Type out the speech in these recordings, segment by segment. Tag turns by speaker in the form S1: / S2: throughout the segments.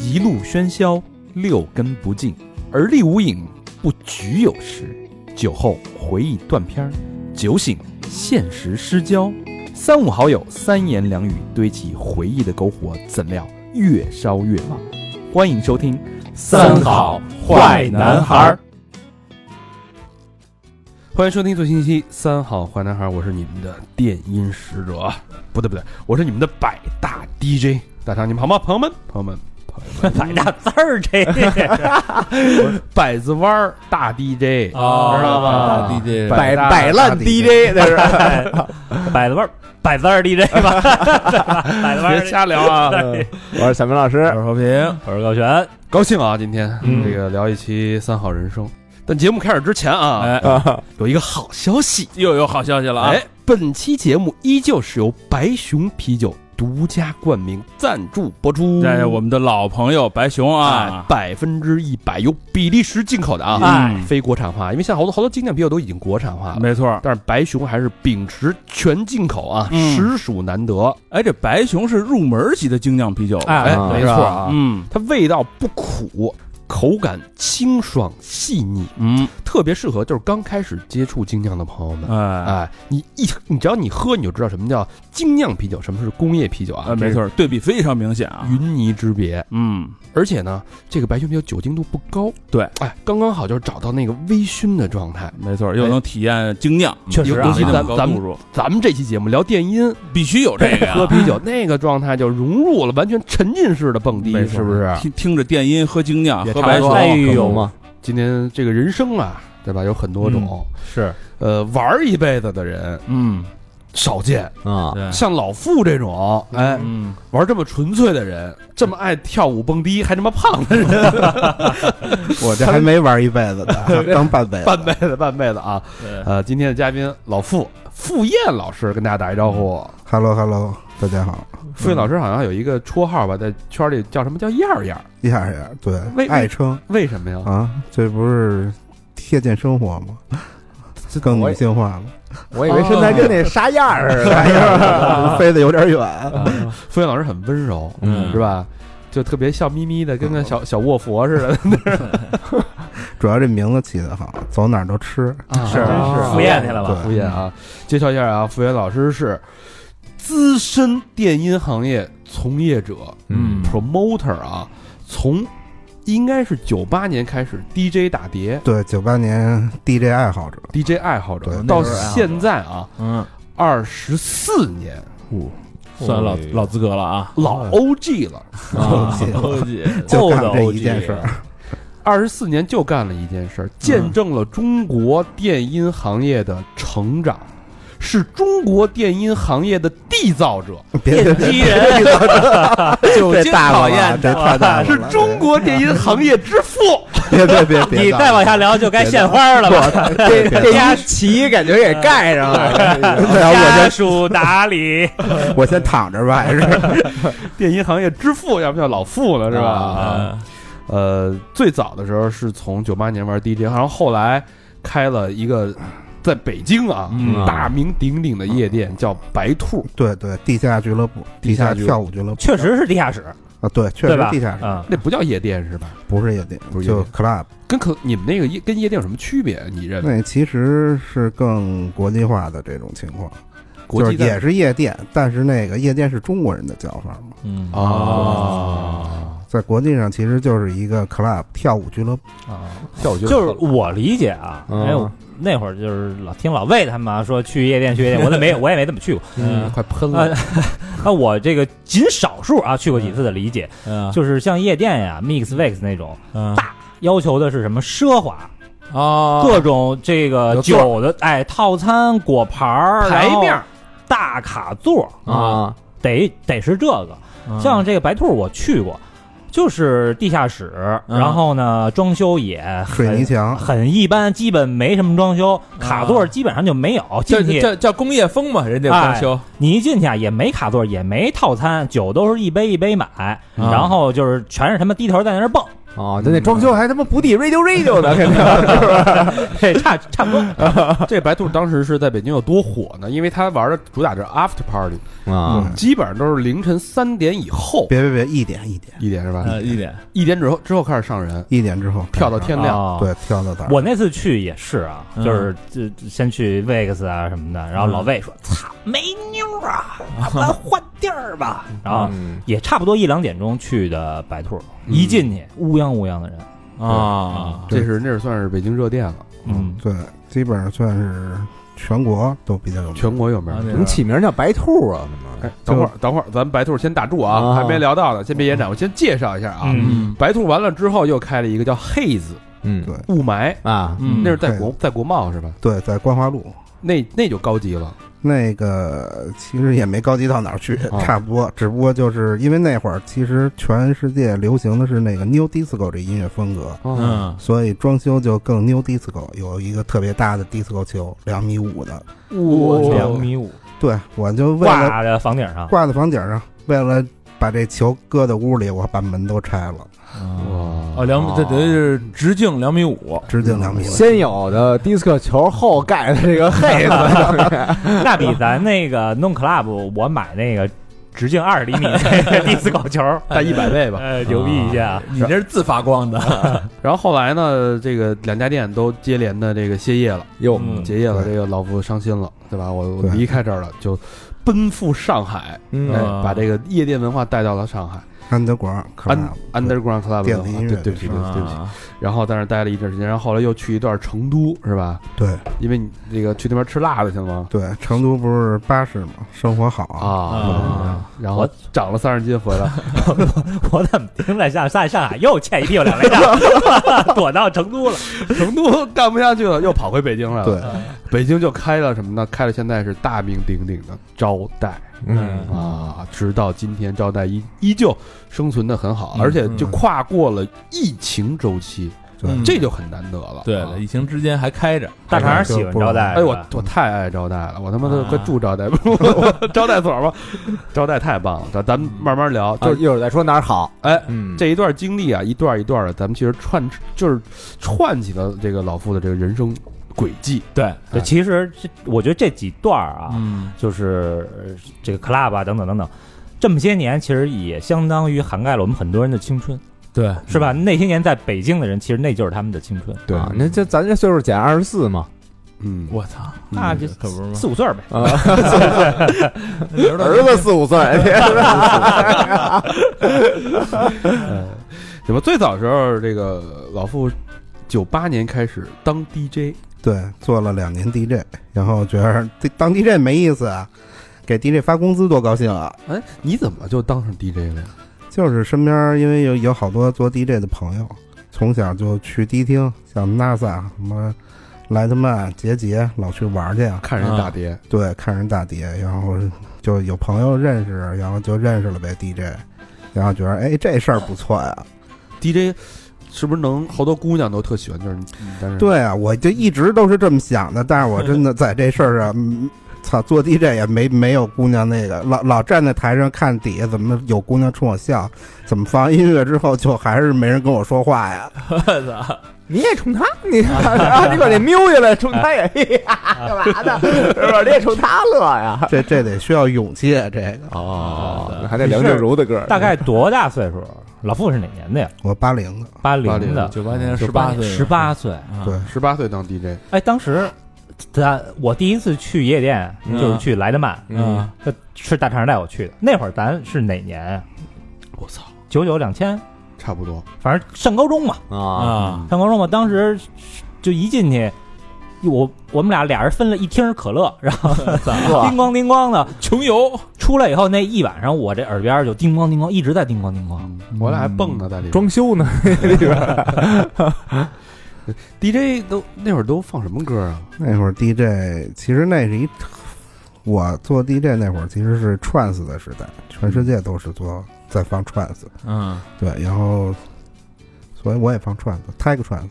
S1: 一路喧嚣，六根不净，而立无影，不局有时。酒后回忆断片儿，酒醒现实失焦。三五好友三言两语堆起回忆的篝火，怎料越烧越旺。欢迎收听《
S2: 儿。
S3: 欢迎收听最新一期《三好坏男孩》，我是你们的电音使者，啊，不对不对，我是你们的百大 DJ 大肠，你们好吗？朋友们，朋友们，朋友们，
S2: 摆大字儿这
S4: 嗯
S3: 百子湾儿大 DJ，知
S2: 哦
S3: 道
S2: 啊
S3: 吗？
S5: DJ，
S3: 百大
S1: 摆烂
S3: 大
S1: DJ 那是。
S2: 摆字儿，摆字儿 DJ 吧，摆字儿
S3: 别
S2: DJ。
S3: 瞎聊啊！
S5: 我是小明老师，
S3: 我是和平，
S2: 我是高璇，
S3: 高兴啊！今天
S2: 嗯
S3: 这个聊一期《三好人生》，但节目开始之前啊，
S2: 哎，
S3: 有一个好消息，
S2: 又有好消息了啊！
S3: 哎，本期节目依旧是由白熊啤酒独家冠名赞助播出。
S4: 这是我们的老朋友白熊
S3: 哎啊
S4: 啊，，
S3: 百分之一百由比利时进口的啊，
S2: 哎
S3: 非国产化。因为现在好多好多经典啤酒都已经国产化了，
S4: 没错。
S3: 但是白熊还是秉持全进口啊，
S4: 嗯
S3: 实属难得。
S4: 哎，这白熊是入门级的精酿啤酒，
S2: 哎
S3: 哎，
S5: 啊
S3: 没
S5: 是
S3: 错
S5: 吧
S3: 啊，
S4: 嗯
S3: 它味道不苦，口感清爽细腻，
S4: 嗯，
S3: 特别适合就是刚开始接触精酿的朋友们。
S4: 哎，
S3: 哎，你一 你只要你喝，你就知道什么叫精酿啤酒，什么是工业啤酒啊
S4: 啊，，没，错，对比非常明显啊，
S3: 云泥之别。
S4: 嗯，
S3: 而且呢，这个白熊啤酒酒精度不高，
S4: 对，
S3: 哎，刚刚好就是找到那个微醺的状态。
S4: 没错，又能体验精酿，
S5: 确实啊
S4: 尤其那
S3: 咱
S4: 么高
S3: 咱
S4: 度数，
S3: 咱们这期节目聊电音，
S4: 必须有这 个呀
S3: 喝。
S4: 啊
S3: 啤酒那个状态就融入了，完全沉浸式的蹦迪，
S4: 没错
S3: 是不是？
S4: 听听着电音，喝精酿，
S3: 也
S4: 喝
S3: 差
S4: 白
S3: 不
S4: 熊
S3: 多，
S5: 哎
S3: 可
S5: 呦
S3: 不
S5: 嘛，
S3: 今天这个人生啊，对吧？有很多种，
S5: 是
S3: 呃，玩儿一辈子的人
S4: 嗯，
S3: 少见，
S5: 啊，
S4: 对，
S3: 像老傅这种，哎，
S4: 嗯，
S3: 玩这么纯粹的人，这么爱跳舞蹦迪，还这么胖的 人，
S5: 我这还没玩一辈子呢，刚半辈子，
S3: 半辈子半辈子啊！
S4: 对
S3: 呃，今天的嘉宾老傅傅燕老师跟大家打一招呼。
S6: Hello Hello，大家好，
S4: 嗯
S3: 傅燕老师好像有一个绰号吧，在圈里叫什么叫燕儿燕儿？
S6: 一下一下，对
S3: 为，
S6: 爱称
S3: 为什么呀？
S6: 啊，这不是贴近生活吗？更女性化了，
S5: 我以
S3: 为现在跟
S5: 那啥样儿似的，
S6: 哎呀，飞得有点远，
S5: 哦
S3: 傅燕老师很温柔，
S5: 嗯
S3: 是吧？就特别笑眯眯的，跟个小小卧佛似的。
S6: 主要这名字起得好，走哪儿都吃，
S3: 啊
S5: 是
S3: 真
S2: 赴宴去了吧？
S3: 傅
S6: 对，
S3: 燕啊，介绍一下啊，傅燕老师是资深电音行业从业者，
S5: 嗯
S3: promoter 啊，从应该是九八年开始 DJ 打碟
S6: 对，九八年 DJ 爱好者，
S3: ，DJ 爱好者，
S6: 对
S3: 到
S5: 那时候爱好者
S3: 现在啊，
S5: 嗯，
S3: 二十四年，
S4: 算老老资格了啊，
S5: 嗯
S3: 老 OG 了。
S4: 啊
S5: 老
S6: 就干
S2: 够的
S6: 这一件事儿，
S3: 二十四年就干了一件事儿，见证了中国电音行业的成长，是中国电音行业的缔造 者，
S6: 别别别，
S2: 机人，
S6: 这
S2: 精
S6: 大
S2: 讨
S6: 了吧，
S2: 厌
S6: 这太大了，
S3: 是中国电音行业之父。
S6: 别别别 别，
S2: 你再往下聊就该献花了吧？
S5: 这这家旗感觉给盖上了，
S6: 对啊
S2: 家
S6: 我
S2: 属打理，
S6: 先我先躺着吧，还是
S3: 电音行业之父，要不叫老傅了是吧？
S2: 啊
S3: 呃，最早的时候是从九八年玩 DJ，然后后来开了一个在北京啊、
S5: 嗯
S3: 大名鼎鼎的夜店，叫白兔。
S6: 对对，地下俱乐部，
S3: 地
S6: 地
S3: 下
S6: 下
S3: 俱乐部
S6: 跳舞俱乐部，
S2: 确实是地下室，
S6: 啊，对，确
S2: 对
S6: 实
S2: 吧？
S6: 地下室，
S5: 嗯
S2: 啊，
S3: 那不叫夜店是吧？
S6: 不是夜店
S3: 不，是夜
S6: 就
S3: 店
S6: club。
S3: 跟可你们那个夜跟夜店有什么区别？你认为？
S6: 那其实是更国际化的这种情况，
S3: 国际
S6: 就是也
S3: 的
S6: 是夜店，但是那个夜店是中国人的叫法嘛，
S5: 嗯
S6: 哦
S3: 啊
S6: 在国际上其实就是一个 club 跳舞俱乐部，
S3: 跳舞
S2: 就是我理解啊，因
S5: 嗯
S2: 为我那会儿就是老听老魏他们啊说去夜店去夜店，我都没我也没怎么去过。
S5: 嗯
S3: 快喷
S2: 啊
S3: 了，，
S2: 那我这个仅少数啊去过几次的理解，
S4: 嗯
S2: 就是像夜店呀、mix vex 那种，
S4: 嗯
S2: 要求的是什么奢华，
S4: 啊，
S5: 哦
S2: 各种这个
S3: 有座
S2: 酒的哎套餐、果盘儿、
S3: 牌面
S2: 然
S3: 儿
S2: 后大卡座，
S5: 啊，
S2: 得得是这个。像这个白兔我去过，就是地下室，
S5: 嗯
S2: 然后呢装修也很
S6: 水泥墙，
S2: 很一般，基本没什么装修，卡座
S5: 啊
S2: 基本上就没有。
S5: 叫
S2: 进去
S5: 叫叫工业风嘛，人家
S7: 哎
S5: 装修，
S2: 你一进去啊，也没卡座，也没套餐，酒都是一杯一杯买，
S5: 啊
S2: 然后就是全是他妈低头在那儿蹦，
S7: 哦，对，那装修还他妈不地 radio radio 呢，肯定
S2: 对，差差不多。
S3: 这白兔当时是在北京有多火呢？因为他玩的主打是 after party，
S5: 嗯
S7: 啊，
S3: 基本上都是凌晨三点以后嗯
S6: 别别别，一点一点
S3: 一点是吧？
S4: 呃，一点
S3: 一点之后之后开始上人，
S6: 一点之后
S3: 跳到天亮。
S2: 哦
S6: 对，跳到哪儿？
S2: 我那次去也是啊，
S4: 嗯
S2: 就是就就先去 Vex 啊什么的，然后老魏说：“操，没妞儿啊，要不然换地儿吧。”然
S5: 啊
S2: 后
S7: 嗯
S2: 也差不多一两点钟去的白兔，一进去乌泱乌泱的人，
S4: 啊，
S3: 这是那是算是北京热电了，
S2: 嗯，
S6: 对，基本上算是全国都比较有名。
S3: 全国有名。
S4: 啊
S7: 怎么起名叫白兔啊？
S3: 哎，等会儿，等会儿，咱们白兔先打住啊，
S7: 啊
S3: 还没聊到呢，先别延展，我先介绍一下啊。
S4: 嗯
S3: 白兔完了之后又开了一个叫 Haze
S7: 嗯
S6: 对
S3: 雾霾，
S7: 啊，
S4: 嗯，
S3: 那是在国在国贸是吧？
S6: 对，在光华路
S3: 那那就高级了，
S6: 那个其实也没高级到哪儿去，
S3: 啊
S6: 差不多，只不过就是因为那会儿其实全世界流行的是那个 New Disco 这音乐风格，
S7: 哦
S3: 嗯，
S4: 嗯，
S6: 所以装修就更 New Disco，有一个特别大的 Disco 球，两米五的。
S2: 两米五
S6: 对，我就为了
S2: 挂在房顶上，
S6: 挂在房顶上，为了把这球搁在屋里，我把门都拆了，
S4: 哦，
S7: 哇
S4: 两，这等于是直径两米五，
S6: 直径两米了。
S5: 嗯
S7: 先有的迪斯科球，后盖的 这个黑
S5: 嗯
S7: 子，
S2: 那比咱那个弄 club 我买那个直径二十厘米的那个迪斯狗球，
S3: 大一百倍吧。
S2: 呃，牛逼一些啊。
S4: 你这是自发光的，
S3: 然后后来呢，这个两家店都接连的这个歇业了，
S7: 哟
S2: 嗯
S3: 结业了，
S6: 对
S3: 这个老夫伤心了，对吧？我我
S6: 对
S3: 离开这儿了，就奔赴上海，
S7: 嗯
S3: 哎，把这个夜店文化带到了上海
S6: 安德广
S3: 安 Underground Club
S6: 电
S3: 文
S6: 子
S3: 化
S6: 音乐
S3: 对对不起对不起对不起。然后在那儿待了一段时间，然后后来又去一段成都，是吧？
S6: 对
S3: 因为你这个去那边吃辣的去了吗？
S6: 对，成都不是巴士嘛，生活好
S3: 啊，，
S4: 啊
S3: 然后长了三十斤回来，
S2: 我怎么听着像在上海又欠一屁股两雷仗，躲到成都了？
S3: 成都干不下去了，又跑回北京来了。
S6: 对，
S3: 北京就开了什么呢？开了现在是大名鼎鼎的招待
S7: 嗯
S3: 啊，直到今天招待依依旧生存的很好，而且就跨过了疫情周期，
S4: 嗯
S3: 这就很难得了。
S4: 对
S3: 啊
S4: 了，疫情之间还开着，
S2: 大肠喜欢招待，
S3: 哎，我
S2: 是吧
S3: 我太爱招待了，我他妈的
S4: 啊
S3: 快住招待 部，我招待所吧，招待太棒了。咱咱们慢慢聊，
S7: 就
S5: 啊
S3: 就是是
S7: 一会儿再说哪儿好，
S3: 哎，
S7: 嗯，
S3: 这一段经历啊，一段一段的，咱们其实串就是串起了这个老傅的这个人生轨迹。
S4: 对，
S2: 对，其实这我觉得这几段儿啊，
S4: 嗯，
S2: 就是呃这个 club 啊等等等等，这么些年其实也相当于涵盖了我们很多人的青春，
S4: 对，
S2: 是吧？那些年在北京的人，其实那就是他们的青春，
S3: 对
S7: 啊，那就咱这岁数减二十四嘛，
S3: 嗯，
S4: 我操，
S2: 那就
S4: 可不是吗？
S2: 四五岁儿呗。
S7: 啊，
S4: 儿
S7: 儿子四 五岁，
S3: 对吧？最早时候，这个老傅九八年开始当 DJ，
S6: 对，做了两年 DJ，然后觉得这当 DJ 没意思啊，给 DJ 发工资多高兴啊！
S3: 哎，你怎么就当上 DJ 了呀？
S6: 就是身边因为有有好多做 DJ 的朋友，从小就去迪厅，像 NASA 什么莱特曼、杰杰，老去玩去啊。
S3: 看人家大碟，
S6: 对，看人大碟，然后就有朋友认识，然后就认识了呗 DJ，然后觉得哎这事儿不错呀。
S3: DJ 是不是能好多姑娘都特喜欢？就是你，但是，
S6: 对啊，我就一直都是这么想的，但是我真的在这事儿上，嗯操，做 DJ 也没没有姑娘那个，老老站在台上看底下怎么有姑娘冲我笑，怎么放音乐之后就还是没人跟我说话呀。
S7: 你也冲他，你 啊，你把这瞄下来，冲他 也，嘿嘿哈哈干嘛呢？是吧？你也冲他乐呀？
S6: 这这得需要勇气啊！这个
S7: 哦，还得梁静茹的歌，
S2: 大概多大岁数？ 老傅是哪年的呀？
S6: 我八零的，
S3: 八
S2: 八
S3: 零
S2: 零的，
S4: 九八年
S2: 九
S4: 十八岁，
S2: 十八岁。
S4: 啊，
S6: 对
S3: 十八岁当 DJ，
S2: 哎，当时咱我第一次去夜店
S4: 嗯
S2: 就是去莱德曼，
S4: 嗯，
S2: 呃是大肠带我去的。那会儿咱是哪年啊？
S3: 我操，
S2: 九九两千，
S3: 差不多。
S2: 反正上高中嘛，
S7: 啊，
S4: 啊，
S2: 上高中嘛。当时就一进去，我我们俩俩人分了一听可
S6: 啊
S2: 乐，然后叮咣叮咣的
S4: 穷游，
S2: 出来以后，那一晚上我这耳边就叮咣叮咣一直在叮咣叮咣。
S3: 嗯我俩还蹦呢，在里边。
S7: 装修呢，那边儿
S3: DJ 都那会儿都放什么歌啊？
S6: 那会儿 DJ 其实那是一，我做 DJ 那会儿其实是 trance 的时代，全世界都是做在放 trance，
S4: 嗯，
S6: 对，然后所以我也放 trance，tag trance，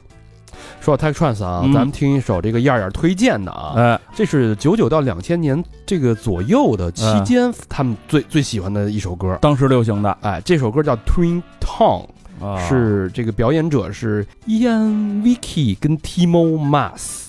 S3: 说到 Tech Trance 啊，
S4: 嗯
S3: 咱们听一首这个燕儿燕儿推荐的啊，
S4: 哎，
S3: 这是九九到两千年这个左右的期间，他们最最喜欢的一首歌。
S4: 当时流行的
S3: 哎，这首歌叫 Twin Town，啊，是这个表演者是 Ian Vicky 跟 Timo Mas。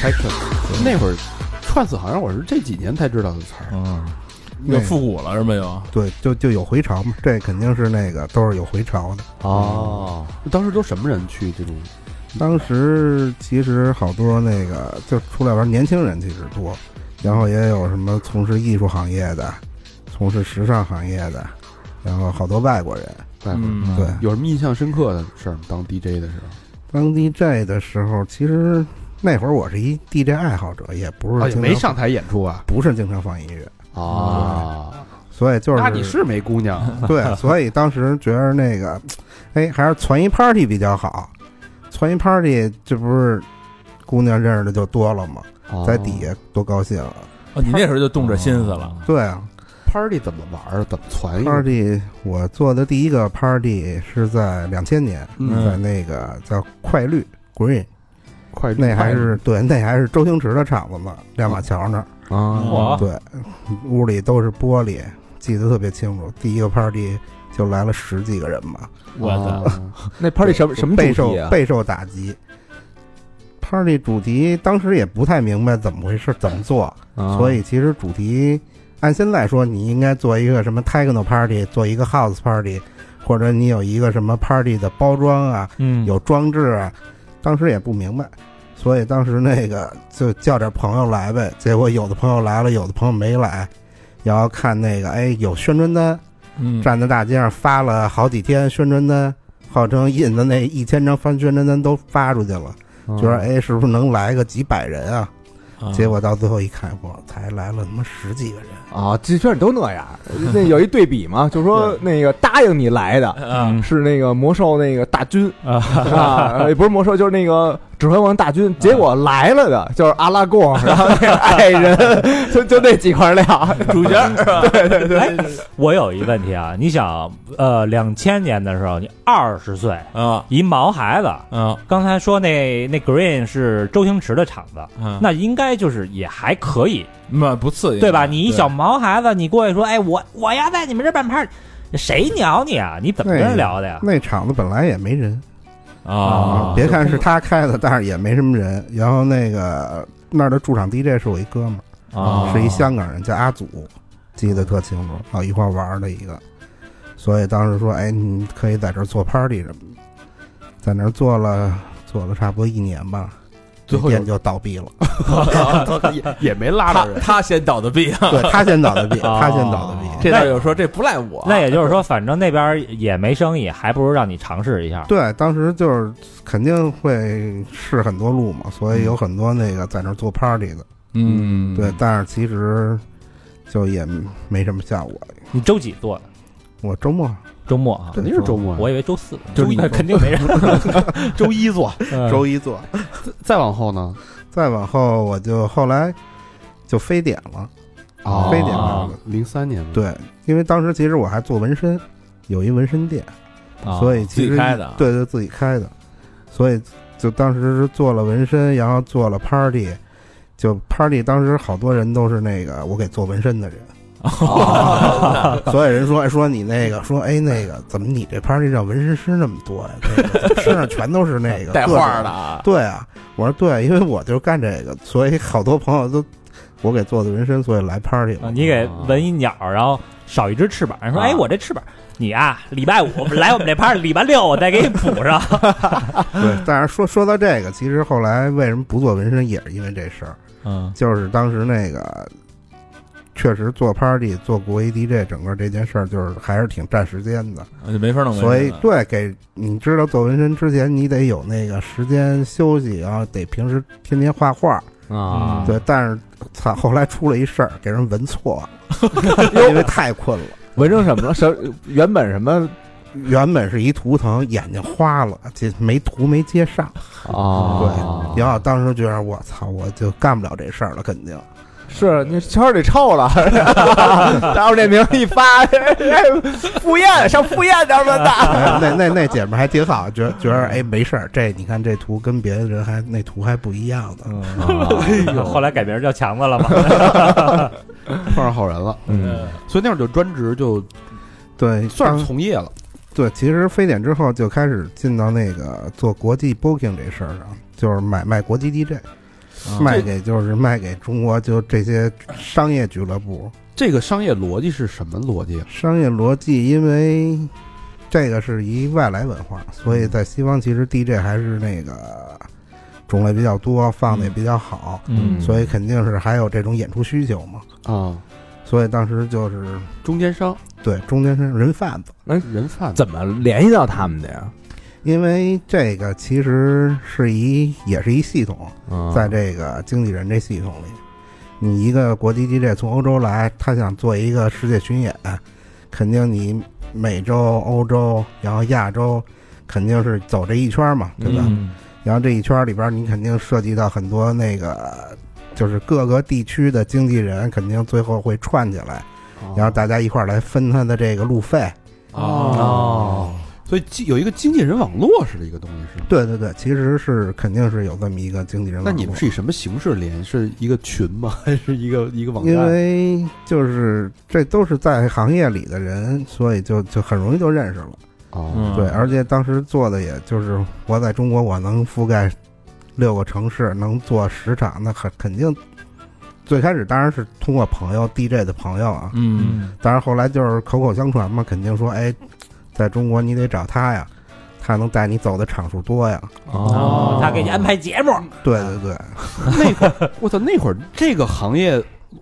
S3: Titan，那会儿 trance 好像我是这几年才知道的词儿。
S4: 嗯，
S6: 那
S4: 又复古了是吗？又
S6: 对，就就有回潮嘛，这肯定是那个都是有回潮的。
S3: 哦，当时都什么人去这种？
S6: 当时其实好多那个就出来玩年轻人其实多，然后也有什么从事艺术行业的，从事时尚行业的，然后好多外国人。
S3: 大夫
S4: 嗯
S6: 对，
S3: 有什么印象深刻的事儿吗？当 DJ 的时候，
S6: 当 DJ 的时候，其实那会儿我是一 DJ 爱好者，也不是
S3: 哦啊也
S6: 经常、
S3: 没上台演出啊？
S6: 不是经常放音乐，哦
S3: 啊，
S6: 所以就是
S3: 那你是没姑娘，啊
S6: 对，所以当时觉得那个，哎，还是攒一 party 比较好。攒一 party，这不是姑娘认识的就多了吗？ 在底下多高兴啊！
S4: 哦，你那时候就动这心思了，
S6: 对啊
S3: party 怎么玩儿？怎么传
S6: 哎
S3: 一个？
S6: ，party 我做的第一个 party 是在两千年，
S4: 嗯
S6: 在那个叫快绿 Green，
S3: 快
S6: 那还是对，那还是周星驰的场子呢，亮马桥那儿。
S4: 嗯
S3: 啊，
S2: 我
S6: 对，屋里都是玻璃，记得特别清楚。第一个 party 就来了十几个人嘛，
S2: 我操，
S3: 操！
S7: 那 party 什么什么
S6: 备
S7: 主
S6: 受
S7: 题啊？
S6: 备受打击。party 主题当时也不太明白怎么回事，怎么做，
S7: 啊
S6: 所以其实主题按现在说，你应该做一个什么 techno party，做一个 house party，或者你有一个什么 party 的包装啊，
S2: 嗯，
S6: 有装置啊，当时也不明白，所以当时那个就叫点朋友来呗。结果有的朋友来了，有的朋友没来，然后看那个，哎，有宣传单，
S4: 嗯，
S6: 站在大街上发了好几天宣传单，号称印的那一千张翻宣传单都发出去了，
S4: 嗯
S6: 就说哎，是不是能来个几百人啊？结果到最后一看，我才来了他妈十几个人，
S7: 啊，这圈都那样。那有一对比嘛，就 说那个答应你来
S2: 嗯
S7: 的
S4: 啊，
S6: 嗯
S7: 是那个魔兽那个大军
S2: 啊
S7: 啊，也不是魔兽，就是那个指环王大军。结果来了的就是阿拉贡，然后那个爱人， 就就那几块料。
S4: 主角是吧？
S2: 哎，我有一问题啊，你想，呃，两千年的时候，你二十岁，
S4: 啊
S2: 一毛孩子，
S4: 啊
S2: 刚才说那那 Green 是周星驰的场子，
S4: 啊，
S6: 嗯
S2: 那应该就是也还可以，
S4: 那不刺激
S2: 对吧？你一小毛孩子，你过去说，哎，我我要在你们这办 party，谁鸟你啊？你怎么跟人聊的呀？
S6: 那场子本来也没人。
S4: 啊，
S6: 别看是他开的，但是也没什么人。然后那个那儿的驻场 DJ 是我一哥们
S2: 啊
S6: 儿，是一香港人，叫阿祖，记得特清楚，啊好一块儿玩儿的一个。所以当时说，哎，你可以在这儿做 party 什么的，在那儿做了做了差不多一年吧，
S3: 最后有
S6: 店就倒闭了。
S3: 也也没拉
S4: 他
S3: 着 人，
S4: 他先倒的闭啊，
S6: 对他先倒的闭，
S2: 哦
S6: 他先倒的闭。
S4: 这道友说这不赖我，
S2: 那也就是说，反正那边也没生意，还不如让你尝试一下。
S6: 对，当时就是肯定会试很多路嘛，所以有很多那个在那儿做 party 的，
S4: 嗯，
S6: 对，但是其实就也没什么效果。
S2: 你周几做的？
S6: 我周末
S2: 周末啊？
S3: 肯定是周末
S2: 我
S3: 呀。
S2: 以为周四，
S6: 周一
S2: 那肯定没人。
S3: 周一做，
S4: 嗯
S2: 周
S6: 一做，
S3: 再往后呢？
S6: 再往后我就后来就非典了，
S3: 啊，
S6: 哦非典了。
S3: 零三年了，
S6: 对，因为当时其实我还做纹身，有一纹身店，
S2: 啊
S6: 所以
S4: 啊自
S6: 其实
S4: 己开的
S6: 对对，自己开的，所以就当时是做了纹身，然后做了 party，就 party 当时好多人都是那个我给做纹身的人，
S4: 哦
S6: 所以人说说你那个说哎那个怎么你这 party 上纹身师那么多呀？那个 怎么身上全都是那个
S4: 带
S6: 各种
S4: 画的啊，
S6: 对啊，我说对，因为我就是干这个，所以好多朋友都我给做的纹身，所以来 party
S2: 啊
S6: 了。
S2: 你给纹一鸟，然后少一只翅膀，人说：“哎，我这翅膀，你啊，礼拜五来我们这趴，礼拜六我再给你补上。
S6: 对， 但是说说到这个，其实后来为什么不做纹身，也是因为这事儿，”
S2: 嗯
S6: 就是当时那个确实做 party 做国际 DJ 整个这件事儿，就是还是挺占时间的。
S4: 啊就没法弄。
S6: 所以对，给你知道做纹身之前，你得有那个时间休息，然后得平时天天画画。
S2: 啊
S6: 对，但是操，后来出了一事儿，给人纹错了，因为太困了。
S7: 纹成什么了？什原本什么
S6: 原本是一图腾，眼睛花了，这没图没接上。
S7: 啊
S3: 嗯哦
S6: 对，然后当时觉得我操，我就干不了这事儿了，肯定。
S7: 是你圈儿里臭了，然后这名儿一发，哎赴宴上赴宴咱们打，
S6: 哎 那那那姐们儿还挺好，觉觉得哎没事儿，这你看这图跟别的人还那图还不一样呢。
S2: 后来改名叫强子了嘛？
S3: 碰上好人了，
S4: 嗯，
S3: 所以那会儿就专职就
S6: 对，
S3: 算是
S6: 当
S3: 从业了。
S6: 对，其实非典之后就开始进到那个做国际 booking 这事儿上，就是买卖国际 DJ，卖给就是卖给中国就这些商业俱乐部。
S3: 这个商业逻辑是什么逻辑啊？
S6: 商业逻辑，因为这个是一外来文化，所以在西方其实 DJ 还是那个种类比较多，放的也比较好，
S2: 嗯
S6: 所以肯定是还有这种演出需求嘛。
S3: 啊，
S6: 所以当时就是
S3: 中间商、
S6: 对中间是人贩子，
S3: 人贩子，
S7: 怎么联系到他们的呀？
S6: 因为这个其实是一也是一系统，
S5: 啊
S7: 嗯
S6: 在这个经纪人这系统里，你一个国际 DJ 从欧洲来，他想做一个世界巡演，肯定你美洲、欧洲，然后亚洲，肯定是走这一圈嘛，对吧？
S4: 嗯
S6: 然后这一圈里边，你肯定涉及到很多那个，就是各个地区的经纪人，肯定最后会串起来，
S3: 啊
S6: 然后大家一块儿来分他的这个路费。
S3: 哦，所以经有一个经纪人网络似的一个东西是吗。
S6: 对对对，其实是肯定是有这么一个经纪人网
S3: 那
S6: 络。
S3: 你们是以什么形式联？是一个群吗？ 还是一个一个网
S6: 因
S3: 站？
S6: 为就是这都是在行业里的人，所以就就很容易就认识了。
S3: 哦，
S4: 嗯
S6: 对，而且当时做的也就是我在中国我能覆盖六个城市，能做十场，那肯肯定最开始当然是通过朋友 DJ 的朋友啊，
S4: 嗯，
S2: 嗯
S6: 当然后来就是口口相传嘛，肯定说哎，在中国你得找他呀，他能带你走的场数多呀。
S3: 嗯
S2: 哦，他给你安排节目，
S6: 对对对，
S3: 那会儿，我操，那会儿这个行业，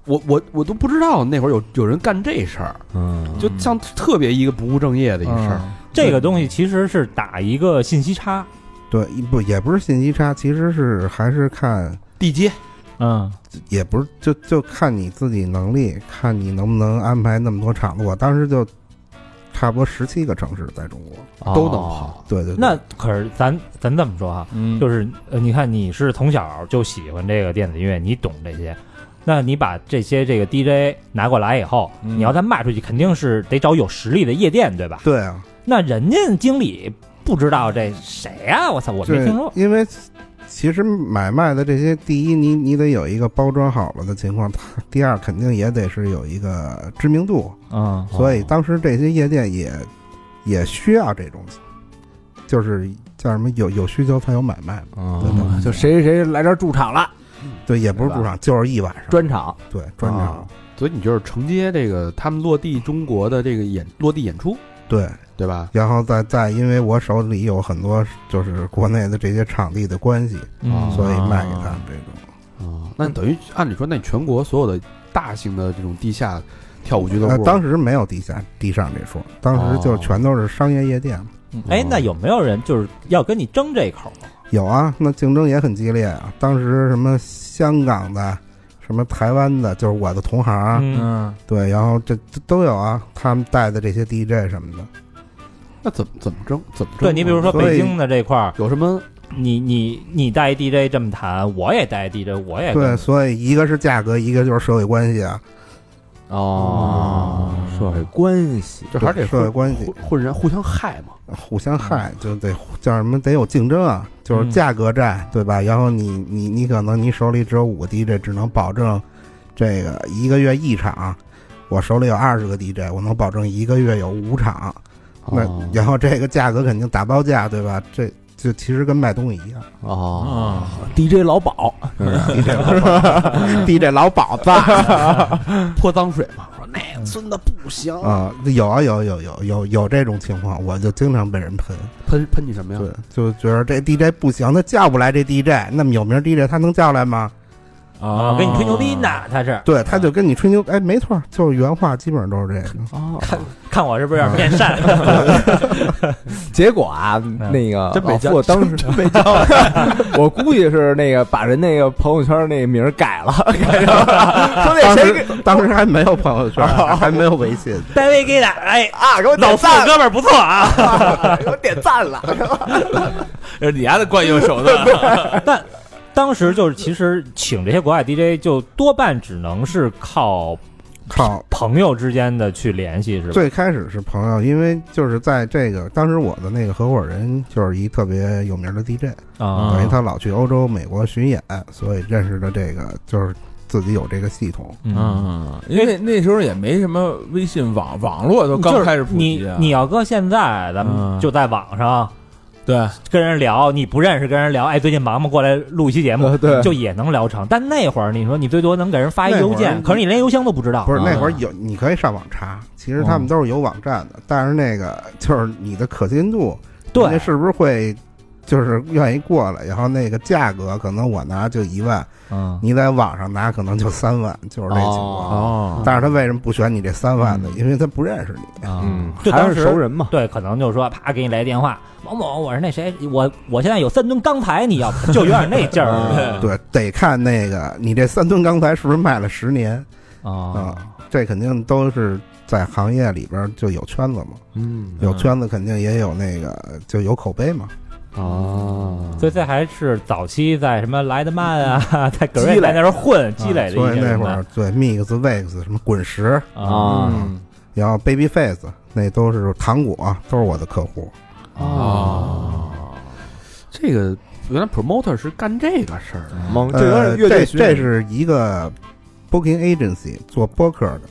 S3: 我我我都不知道那会儿有有人干这事儿，
S7: 嗯
S3: 就像特别一个不务正业的一事儿。
S2: 这个东西其实是打一个信息差。
S6: 对不也不是信息差，其实是还是看
S3: 地接
S2: 嗯
S6: 也不是，就就看你自己能力，看你能不能安排那么多场子。我当时就差不多十七个城市在中国，
S3: 都能跑，
S6: 对对对
S2: 啊那可是咱咱这么说哈，
S4: 嗯
S2: 就是呃，你看你是从小就喜欢这个电子音乐，你懂这些，那你把这些这个 DJ 拿过来以后，
S4: 嗯
S2: 你要再卖出去，肯定是得找有实力的夜店，对吧？
S6: 对啊，
S2: 那人家经理不知道这谁呀、我操，我没
S6: 这
S2: 听说。
S6: 因为其实买卖的这些，第一，你你得有一个包装好了的情况； 它第二，肯定也得是有一个知名度。
S2: 嗯
S6: 所以当时这些夜店也也需要这种，就是叫什么有有需求才有买卖嘛。
S2: 哦
S7: 嗯就谁谁谁来这儿驻场了，
S6: 对，啊也不是驻场，就是一晚上
S7: 专场
S6: 对专场，
S3: 所以你就是承接这个他们落地中国的这个演落地演出，
S6: 对。
S3: 对吧？
S6: 然后再再因为我手里有很多就是国内的这些场地的关系，
S2: 嗯
S6: 所以卖给他们啊这种。
S3: 啊，那等于按理说，那全国所有的大型的这种地下跳舞俱乐
S6: 那
S3: 部，
S6: 呃当时没有地下地上这说，当时就全都是商业夜店。
S2: 哎，那有没有人就是要跟你争这口？
S6: 有啊，那竞争也很激烈啊。当时什么香港的，什么台湾的，就是我的同行啊，
S2: 嗯，
S4: 嗯
S6: 对，然后这这都有啊，他们带的这些 DJ 什么的。
S3: 那怎么怎么争？怎么争？啊
S2: 对你比如说
S6: 所以
S2: 北京的这块儿，
S3: 有什么
S2: 你你你带 DJ 这么谈，我也带 DJ，我也
S6: 对，
S2: 跟
S6: 所以一个是价格，一个就是社会关系啊，
S7: 哦，社会关系
S3: 就还是得
S6: 对社会
S3: 互
S6: 关系
S3: 互混人互相害嘛？
S6: 互相害，就得叫什么得有竞争啊，就是价格战，对吧？然后你你你可能你手里只有五个 DJ，只能保证这个一个月一场，我手里有二十个 DJ，我能保证一个月有五场。
S3: 啊哦
S6: 那然后这个价格肯定打包价，对吧？这就其实跟卖东西一样
S2: 嗯
S5: 哦，
S4: 啊，
S2: ，DJ 老鸨，
S6: ，DJ 老 DJ 老鸨子
S3: 泼脏水嘛，
S5: 孙子不行，
S6: 嗯啊，有啊有有有有有这种情况，我就经常被人喷，
S3: 喷喷你什么呀？
S6: 对，就觉得这 DJ 不行，他叫不来这 DJ，那么有名 DJ 他能叫来吗？
S4: 啊
S2: 我跟你吹牛
S6: 哦
S2: 逼呢，他是
S6: 对，他就跟你吹牛，哎，没错，就是原话，基本上都是这个。
S5: 哦，
S2: 看我是不是有
S6: 嗯
S2: 点 面善？
S7: 结果啊，那个
S3: 真被
S7: 老
S3: 叫
S7: 傅当时真被叫， 我估计是那个把人那个朋友圈那名儿改了，改成说那
S6: 当
S7: 谁给
S6: 时当时还没有朋友 圈，还没有微信，
S2: 戴维给的，哎，
S7: 啊给我
S2: 老
S7: 点
S2: 四
S7: 赞了，
S2: 哥们儿不错啊。
S7: 给 我点赞了，
S4: 是你丫的惯用手 段，
S2: 当时就是其实请这些国外 DJ 就多半只能是靠
S6: 靠。
S2: 朋友之间的去联系，是吧？
S6: 最开始是朋友，因为就是在这个当时我的那个合伙人就是一特别有名的 DJ，
S2: 啊
S6: 等于他老去欧洲、美国巡演，所以认识的这个就是自己有这个系统。
S2: 嗯，
S4: 嗯，因为那时候也没什么微信网网络都刚开始普及
S2: 你
S4: 啊，
S2: 你要搁现在，咱们
S4: 嗯
S2: 就在网上
S4: 对
S2: 跟人聊，你不认识跟人聊，哎，最近忙吗？过来录一期节目，
S7: 对
S2: 就也能聊成。但那会儿你说你最多能给人发一
S6: 那会儿
S2: 邮件，
S6: 你
S2: 可是你连邮箱都不知道
S6: 不。是
S4: 啊
S6: 那会儿有，你可以上网查，其
S2: 哦
S6: 实他们都是有网站的，但是那个就是你的可信度，
S2: 对
S6: 人家是不是会就是愿意过来？然后那个价格可能我拿就一万，
S2: 嗯，
S6: 你在网上拿可能就三万，就是这情况。
S4: 哦
S6: 但是他为什么不选你这三万呢？因为他不认识你。
S2: 啊
S3: 嗯，
S2: 就
S7: 还
S2: 当
S7: 是
S2: 时
S7: 熟人嘛，
S2: 对，可能就是说，啪，给你来电话，某某，我是那谁，我我现在有三吨钢材，你要不就有点那 劲儿
S4: 对
S6: 对，得看那个你这三吨钢材是不是卖了十年
S2: 啊
S6: 啊、这肯定都是在行业里边就有圈子嘛，
S3: 嗯
S6: 有圈子肯定也有那个就有口碑嘛。
S3: 啊，
S2: 所以这还是早期在什么莱德曼啊，在格瑞
S7: 积累
S2: 在那时候混积累的
S6: 啊所
S2: 一
S6: 以
S2: 些
S6: 那
S2: 什
S6: 会
S2: 么
S6: 儿对 mix、wax 什么滚石，
S2: 啊
S4: 嗯
S6: 然后 babyface，那都是糖果，都是我的客户。
S3: 哦，这个原来 promoter 是干这个事儿的，
S7: 蒙这
S6: 呃
S7: 个乐
S6: 这
S7: 队巡
S6: 这
S7: 演
S6: 是一个 booking agency 做播客的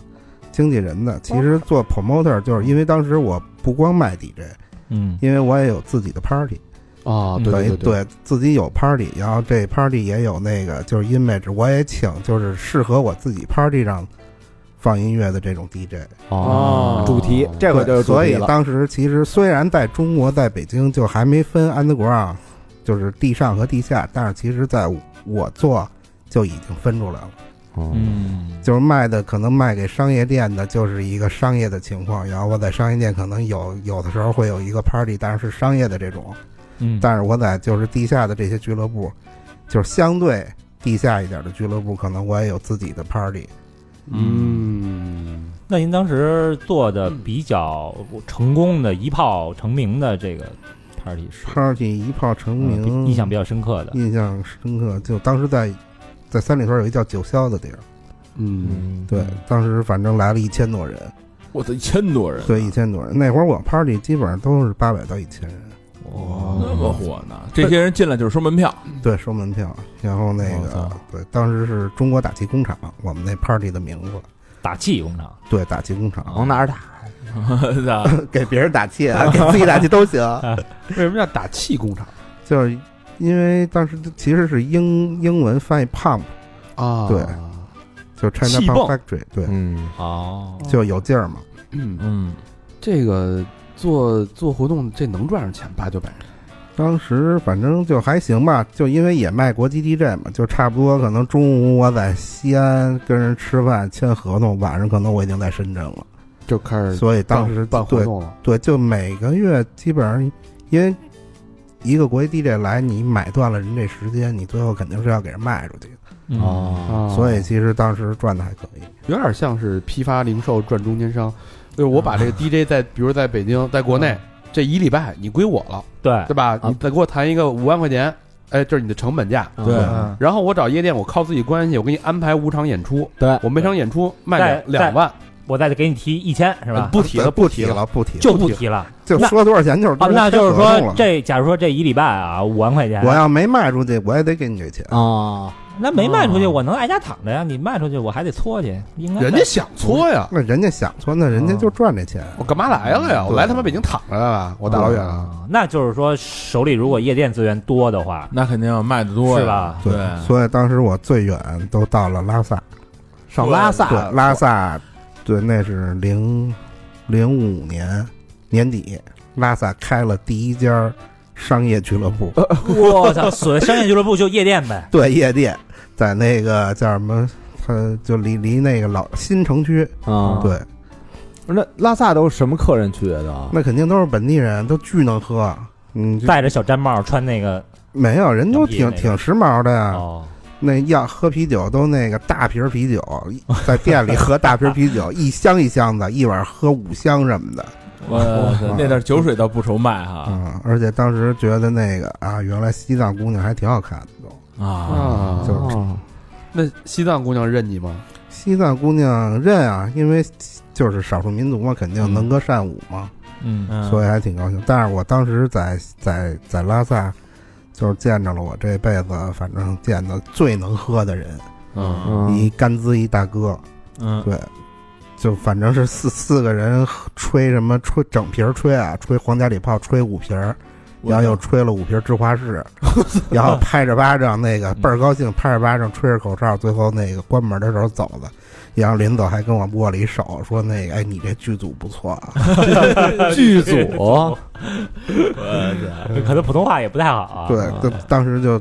S6: 经纪人的，其实做 promoter 就是因为当时我不光卖 DJ，
S2: 嗯
S6: 因为我也有自己的 party，
S3: 哦，
S6: 等于
S3: 对对，
S6: 自己有 party，然后这 party 也有那个就是 image，我也请就是适合我自己 party 上放音乐的这种 DJ。
S7: 哦，主题这回
S6: 对，
S7: 就是主
S6: 所
S7: 题
S6: 以
S7: 了，
S6: 当时其实虽然在中国在北京就还没分 underground，就是地上和地下，但是其实在我做就已经分出来了。
S3: 哦
S2: 嗯
S6: 就是卖的可能卖给商业店的，就是一个商业的情况。然后我在商业店可能有有的时候会有一个 party，但是是商业的这种。
S2: 嗯
S6: 但是我在就是地下的这些俱乐部，就是相对地下一点的俱乐部，可能我也有自己的 party。
S3: 嗯，
S2: 那您当时做的比较成功的一炮成名的这个 party 是
S6: party 一炮成
S2: 嗯
S6: 名，
S2: 比印象比较深刻的，
S6: 印象深刻，就当时在在三里屯有一叫九霄的地儿，
S3: 嗯，
S2: 嗯
S6: 对，当时反正来了一千多人，
S4: 我的一千多人，
S6: 对，一，千多人。那会儿我 party 基本上都是八百到一千人，
S4: 那么火呢？这些人进来就是收门票，
S6: 对，收门票。然后那
S3: 哦
S4: 我
S6: 个
S4: 操，
S6: 对，当时是中国打气工厂，我们那 party 的名字，
S2: 打气工厂，
S6: 对，打气工厂，
S3: 哦
S7: 往哪儿打？
S4: 是吧
S6: 给别人打气 啊，给自己打气都行。
S3: 为什么叫打气工厂
S6: 就是因为当时其实是英英文翻译 pump，
S3: 啊？
S6: 对就 China
S3: 气泵
S6: Pump Factory，对，
S4: 嗯
S2: 哦
S6: 就有劲儿嘛。
S3: 嗯，
S4: 嗯，
S3: 这个做做活动这能赚上钱八九百人，
S6: 当时反正就还行吧，就因为也卖国际 DJ 嘛，就差不多可能中午我在西安跟人吃饭签合同，晚上可能我已经在深圳了，
S3: 就开始
S6: 所以当
S3: 办
S6: 时
S3: 办活
S6: 对
S3: 动了，
S6: 对，就每个月基本上，因为一个国际 DJ 来，你买断了人这时间，你最后肯定是要给人卖出去的，
S2: 哦，
S3: 啊
S6: 所以其实当时赚的还可以。
S3: 有点像是批发零售赚中间商，就是我把这个 DJ 在，比如在北京，在国内这一礼拜你归我了，
S2: 对
S3: 对吧？你再给我谈一个五万块钱，哎，这是你的成本价。
S4: 对
S7: 嗯
S3: 然后我找夜店，我靠自己关系，我给你安排五场演出，
S7: 对，
S3: 我每场演出卖
S2: 在
S3: 两两万，
S2: 我再给你提一千是吧？
S3: 不提了，
S6: 不
S3: 提
S6: 提，了，不提了，
S2: 就不提了
S6: 就
S2: 那
S6: 说多少钱就是
S2: 啊，
S6: 多少钱
S2: 那就是
S6: 签合同
S2: 说
S6: 了
S2: 这，假如说这一礼拜啊五万块钱，
S6: 我要没卖出去，我也得给你这钱。
S7: 啊，
S2: 那没卖出去，我能挨家躺着呀。你卖出去，我还得搓去，应该
S3: 人家想搓呀，
S6: 那人家想说，那人家就赚这钱。嗯
S3: 我干嘛来了呀？我来他妈北京躺着来了，我大老远啊，
S2: 啊，那就是说手里如果夜店资源多的 话，
S4: 那肯定要卖的多呀
S2: 是？吧？
S4: 对，
S6: 所以当时我最远都到了拉萨，
S7: 上拉萨
S6: 对，拉萨，对，那是零零五年年底，拉萨开了第一家商业俱乐部，
S2: 我操，所谓商业俱乐部就夜店呗，
S6: 对，夜店，在那个叫什么？它就离离那个老新城区，
S7: 啊，
S6: 对，
S7: 那拉萨都是什么客人去的？
S6: 那肯定都是本地人，都巨能喝。嗯，
S2: 戴着小毡帽，穿那个
S6: 没有人都挺
S2: 能比那个
S6: 挺时髦的呀。
S2: 哦，
S6: 那要喝啤酒都那个大瓶儿啤酒，在店里喝大瓶儿啤酒， 一箱一箱的，一晚喝五箱什么的。
S4: 我那点酒水倒不愁卖哈
S6: 嗯，而且当时觉得那个啊，原来西藏姑娘还挺好看的都。
S4: 啊，
S3: 啊
S6: 就
S3: 那西藏姑娘认你吗？
S6: 西藏姑娘认啊，因为就是少数民族嘛，肯定能歌善舞嘛，
S2: 嗯，
S4: 嗯
S6: 所以还挺高兴。但是我当时在在在拉萨，就是见着了我这辈子反正见的最能喝的人，
S3: 嗯，
S7: 嗯，
S6: 一甘孜一大哥，
S2: 嗯
S6: 对，就反正是四四个人吹什么吹整瓶儿吹啊，吹皇家礼炮吹五瓶儿，然后又吹了五瓶儿芝华士， 然后拍着巴掌那
S2: 嗯
S6: 个倍儿高兴，拍着巴掌吹着口哨，最后那个关门的时候走了。然后临走还跟我握了一手，说那个哎，你这剧组不错啊。
S7: 剧组
S2: 可能普通话也不太好啊。
S6: 对，就当时就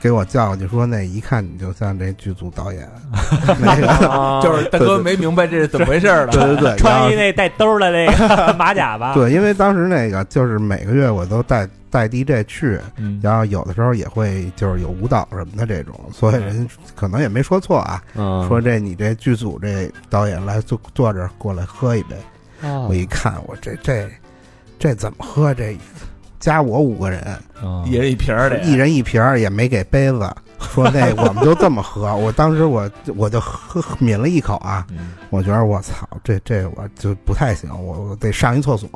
S6: 给我叫过去说那一看你就像这剧组导 演，那个
S2: 啊
S4: 就是大哥没明白这是怎么回事儿
S6: 对
S4: 了。
S6: 对对，然后
S2: 穿一那带兜儿 的那个马甲吧，
S6: 对，因为当时那个就是每个月我都带带 DJ 去，
S2: 嗯，
S6: 然后有的时候也会就是有舞蹈什么的这种，所以人可能也没说错啊，
S7: 嗯
S6: 说这你这剧组这导演来坐坐这儿过来喝一杯，
S3: 嗯
S6: 我一看我这这这怎么喝这？加我五个人，
S4: 一人一瓶儿的，
S6: 一人一瓶儿，也没给杯子。说那我们就这么喝，我当时我我就喝抿了一口啊，
S4: 嗯
S6: 我觉得我操，这这我就不太行，我我得上一厕所。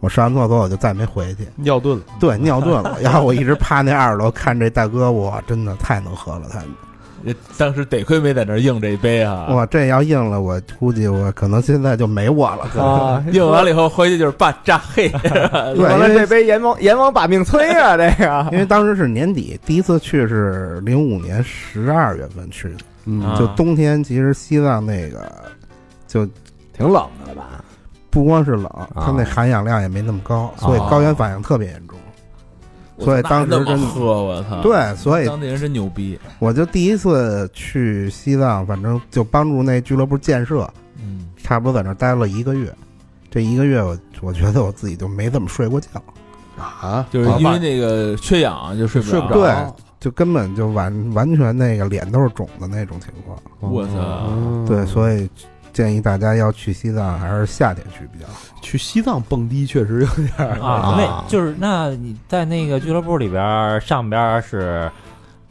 S6: 我上完厕所我就再没回去，
S3: 尿遁了，
S6: 对，尿遁了。然后我一直趴那二楼看这大哥，我真的太能喝了，他们
S4: 当时得亏没在那儿硬这一杯啊，
S6: 我这要硬了，我估计我可能现在就没我了。可能
S7: 啊，
S4: 硬完了以后回去就是半扎黑，
S6: 对，
S7: 完了
S6: 因
S7: 这
S6: 为
S7: 杯阎王阎王把命催啊，这个
S6: 因为当时是年底，第一次去是零五年十二月份去的，
S3: 嗯
S4: 啊
S6: 就冬天，其实西藏那个就
S7: 挺冷的了吧？
S6: 不光是冷，
S4: 啊
S6: 它那含氧量也没那么高，所以高原反应特别严重。所以当时
S4: 那么
S6: 真的
S4: 喝，我
S2: 啊
S4: 操！，
S6: 对，所以
S4: 当地人真牛逼，
S6: 我就第一次去西藏，反正就帮助那俱乐部建设，
S4: 嗯，
S6: 差不多在那儿待了一个月。这一个月我，我觉得我自己就没怎么睡过觉，
S3: 啊，
S6: 嗯
S4: 就是因为那个缺氧啊就睡不
S3: 睡不
S4: 着，
S3: 着，
S6: 对就根本就完完全那个脸都是肿的那种情况。
S4: 我操！
S3: 嗯
S6: 对，所以建议大家要去西藏还是夏天去比较好。
S3: 去西藏蹦迪确实有点儿
S2: 啊
S7: 啊，
S2: 那就是那你在那个俱乐部里边儿，上边儿是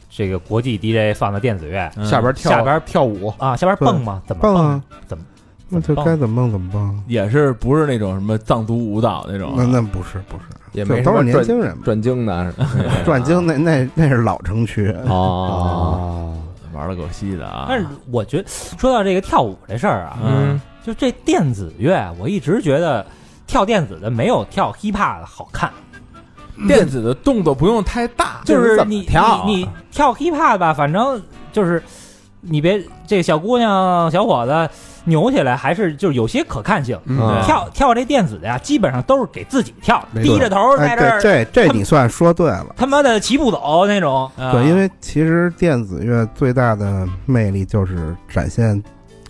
S2: 这个国际 DJ 放的电子乐
S4: 嗯
S3: 下边跳
S2: 下边
S3: 跳舞，
S2: 啊，下边儿
S6: 对
S2: 蹦吗？怎么
S6: 蹦
S2: 蹦
S6: 啊？
S2: 怎么？
S6: 那就
S2: 怎么
S6: 该怎么蹦怎么蹦。
S4: 也是不是那种什么藏族舞蹈那种
S6: 那
S4: 啊，
S6: 那不是不是，
S7: 也
S6: 就
S7: 没
S6: 都是年
S7: 转
S6: 轻人嘛。
S7: 转经的
S2: 哎
S6: 转经那那那是老城区，
S3: 啊
S7: 哦，
S4: 玩的够稀的啊！
S2: 但是我觉得说到这个跳舞这事儿啊，
S4: 嗯，
S2: 就这电子乐，我一直觉得跳电子的没有跳 hiphop 的好看。
S4: 电子的动作不用太大，
S2: 嗯就是
S7: 怎么
S2: 你
S7: 跳
S2: 你你跳 hiphop 吧，反正就是你别这小姑娘小伙子扭起来，还是就是有些可看性。
S7: 嗯
S2: 跳跳这电子的呀，基本上都是给自己跳，
S3: 没错
S2: 低着头在
S6: 哎，
S2: 这儿、
S6: 这这这你算说对了。
S2: 他妈的齐步走那种。啊
S6: 对，因为其实电子乐最大的魅力就是展现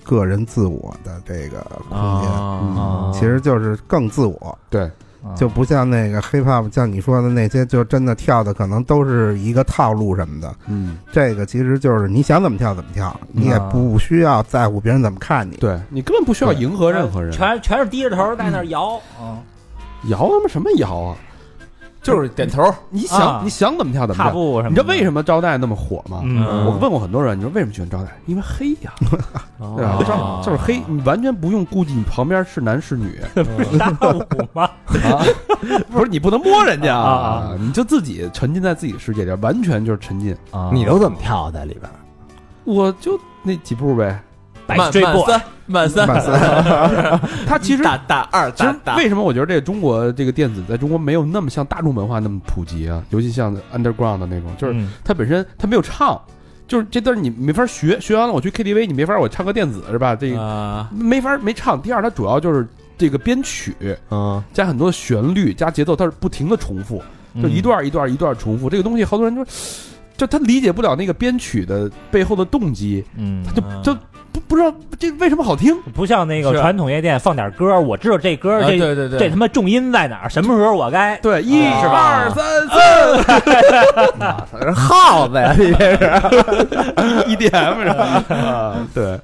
S6: 个人自我的这个空间，
S4: 啊，
S6: 嗯其实就是更自我，
S3: 对，
S6: 就不像那个 hip hop，像你说的那些，就真的跳的可能都是一个套路什么的。
S3: 嗯，
S6: 这个其实就是你想怎么跳怎么跳，你也不需要在乎别人怎么看你。
S3: 对你根本不需要迎合任何人，
S2: 全全是低着头在那儿摇。嗯，
S3: 摇他妈什么摇啊？
S4: 就是点头，
S3: 你
S2: 啊
S3: 想你想怎么跳怎么
S2: 踏
S3: 跳。
S2: 步什么的？
S3: 你知道为什么招待那么火吗？
S2: 嗯
S3: 我问过很多人，你说为什么喜欢招待？因为黑呀，对吧？
S2: 哦
S4: 啊
S3: 招就是黑，你完全不用顾忌你旁边是男是 女，
S2: 大舞吗？
S3: 啊，不是你不能摸人家
S2: 啊啊
S3: 啊，你就自己沉浸在自己的世界里，完全就是沉浸。
S2: 啊
S5: 你都怎么跳的里边？
S3: 我就那几步呗。
S2: 百
S4: 慢
S2: 追
S4: 慢
S2: 过
S4: 三慢三，
S6: 满三
S3: 他其实
S4: 大大二
S3: 其
S4: 大
S3: 实
S4: 大，
S3: 为什么我觉得这个中国这个电子在中国没有那么像大众文化那么普及啊？尤其像 underground 的那种，就是
S2: 嗯
S3: 它本身它没有唱，就是这段你没法学，学完了我去 KTV 你没法我唱个电子是吧？这个
S4: 啊，
S3: 没法没唱。第二，它主要就是这个编曲
S5: 嗯，
S3: 加很多旋律加节奏，它是不停的重复，
S2: 嗯
S3: 就一段一段一段重复。这个东西好多人就就他理解不了那个编曲的背后的动机，
S2: 嗯，
S3: 就就不不知道这为什么好听。
S2: 不像那个
S4: 是
S2: 传统夜店放点歌，我知道这歌
S4: 啊
S2: 这
S4: 对对对，
S2: 这他妈重音在哪儿，什么时候我该
S3: 对，一
S2: 是吧
S3: 二三
S5: 是耗子呀，你这是
S3: EDM 是吧？ 啊，对。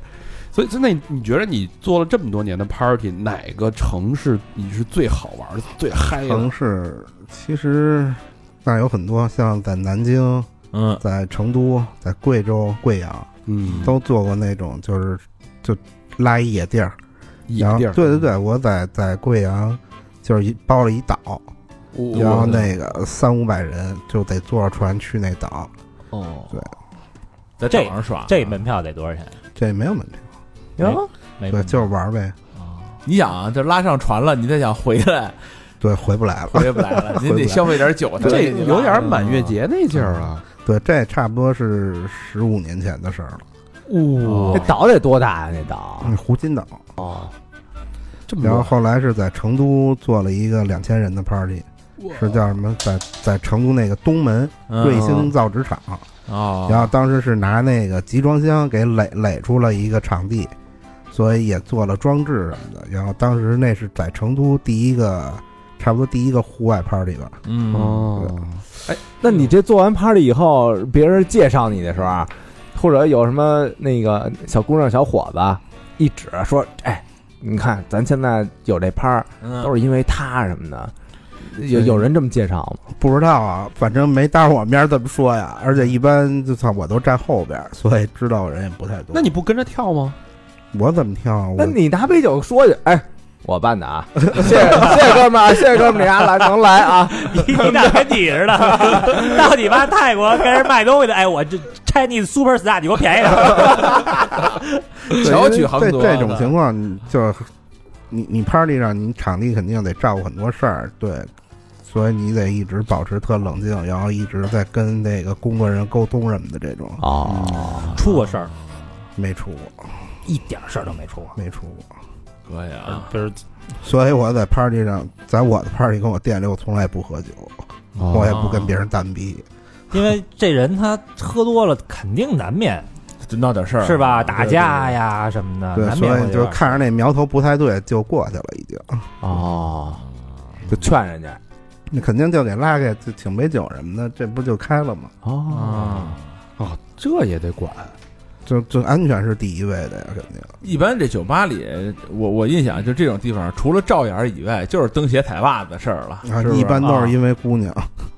S3: 所以，所以那你你觉得你做了这么多年的 party，哪个城市你是最好玩的、最嗨的
S6: 城？市其实那儿有很多，像在南京、
S4: 嗯
S6: 在成都、在贵州、贵阳
S3: 嗯，
S6: 都做过那种，就是就拉一野地儿，
S3: 野
S6: 然后
S3: 地儿。
S6: 对对对，我在在贵阳就是一包了一岛，
S3: 我，
S6: 然后
S3: 我
S6: 那个三五百人就得坐着船去那岛，
S5: 哦
S4: 在岛上耍，
S2: 这门票得多 少钱？
S6: 这没有门票，
S2: 哟，没
S6: 对，
S2: 门
S6: 就
S2: 票
S6: 是玩儿呗，
S4: 你想啊，这拉上船了，你再想回来，
S6: 对，回不来了。
S4: 回不来了，您
S6: 回不
S4: 得
S6: 来
S4: 消费点酒才能
S3: 这
S4: 给你拉，
S3: 有点满
S4: 嗯
S3: 月节那劲儿啊！
S6: 对，这差不多是十五年前的事儿了。
S3: 哇哦
S5: 这岛得多
S7: 啊
S5: 大呀？那岛
S6: 嗯，胡金岛，
S5: 嗯哦，
S3: 这么
S6: 然后
S3: 多
S6: 后来是在成都做了一个两千人的 party，是叫什么？在在成都那个东门
S4: 嗯
S6: 瑞星造纸厂，
S4: 啊，
S6: 然后当时是拿那个集装箱给垒垒出了一个场地，所以也做了装置什么的。然后当时那是在成都第一个，差不多第一个户外 party 吧。
S4: 嗯，
S3: 哦，
S5: 那你这做完 party 以后，别人介绍你的时候啊，或者有什么那个小姑娘、小伙子啊一指说：“哎，你看咱现在有这拍儿，
S4: 嗯
S5: 都是因为他什么的。”有有人这么介绍吗？
S6: 不知道啊，反正没当着我面儿这么说呀。而且一般就算我都站后边儿，所以知道的人也不太多。
S3: 那你不跟着跳吗？
S6: 我怎么跳啊？我
S5: 那你拿杯酒说去，哎，我办的 啊，谢谢谢谢哥们儿啊，谢谢哥们儿，你啊来能来啊，
S2: 一大跟你似的， 到你妈泰国跟人卖东西的，哎，我这 Chinese super star，你给我便宜点儿。
S6: 对
S4: 巧
S6: 因为
S4: 取豪
S6: 这
S4: 夺
S6: 这种
S4: 的
S6: 情况，你就你你 party 上，你场地肯定得照顾很多事儿，对，所以你得一直保持特冷静，然后一直在跟那个工作人员沟通什么的，这种
S2: 啊
S5: 哦，
S2: 出过事儿，
S6: 没出过，
S2: 一点事儿都没出过。
S6: 没出过。
S4: 可以啊，
S2: 就是
S6: 所以我在 party 上，在我的 party 跟我店里，我从来不喝酒，
S2: 哦
S5: 哦
S6: 我也不跟别人单逼。
S2: 因为这人他喝多了，肯定难免
S4: 就闹点事儿嗯
S2: 是吧？
S4: 对
S2: 打架呀什么的，
S6: 对，
S2: 啊难免
S6: 所
S2: 会有
S6: 以
S2: 点
S6: 就
S2: 儿
S6: 看着那苗头不太对，就过去了，已经。
S5: 哦，就劝人家
S6: 你肯定就给拉开，就请杯酒什么的，这不就开了吗？
S5: 哦，
S4: 嗯
S3: 哦，这也得管。
S6: 就就安全是第一位的呀，肯定。
S4: 一般这酒吧里，我我印象啊就这种地方，除了照眼儿以外，就是蹬鞋踩袜子的事儿了。
S6: 啊
S4: 是不，是
S6: 一般都是因为姑娘。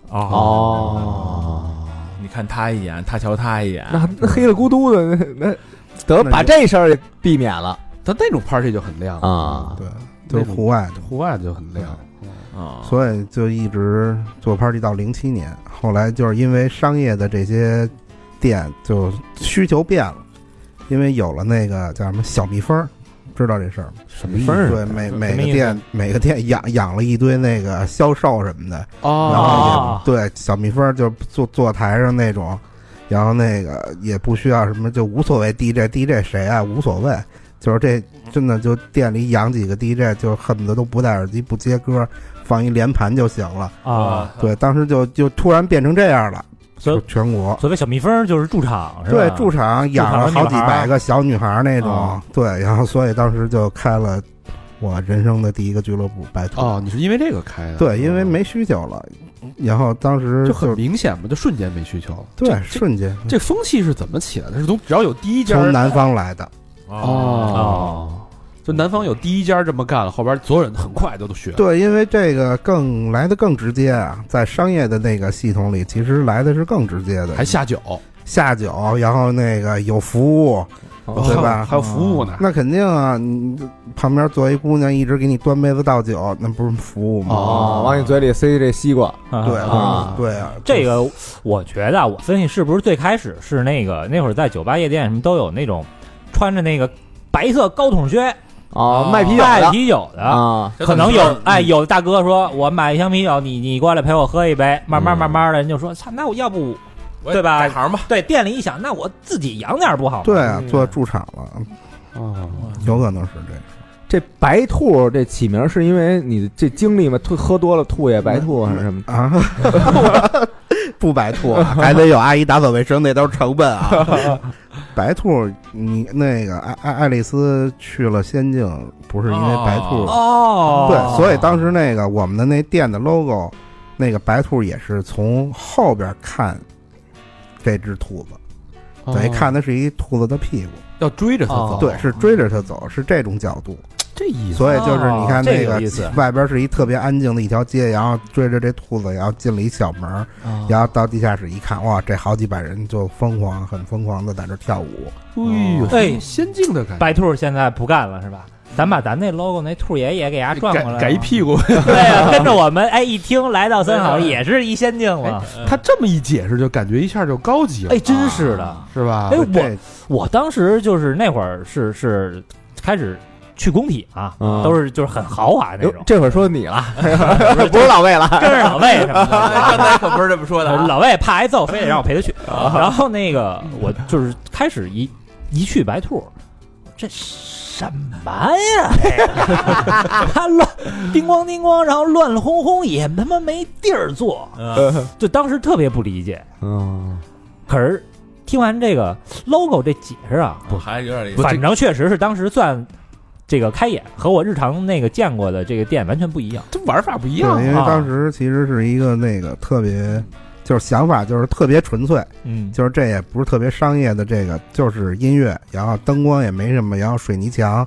S5: 哦，
S4: 你看他一眼，他瞧他一眼，
S5: 那那黑了咕嘟的，那那得
S6: 那
S5: 把
S6: 就
S5: 这事儿避免了
S3: 但那种 party 就很亮，
S5: 啊。
S6: 对，
S3: 那
S6: 都是
S3: 种
S6: 户外的，
S3: 户外就很亮。
S6: 嗯
S4: 啊，
S6: 所以就一直做 party 到零七年。后来就是因为商业的这些店就需求变了，因为有了那个叫什么小蜜蜂儿，知道这事儿吗？
S3: 什么意啊
S6: 对，每每个店每个店养养了一堆那个销售什么的，然后
S2: 哦
S6: 也对小蜜蜂儿就坐坐台上那种，然后那个也不需要什么，就无所谓 DJ DJ 谁啊，无所谓，就是这真的就店里养几个 DJ，就恨不得都不戴耳机不接歌，放一连盘就行了。
S2: 啊，
S4: 嗯
S6: 对，当时就就突然变成这样了，
S2: 所
S6: 就
S2: 以
S6: 全国。
S2: 所谓小蜜蜂就是驻场是吧？
S6: 对，驻场养了好几百个小女孩儿那种
S2: 啊，
S6: 对，然后所以当时就开了我人生的第一个俱乐部白兔。
S3: 哦，你是因为这个开的？
S6: 对，因为没需求了，然后当时
S3: 就很明显嘛，就瞬间没需求了。
S6: 对
S3: 这这
S6: 瞬间嗯
S3: 这风气是怎么起来的？是从只要有第一家
S6: 从南方来的，
S4: 哦，
S2: 哦，
S3: 啊就南方有第一家这么干了，后边所有人很快都都学了。
S6: 对，因为这个更来的更直接啊，在商业的那个系统里，其实来的是更直接的，
S3: 还下酒，
S6: 哦下酒，然后那个有服
S3: 啊
S6: 务，
S5: 哦
S6: 对吧
S3: 还有服务呢，
S6: 那肯定啊，你旁边坐一姑娘一直给你端杯子倒酒，那不是服务吗？
S5: 哦，往你嘴里塞这西瓜，
S6: 对
S2: 啊
S5: 啊
S6: 对啊，
S2: 这个我觉得啊，我分析是不是最开始是那个那会儿在酒吧夜店什么都有那种穿着那个白色高筒靴
S6: 啊
S5: 哦，卖啤酒
S2: 卖
S5: 的
S2: 啤酒的，
S5: 啊，
S2: 可能有哎
S3: 嗯
S2: 有大哥说我买一箱啤酒，你你过来陪我喝一杯，慢
S3: 嗯
S2: 慢慢慢的人就说操，那我要不
S4: 我也
S2: 对吧
S4: 改行 吧，
S2: 对店里一想，那我自己养点儿不
S3: 嗯
S2: 好吗？
S6: 对啊，做驻场了，嗯
S3: 哦，
S6: 有可能是这样。
S5: 这白兔这起名是因为你这经历吗？吐喝多了吐也白兔还是什么？
S6: 啊， 不白兔，还得有阿姨打扫卫生，那都是成本啊。 白兔，你那个爱爱爱丽丝去了仙境，不是因为白兔，
S2: 哦，
S6: 对，所以当时那个我们的那店的 logo，那个白兔也是从后边看这只兔子，
S2: 哦
S6: 等于看的是一兔子的屁股，
S3: 哦要追着他走，
S6: 对，是追着它走，是这种角度。
S3: 这意思。
S6: 所以就是你看
S2: 哦这
S6: 那
S2: 有
S6: 个
S2: 意思
S6: 外边是一特别安静的一条街，然后追着这兔子，然后进了一小门儿，
S2: 哦
S6: 然后到地下室一看，哇，这好几百人就疯狂、很疯狂的在这跳舞。
S3: 哎呦，
S2: 哎
S3: 先进的感觉，
S2: 白兔现在不干了是吧？咱把咱那 logo 那兔爷爷给伢转过来
S3: 改改一屁股。
S2: 股，对呀、跟着我们哎，一听来到三
S3: 啊
S2: 好也是一仙境了，
S3: 他这么一解释，就感觉一下就高级了
S2: 哎，，真是的。
S3: 是吧
S2: 哎？
S6: 这
S2: 我当时就是那会儿是是开始去工体啊，
S5: 嗯
S2: 都是就是很豪华那
S5: 哟
S2: 种，
S5: 嗯这会儿说你了，不是老魏了，
S2: 跟着老魏什么 的。
S4: 哎刚才可不是这么说的啊，
S2: 老魏怕挨揍，非得让我陪他去。啊然后那个我就是开始一一去白兔，这什么呀？他乱叮咣叮咣，然后乱哄哄，也他妈没地儿坐，就当时特别不理解。
S5: 嗯，
S2: 可是听完这个 logo 这解释啊，
S4: 我还有点意思。
S2: 反正确实是当时算这个开眼和我日常那个见过的这个店完全不一样。
S3: 这玩法不一样
S6: 对，因为
S2: 啊
S6: 当时其实是一个那个特别，就是想法就是特别纯粹，
S2: 嗯，
S6: 就是这也不是特别商业的，这个就是音乐，然后灯光也没什么，然后水泥墙，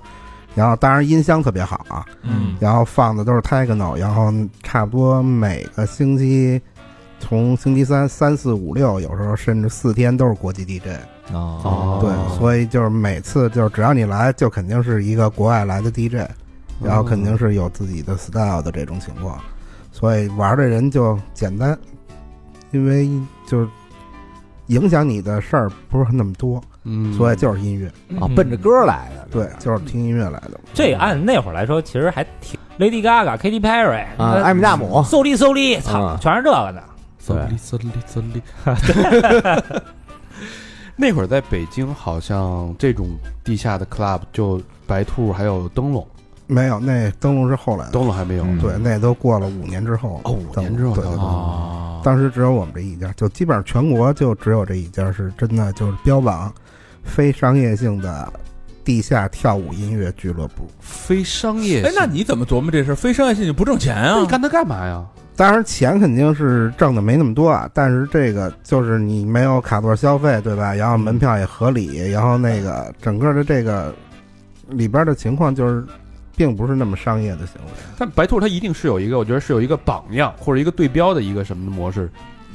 S6: 然后当然音箱特别好啊，
S4: 嗯，
S6: 然后放的都是 techno，然后差不多每个星期，从星期三、三四五六，有时候甚至四天都是国际 DJ。
S3: 啊
S4: 嗯
S2: 哦
S6: 对，所以就是每次就是只要你来，就肯定是一个国外来的 DJ，然后肯定是有自己的 style 的这种情况，所以玩的人就简单，因为就是影响你的事儿不是那么多，
S3: 嗯，
S6: 所以就是音乐，
S5: 啊，奔着歌来的，
S6: 对，就是听音乐来的。
S2: 嗯这按那会儿来说，其实还挺 Lady Gaga、Katy Perry
S5: 啊，艾米大姆，
S2: 搜力搜力，操，
S5: 嗯
S2: 全是这个的。
S3: 走
S5: 对
S3: 哩走哩走 哩。那会儿在北京，好像这种地下的 club 就白兔还有灯笼，
S6: 没有，那灯笼是后来的，
S3: 灯笼还没有
S2: 嗯
S6: 对，那都过了五年之后了
S3: 哦，五年之后
S6: 对对
S3: 灯
S6: 对。
S3: 笼啊
S4: 哦，
S6: 当时只有我们这一家，就基本上全国就只有这一家是真的，就是标榜非商业性的地下跳舞音乐俱乐部。
S3: 非商业性。
S4: 哎，那你怎么琢磨这事儿？非商业性就不挣钱
S3: 那
S4: 啊
S3: 你？干它干嘛呀？
S6: 当然钱肯定是挣的没那么多啊，但是这个就是你没有卡座消费，对吧？然后门票也合理，然后那个整个的这个里边的情况就是，并不是那么商业的行为，
S3: 但白兔它一定是有一个，我觉得是有一个榜样或者一个对标的一个什么的模式。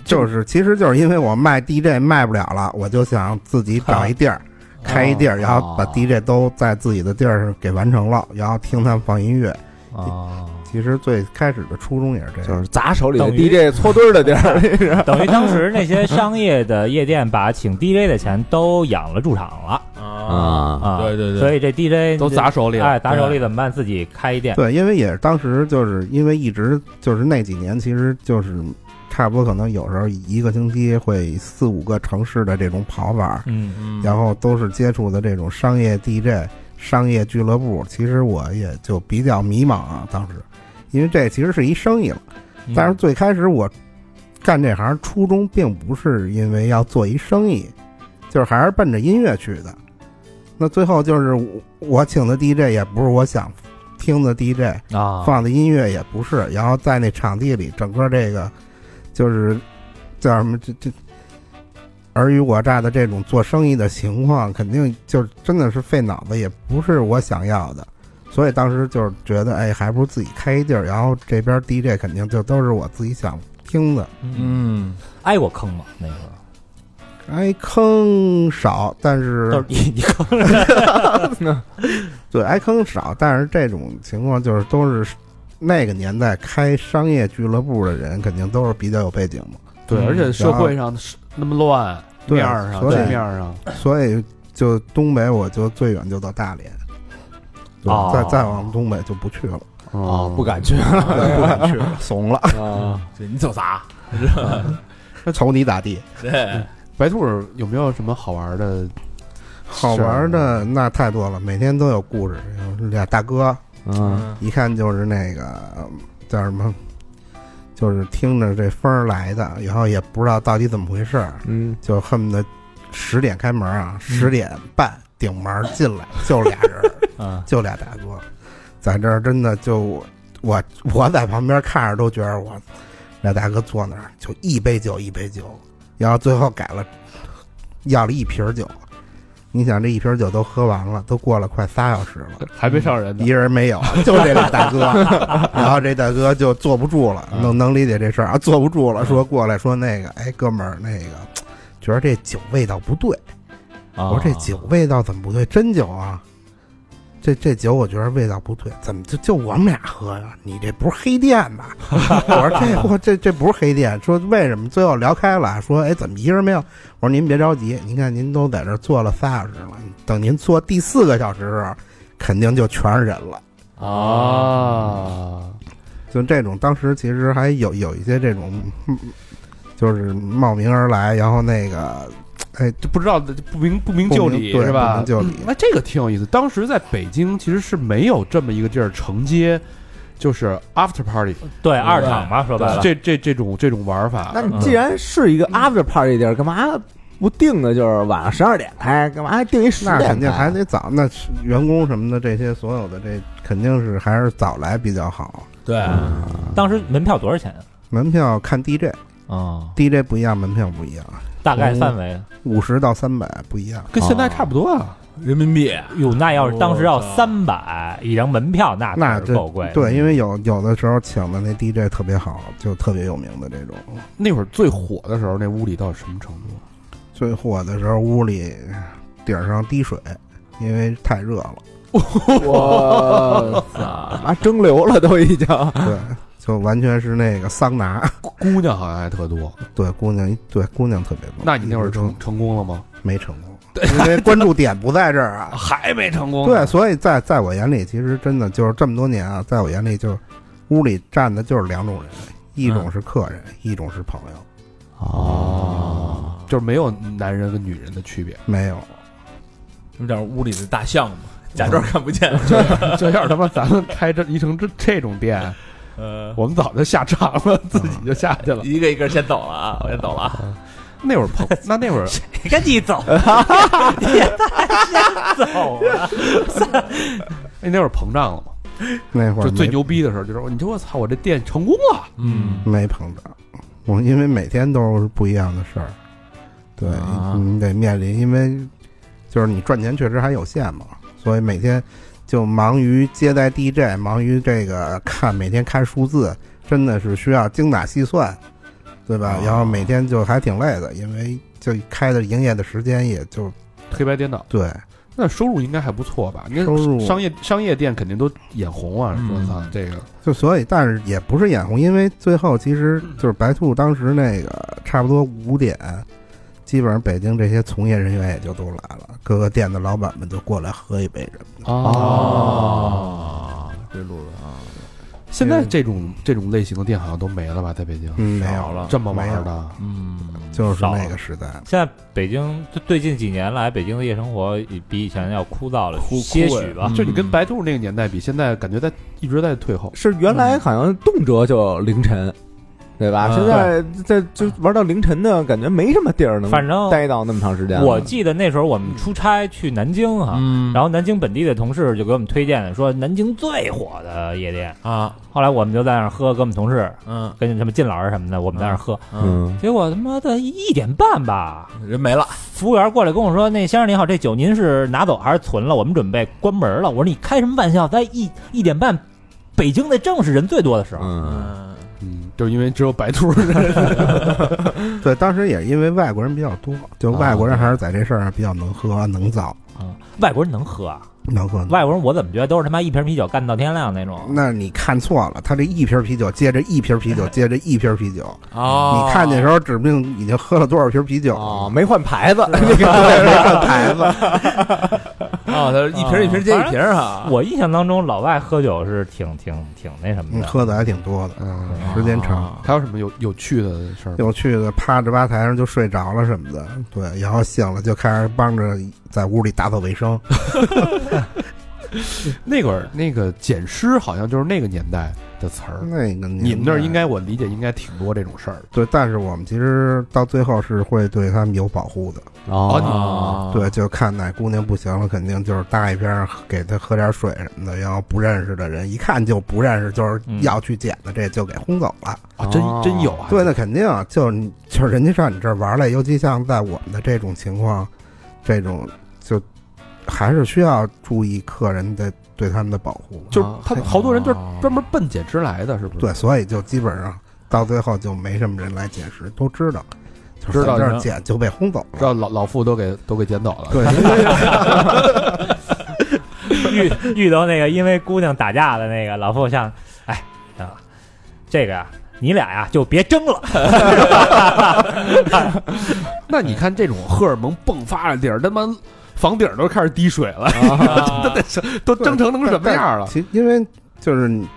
S6: 就是其实就是因为我卖 DJ 卖不了了，我就想自己找一地儿。开一地儿，然后把 DJ 都在自己的地儿给完成了，然后听他们放音乐。
S2: 哦，
S6: 其实最开始的初衷也是这
S5: 就
S6: 样，
S5: 是砸手里的
S2: 等于
S5: DJ 搓堆儿的地儿，你知道吗
S2: 等于当时那些商业的夜店把请 DJ 的钱都养了驻场了
S5: 啊，
S2: 啊，
S4: 对对对
S2: 所以这 DJ
S3: 都砸手里了
S2: 哎，砸手里怎么办？自己开一店，
S6: 对，因为也是当时就是因为一直就是那几年，其实就是差不多可能有时候一个星期会四五个城市的这种跑法，
S2: 嗯，
S4: 嗯
S6: 然后都是接触的这种商业 DJ、商业俱乐部，其实我也就比较迷茫啊，当时，因为这其实是一生意了。但是最开始我干这行初衷并不是因为要做一生意，就是还是奔着音乐去的。那最后就是我我请的 DJ 也不是我想听的 DJ，
S2: 啊，
S6: 放的音乐也不是，然后在那场地里，整个这个就是叫什么这这尔虞我诈的这种做生意的情况，肯定就是真的是费脑子，也不是我想要的。所以当时就是觉得，哎，还不如自己开一地儿，然后这边 DJ 肯定就都是我自己想听的。
S4: 嗯，
S2: 挨过坑吗？那会儿
S6: 挨哎坑少，但
S2: 都
S6: 是
S2: 是你你坑人，
S5: 啊
S6: 对挨坑少，但是这种情况就是都是那个年代开商业俱乐部的人，肯定都是比较有背景嘛，
S3: 对，而且社会上是那么乱，
S6: 对
S3: 面儿上
S6: 所以
S3: 这面儿上，
S6: 所以就东北我就最远就到大连，对
S2: 哦
S6: 再再往东北就不 去了，
S3: 嗯
S5: 啊，不敢去
S6: 不敢去了，怂了，
S5: 啊，
S4: 这你走啥？
S6: 瞅你咋 地。
S4: 对，
S3: 白兔儿有没有什么好玩的？
S6: 好玩的那太多了，每天都有故事。有俩大哥，
S5: 嗯，
S6: 一看就是那个嗯叫什么，就是听着这风儿来的，然后也不知道到底怎么回事儿，
S5: 嗯，
S6: 就恨不得十点开门啊，十点半顶门进来，就俩人儿，
S2: 嗯，
S6: 就俩大哥，在这儿真的就我我在旁边看着都觉得我俩大哥坐那儿就一杯酒一杯酒，然后最后改了要了一瓶酒，你想这一瓶酒都喝完了，都过了快仨小时了。
S3: 还没上人呢
S6: 一，人没有，就这俩大哥。然后这大哥就坐不住了，能能理解这事儿啊，坐不住了，说过来说那个，哎，哥们儿，那个觉得这酒味道不对。我说这酒味道怎么不对？真酒啊，这这酒我觉得味道不对，怎么就就我们俩喝呀？你这不是黑店吧？ 我说这货这这不是黑店，说为什么？最后聊开了，说哎，怎么一人没有？我说您别着急，您看您都在这儿坐了仨小时了，等您坐第四个小时的时候，肯定就全是人了。
S3: 啊，
S6: 就这种，当时其实还有有一些这种，嗯就是冒名而来，然后那个，哎，
S3: 就不知道的不明不明就里
S6: 对
S3: 是
S6: 不
S3: 吧嗯
S6: 明？就里
S3: 那这个挺有意思。当时在北京其实是没有这么一个地儿承接，就是 after party
S2: 对二场吧，说白了，
S3: 这这这种这种玩法。
S5: 那你既然是一个 after party 地儿，干嘛不定的就是晚上十二点开？干嘛还定一十
S6: 那
S5: 点开？
S6: 肯定还得早，那是员工什么的这些所有的这肯定是还是早来比较好。
S4: 对，
S2: 当时门票多少钱啊？
S6: 门票看 DJ，DJ
S2: 嗯，
S6: 不一样，门票不一样，
S2: 大概范围，
S6: 五十到三百不一样。
S3: 跟现在差不多啊，
S4: 人民币
S2: 哟，那要是当时要
S4: 我操
S2: 三百一张门票，那
S6: 那
S2: 可
S6: 这
S2: 是够贵的。
S6: 对，因为有有的时候请的那 DJ 特别好，就特别有名的这种。
S3: 那会儿最火的时候，那屋里到什么程度？啊
S6: 最火的时候，屋里顶上滴水，因为太热了。
S5: 我操，妈蒸馏了都已经。
S3: 啊
S6: 对，就完全是那个桑拿。
S3: 姑娘好像还特多。
S6: 对，姑娘，对姑娘特别多。
S3: 那你那会儿
S6: 成
S3: 成成功了吗？
S6: 没成 功？因为关注点不在这儿啊。
S3: 还没成功
S6: 对，所以在在我眼里，其实真的就是这么多年啊，在我眼里就是屋里站的就是两种人，一种
S3: 嗯
S6: 是客人，一种是朋友。
S3: 哦，啊就是没有男人跟女人的区别，
S6: 没有，
S4: 有点屋里的大象嘛，假装看不见。
S3: 这要是他妈咱们开这一成这这种店，
S4: 呃，
S3: 我们早就下场了，自己就下去了。
S4: 一个一个先走了啊，我先走了啊。
S3: 那会儿 朋，那那会儿
S2: 你赶紧走，你也太吓走了。
S3: 哎那会儿膨胀了嘛，
S6: 那会儿
S3: 就最
S6: 没
S3: 牛逼的时候，就是你说我操，我这店成功了，
S4: 嗯，
S6: 没膨胀，我因为每天都是不一样的事儿，对、
S4: 啊
S6: 你得面临，因为就是你赚钱确实还有限嘛，所以每天就忙于接待 DJ，忙于这个看每天看数字，真的是需要精打细算，对吧？然后每天就还挺累的，因为就开的营业的时间也就
S3: 黑白颠倒。
S6: 对
S3: 那收入应该还不错吧？你看
S6: 收入
S3: 商业商业店肯定都眼红啊，
S4: 嗯
S3: 说操这个
S6: 就所以，但是也不是眼红，因为最后其实就是白兔当时那个差不多五点，基本上北京这些从业人员也就都来了，各个店的老板们就过来喝一杯什么的。
S3: 哦。
S4: 这路子啊，
S3: 现在这种这种类型的店好像都没了吧，在北京
S6: 嗯，没
S4: 少
S6: 有
S4: 了
S3: 这么玩
S6: 没
S3: 儿
S6: 有
S3: 的，
S4: 嗯，
S6: 就是那个时代，
S2: 现在北京最最近几年来，北京的夜生活也比以前要枯燥了
S4: 枯
S2: 些
S4: 枯萎
S2: 许吧
S4: 嗯。
S3: 就你跟白兔那个年代比，现在感觉在一直在退后。
S5: 是原来好像动辄就凌晨，对吧？
S2: 嗯
S5: 现在这就玩到凌晨的感觉没什么地儿能
S2: 反正
S5: 待到那么长时间了。
S2: 我记得那时候我们出差去南京哈、
S4: 嗯，
S2: 然后南京本地的同事就给我们推荐说南京最火的夜店，
S4: 后啊，
S2: 后来我们就在那儿喝，跟我们同事
S4: 嗯
S2: 跟什么靳老师什么的，我们在那儿喝，
S4: 嗯，
S5: 嗯，
S2: 结果他妈的一点半吧，
S4: 人没了，
S2: 服务员过来跟我说：“那先生您好，这酒您是拿走还是存了？我们准备关门了。”我说：“你开什么玩笑？在一一点半，北京那正是人最多的时候。
S5: 嗯，
S4: 嗯，
S3: 嗯，就因为只有白兔，
S6: 对，当时也因为外国人比较多，就外国人还是在这事儿上比较能喝能造
S2: 嗯外国人能喝啊？
S6: 能喝。
S2: 外国人我怎么觉得都是他妈一瓶啤酒干到天亮那种？
S6: 那你看错了，他这一瓶啤酒接着一瓶啤酒接着一瓶啤酒，
S4: 哦，
S6: 你看那时候指不定已经喝了多少瓶啤酒
S5: 哦，
S6: 了。
S5: 没换牌子，
S6: 牌子，
S4: 啊，他一瓶一瓶
S2: 哦
S4: 接一瓶哈，
S2: 我印象当中，老外喝酒是挺挺挺那什么
S6: 嗯
S2: 的。
S6: 喝的还挺多的，
S3: 嗯，
S6: 时间长。
S3: 还有什么有有趣的事儿吗？
S6: 有趣的，趴着吧台上就睡着了什么的，对，然后醒了就开始帮着在屋里打扫卫生。
S3: 那会儿那个捡尸好像就是那个年代的词儿，
S6: 那个
S3: 你们那儿应
S6: 该
S3: 该我理解应该挺多这种事儿。
S6: 对，但是我们其实到最后是会对他们有保护的，
S4: 啊，
S6: 对，就看哪姑娘不行了，肯定就是搭一边儿给她喝点水什么的，然后不认识的人一看就不认识，就是
S3: 嗯
S6: 要去捡的，这就给轰走了。
S3: 啊，真
S5: 哦
S3: 真有啊！
S6: 对，那肯定啊就是你就是人家上你这儿玩儿来，尤其像在我们的这种情况，这种就还是需要注意客人的对他们的保护。
S3: 就是他们好多人就是
S4: 哦
S3: 专门奔捡尸来的，是不是？
S6: 对，，所以就基本上到最后就没什么人来捡拾，都知道，就
S3: 知道
S6: 在这
S3: 你
S6: 儿捡就被轰走
S3: 知
S6: 了。
S3: 道老老傅都给都给捡走了。
S6: 对，因为
S2: 遇遇到那个因为姑娘打架的那个老傅像，哎啊，这个呀、你俩呀、就别争了。
S3: 那你看这种荷尔蒙迸发的地儿，他妈房顶都开始滴水了，
S4: 啊
S3: 都得是都蒸成成什么样了？
S6: 其因为就是你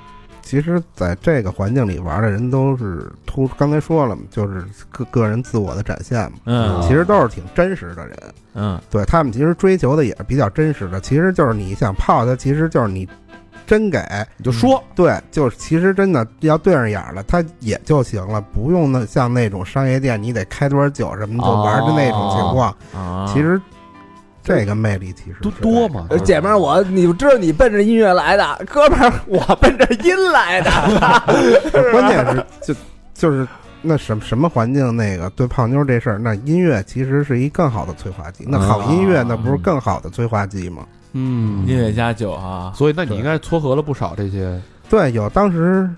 S6: 其实在这个环境里玩的人都是突，刚才说了嘛，就是个个人自我的展现嘛，
S4: 嗯
S6: 其实都是挺真实的人。
S4: 嗯
S6: 对他们其实追求的也是比较真实的，其实就是你想泡他，其实就是你真给，
S3: 你就说
S6: 对，就是其实真的要对上眼儿了，他也就行了，不用那像那种商业店，你得开多少酒什么就玩的那种情况。
S4: 啊，
S6: 其实这个魅力其实
S3: 多
S6: 是
S3: 多？嘛。
S5: 呃姐们儿，我你知道你奔着音乐来的，哥们儿，我奔着音来的。
S6: 关键是就就是那什么什么环境，那个对泡妞这事儿，那音乐其实是一更好的催化剂。那好音乐，那不是更好的催化剂吗？
S3: 嗯
S4: 音乐加酒啊，
S3: 所以那你
S6: 对
S3: 应该撮合了不少这些
S6: 对，有当时。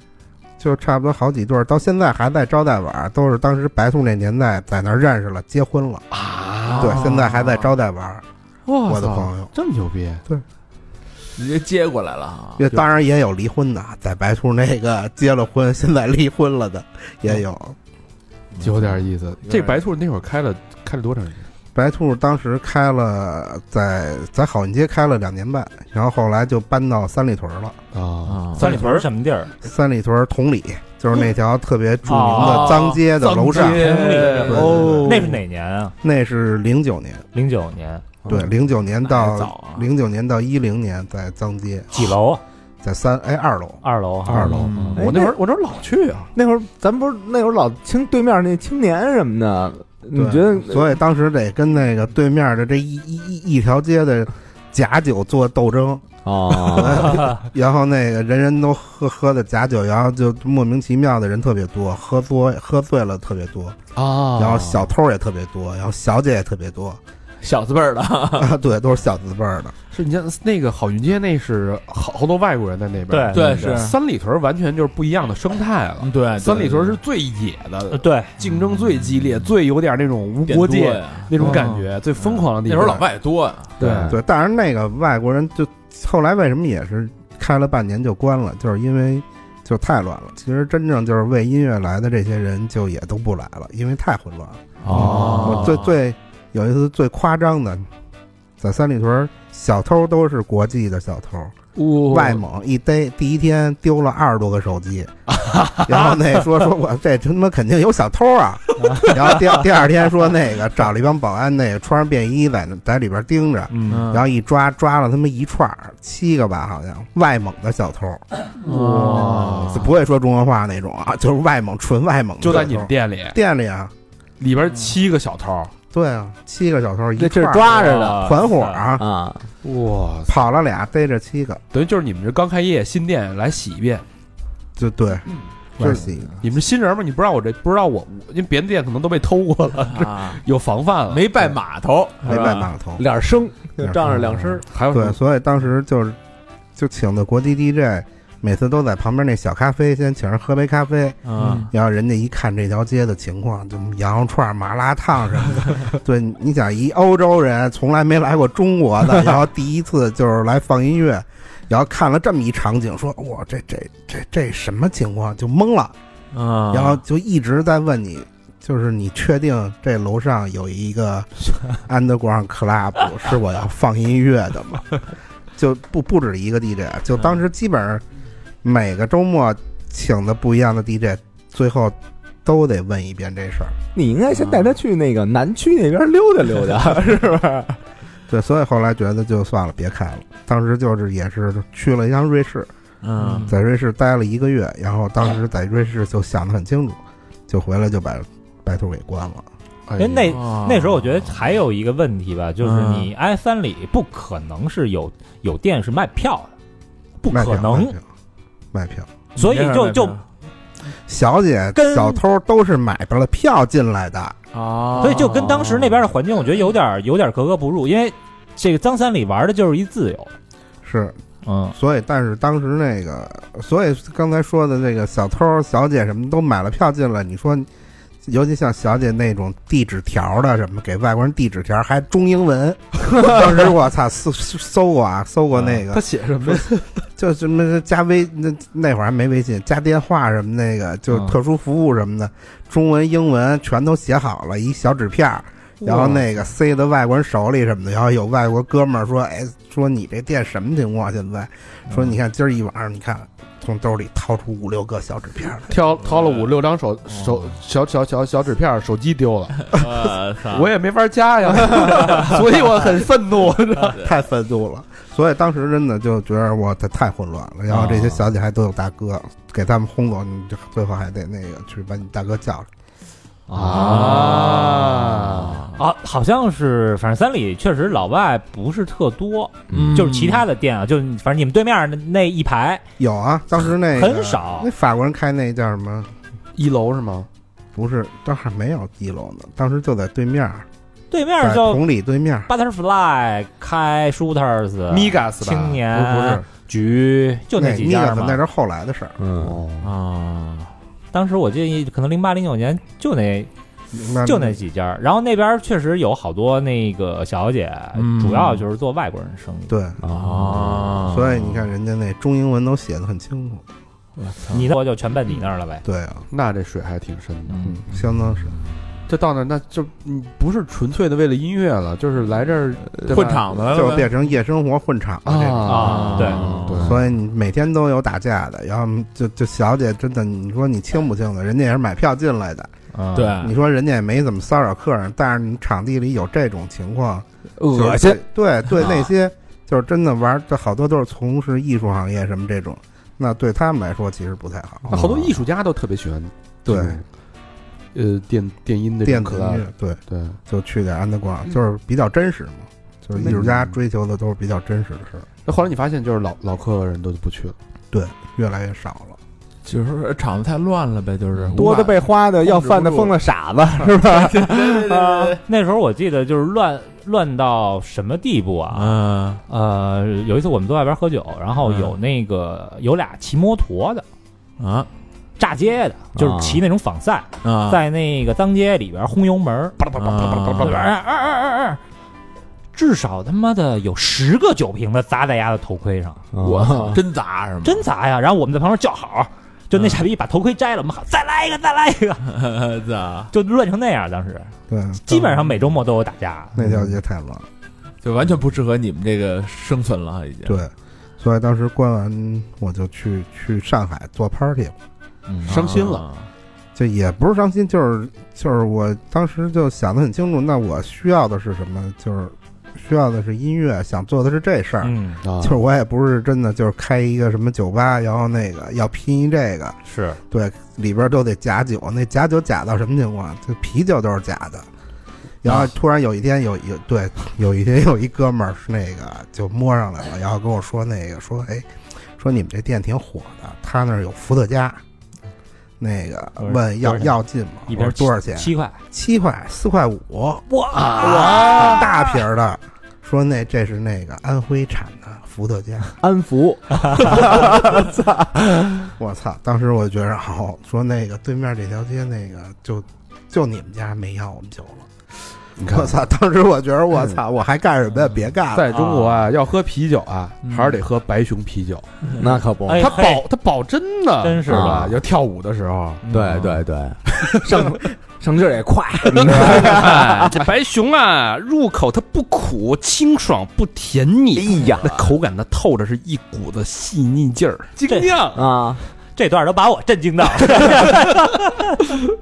S6: 就差不多好几对儿，到现在还在招待晚儿，都是当时白兔那年代在那儿认识了，结婚了。
S3: 啊
S6: 对，现在还在招待晚儿，
S3: 我
S6: 我的朋友
S3: 这么牛逼，
S4: 直接接过来了啊，
S6: 也当然也有离婚的，在白兔那个结了婚，现在离婚
S4: 嗯
S6: 了的也有。
S3: 有点意思。
S4: 有点
S3: 嗯这白兔那会儿开了开了多长时间？
S6: 白兔当时开了在在好运街开了两年半，然后后来就搬到三里屯了。
S3: 啊，
S4: 啊，
S2: 三里屯儿什么地儿？
S6: 三里屯同里就是那条特别著名
S2: 哦
S6: 的啊脏街的楼上
S4: 脏，街
S2: 哎
S6: 对对
S4: 哦，
S2: 那是哪年啊？
S6: 那是零九年，
S2: 零九年，
S6: 对，零九年
S4: 嗯那还早
S6: 到
S4: 啊
S6: 零九年到一零年在脏街，
S2: 几楼？啊
S6: 在三哎二楼，
S2: 二楼啊。
S3: 二楼
S4: 嗯。
S3: 我那会儿我那会儿老去啊，
S5: 哎那会儿咱不是那会儿老青对面那青年什么的，你
S6: 对
S5: 觉得
S6: 所以当时得跟那个对面的这一一一一条街的假酒做斗争，
S5: 哦，
S6: 然后那个人人都喝喝的假酒，然后就莫名其妙的人特别多，喝多喝醉了特别多，
S3: 啊
S6: 然后小偷也特别多，然后小姐也特别多，
S4: 小字辈儿的，
S6: 啊，对，都是小字辈儿的。
S3: 是你像那个好运街，那是好好多外国人在那边。
S2: 对
S4: 对是
S3: 三里屯完全就是不一样的生态了。
S4: 嗯
S3: 哎
S4: 对，
S3: 嗯三里屯是最野
S2: 呃
S3: 的，
S2: 对，
S3: 竞争最激烈，最有嗯点那嗯种无国界那种感觉，最疯狂的地
S4: 那
S3: 方。
S4: 时候老外多，啊
S3: 对
S5: 嗯
S6: 对，但是那个外国人就后来为什么也是开了半年就关了，就是因为就太乱了。其实真正就是为音乐来的这些人就也都不来了，因为太混乱了。
S3: 嗯
S4: 哦
S6: 我最最有一次最夸张的，在三里屯，小偷都是国际的小偷，
S3: 哦
S6: 外蒙一逮，第一天丢了二十多个手机，然后那说说我这他妈肯定有小偷啊，然后第二第二天说那个找了一帮保安，那个穿上便衣在那在里边盯着，
S3: 嗯，
S6: 然后一抓抓了他妈一串儿七个吧，好像外蒙的小偷，
S3: 啊哇，
S6: 就不会说中国话那种啊， 就是外蒙纯外蒙的
S3: 就
S6: 小偷，
S3: 在你们店里，
S6: 店里啊，
S3: 里边七个小偷，
S6: 对啊，七个小偷一
S5: 这
S6: 串
S5: 这
S6: 儿
S5: 抓着呢
S6: 团伙啊，
S5: 啊！
S3: 哇，
S6: 跑了俩逮着七个，
S3: 等于就是你们这刚开业新店来洗一遍，
S6: 就对，
S3: 嗯
S6: 这七个。
S3: 你们是新人嘛，你不知道我这不知道我，因为别的店可能都被偷过了，
S4: 啊，
S3: 有防范了，
S4: 没拜码头，
S6: 没
S4: 是吧
S6: 拜码头，
S5: 脸生就
S6: 嗯脸生
S5: 仗着两声，
S3: 还有什
S6: 对，
S3: 么
S6: 所以当时就是就请的国际 DJ，每次都在旁边那小咖啡，先请人喝杯咖啡，
S4: 嗯，
S6: 然后人家一看这条街的情况，就羊肉串、麻辣烫什么的。对，你想一欧洲人从来没来过中国的，然后第一次就是来放音乐，然后看了这么一场景，说哇，这这这这什么情况？就懵了，
S4: 啊
S6: 然后就一直在问你。就是你确定这楼上有一 个 underground club 是我要放音乐的 吗？就不不止一个 DJ，就当时基本上每个周末请的不一样的 DJ，最后都得问一遍这事儿。
S5: 你应该先带他去那个南区那边溜达溜 达，是不是？
S6: 对，所以后来觉得就算了，别开了。当时就是也是去了一趟瑞士，
S4: 嗯
S6: 在瑞士待了一个月，然后当时在瑞士就想得很清楚，就回来就把白兔给关了。
S2: 因为那
S4: 哦
S2: 那时候我觉得还有一个问题吧，就是你 i 三里不可能是有有店是卖票的，不
S6: 卖
S2: 可
S6: 票，卖
S2: 能，
S6: 票，卖票。
S2: 所以就就
S6: 小姐
S2: 跟
S6: 小偷都是买着了票进来的，
S4: 啊，
S2: 哦所以就跟当时那边的环境，我觉得有点有点格格不入，因为这个张三里玩的就是一自由，
S6: 是，
S3: 哦
S2: 嗯，
S6: 所以但是当时那个，所以刚才说的这个小偷、小姐什么都买了票进来，你说，尤其像小姐那种递纸条的什么，给外国人递纸条还中 英文，当时我操搜搜过啊，搜过那
S3: 他
S6: 个，
S3: 写什么呀？
S6: 就什么加微那那会儿还没微信，加电话什么那个，就
S3: 啊
S4: 嗯
S6: 特殊服务什么的，中文、英文全都写好了，一小纸片儿。然后那个塞到外国人手里什么的，然后有外国哥们儿说：“哎，说你这店什么情况？现在说
S3: 嗯
S6: 你看今儿一晚上，你看从兜里掏出五六个小纸片儿来，
S3: 挑掏了五六张手手小小小小纸片儿，手机丢了，
S4: 我操
S3: 我也没法加呀，所以我很愤怒。
S6: 太愤怒了。所以当时真的就觉得我太太混乱了。然后
S2: 哦
S6: 这些小姐还都有大哥，给他们轰走，你就最后还得那个去把你大哥叫来。
S2: 哦
S3: 啊
S2: 啊，好像是，反正三里确实老外不是特多，
S4: 嗯
S2: 就是其他的店啊，就是你反正你们对面那那一排
S6: 有啊，当时那个
S2: 很少
S6: 那法国人开那叫什么？
S3: 一楼是吗？
S6: 不是，当时没有一楼呢，当时就在对面儿，
S2: 对
S6: 在
S2: 面叫
S6: 同里对面儿。
S2: Butterfly、开 Shooters、
S3: Migas 吧
S2: 青年
S3: 不不是
S2: 局，就
S6: 那
S2: 几家
S6: 那个
S2: 嘛
S6: 那。是后来的事儿，
S5: 嗯，
S3: 哦
S4: 啊，
S2: 当时我记得可能零八零九年就那
S6: 那
S2: 就那几家，然后那边确实有好多那个小姐，
S4: 嗯
S2: 主要就是做外国人生意。
S6: 对。
S4: 啊，
S2: 哦
S6: 所以你看，人家那中英文都写的很清楚。
S2: 你那我就全奔你那儿了呗。
S6: 对啊，
S3: 那这水还挺深的。
S2: 嗯，
S6: 相当是
S3: 这到那儿那就嗯不是纯粹的为了音乐了，就是来这儿对吧
S4: 混场子
S6: 就变成夜生活混场了。这种
S2: 啊对
S5: 嗯
S3: 对，
S6: 所以你每天都有打架的，然后就就小姐真的，你说你清不清的？人家也是买票进来的，
S2: 嗯
S4: 对，
S5: 哎
S6: 你说人家也没怎么骚扰客人，但是你场地里有这种情况，
S5: 恶
S6: 就是
S5: 心啊
S6: 对。对对，那些就是真的玩，这好多都是从事艺术行业什么这种，那对他们来说其实不太好。
S3: 那好多艺术家都特别喜欢
S6: 对
S3: 这种，嗯呃，电电音的
S6: 电子
S3: 可
S6: 音
S3: 爱
S6: 乐，对，
S3: 对，
S6: 就去点安德
S3: 嗯
S6: 广，就是比较真实嘛。就是艺术家追求的都是比较真实的事儿，
S3: 那后来你发现就是老老客人都不去了，
S6: 越来越少了。
S4: 就是说场子太乱了呗，就是
S5: 多的被花的，要饭的疯的傻子，是吧？
S4: 啊
S2: 那时候我记得就是乱乱到什么地步啊？
S4: 啊
S2: 呃，有一次我们坐外边喝酒，然后
S4: 嗯
S2: 有那个、有俩骑摩托的
S4: 啊
S2: 炸街的，就是骑那种仿赛，
S4: 啊，
S2: 在那个当街里边轰油门儿，
S4: 叭叭叭叭叭叭
S2: 对吧哎哎哎哎哎至少他妈的有十个酒瓶子砸在丫的头盔上，
S5: 哦
S4: 我操真啊砸是吗？
S2: 真砸呀！然后我们在旁边叫好，就那傻逼把头盔摘了，我们喊再来一个，再来一个，
S4: 砸，
S2: 就乱成那样。当时
S6: 对，
S3: 嗯
S2: 基本上每周末都有打架，
S6: 那条街太乱了。
S4: 就完全不适合你们这个生存了，已经。
S6: 对，所以当时关完我就去去上海做 party 了，
S4: 嗯
S3: 伤心
S4: 啊
S3: 了。
S6: 就也不是伤心，就是就是我当时就想得很清楚，那我需要的是什么？就是需要的是音乐，想做的是这事儿。
S2: 嗯，
S3: 啊
S6: 就是我也不是真的，就是开一个什么酒吧，然后那个要拼一这个，
S2: 是
S6: 对，里边都得假酒，那假酒假到什么情况？就啤酒都是假的。然
S2: 啊
S6: 后突然有一天有有对有一天有 一哥们儿是那个就摸上来了，然后跟我说那个说哎，说你们这店挺火的，他那儿有伏特加，那个
S2: 多少
S6: 问要
S2: 多少钱
S6: 要进吗？
S2: 一瓶
S6: 我说多少钱？
S2: 七块，
S6: 七块四块五，
S2: 哇，
S6: 大瓶儿的。说那这是那个安徽产的伏特加，
S5: 安福
S6: 我操！当时我就觉着好，说那个对面这条街那个就就你们家没要我们酒了。我操！当时我觉着
S2: 嗯
S6: 我操，我还干什么呀？别干了！
S3: 在中国啊，要喝啤酒啊，还是得喝白熊啤酒，
S5: 那可不，
S2: 哎
S3: 它
S2: 嘿
S3: 保它保真呢，
S2: 真是
S3: 吧？
S5: 的
S3: 要跳舞的时候，
S5: 对对对，上 上劲儿也快，
S3: 哎这白熊啊，入口它不苦，清爽不甜腻，
S5: 哎呀
S3: 那口感它透着是一股子细腻劲 儿，精酿
S5: 啊，
S2: 这段都把我震惊到了，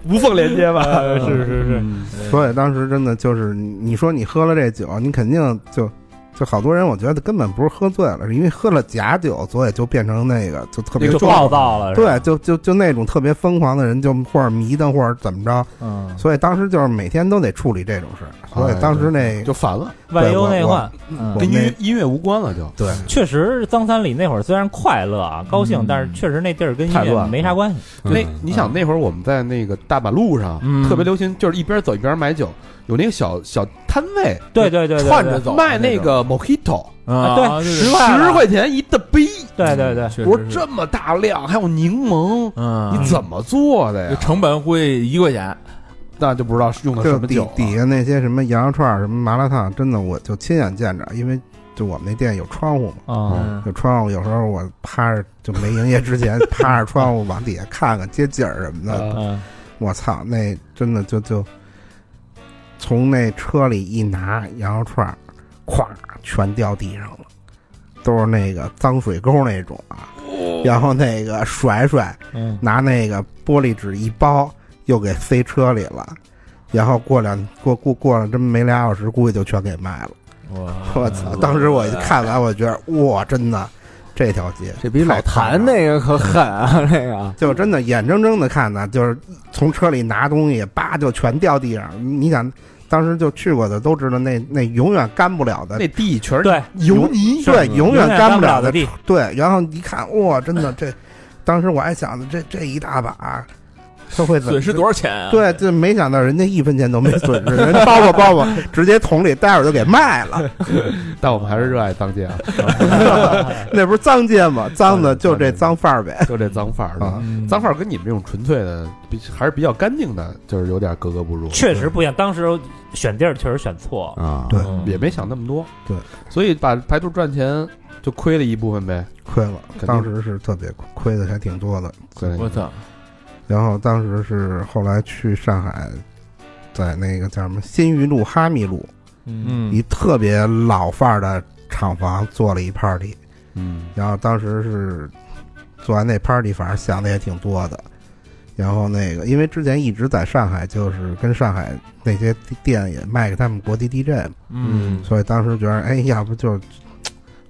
S3: 无缝连接吧？
S2: 呃是是是，
S6: 所以当时真的就是，你说你喝了这酒，你肯定就就好多人，我觉得根本不是喝醉了，是因为喝了假酒，所以就变成那个就特别
S2: 就
S6: 重。
S2: 暴躁了，是吧
S6: 对，，就就就那种特别疯狂的人，就或者迷瞪，或者怎么着，
S2: 嗯，
S6: 所以当时就是每天都得处理这种事儿。所
S2: 哎
S6: 以当时那
S3: 就烦了，
S2: 万忧
S6: 我
S2: 内
S6: 我
S2: 患，嗯
S6: 我
S3: 跟
S6: 那
S3: 音音乐无关了，就
S6: 对，
S2: 确实，张三李那会儿虽然快乐啊、高兴，但是确实那地儿跟音
S3: 太乱
S2: 乐
S3: 了
S2: 没啥关系。
S3: 那
S6: 嗯
S3: 你想那会儿我们在那个大马路上
S2: 嗯
S3: 特别流行，就是一边走一边买酒，有那个小小摊位，
S2: 对对对，对
S4: 串着，走
S3: 卖那个 Mojito，
S2: 啊对
S4: 十
S2: 十块
S3: 十块钱一大杯，
S2: 对对对，
S3: 我说这么大量，还有柠檬，
S4: 嗯，
S3: 你怎么做的
S4: 就
S3: 呀？
S4: 成本会一块钱，
S3: 那就不知道是用的什
S6: 就
S3: 么
S6: 底
S3: 酒啊了
S6: 底下那些什么羊肉串儿、什么麻辣烫，真的我就亲眼见着，因为就我们那店有窗户嘛，
S2: 啊，
S6: 有窗户，有时候我趴着就没营业之前趴着窗户往底下看看接劲儿什么的，
S2: 嗯，
S6: 我操，那真的就就从那车里一拿羊肉串儿，咵全掉地上了，都是那个脏水沟那种啊， 然后那个甩甩，
S2: 嗯
S6: 拿那个玻璃纸一包，又给塞车里了。然后过两过过过了这么没俩小时，估计就全给卖了。 我操！当时我一看完，我觉得哇，真的，这条街
S5: 这比老
S6: 太
S5: 谭
S6: 惨了
S5: 那个可狠啊，那个
S6: 就真的眼睁睁的看呢，就是从车里拿东西，叭就全掉地上。你想，当时就去过的都知道那，那永远干不了的
S3: 那地全是
S2: 对，
S6: 油泥，对，永
S2: 远
S6: 干
S2: 不
S6: 了
S2: 的地，
S6: 对，然后一看，哇，真的这，当时我还想着这这一大把，他会怎
S4: 损失多少钱啊？
S6: 对，这没想到人家一分钱都没损失，人包吧包吧，直接桶里待会儿就给卖了，
S3: 但我们还是热爱当街啊，
S6: 那不是脏街吗？脏的就这脏范儿呗。
S3: 就这 脏范儿
S6: 啊
S3: 的。
S4: 嗯
S3: 脏范儿跟你们这种纯粹的，比还是比较干净的，就是有点格格不入。
S2: 确实不一样。当时选地儿确实选错了，
S5: 啊，
S6: 对
S2: 嗯
S3: 也没想那么多。
S6: 对，
S3: 所以把排队赚钱就亏了一部分呗。
S6: 亏了，
S3: 定
S6: 当时是特别亏亏的还挺多的。
S3: 亏了一部
S4: 我
S3: 分
S4: 操，
S6: 然后当时是后来去上海，在那个叫什么新余路哈密路，
S4: 嗯
S6: 一特别老范儿的厂房做了一 party，
S3: 嗯，
S6: 然后当时是做完那 party，反正想的也挺多的。然后那个，因为之前一直在上海，就是跟上海那些店也卖给他们国际地震，
S4: 嗯，
S6: 所以当时觉得，哎，要不就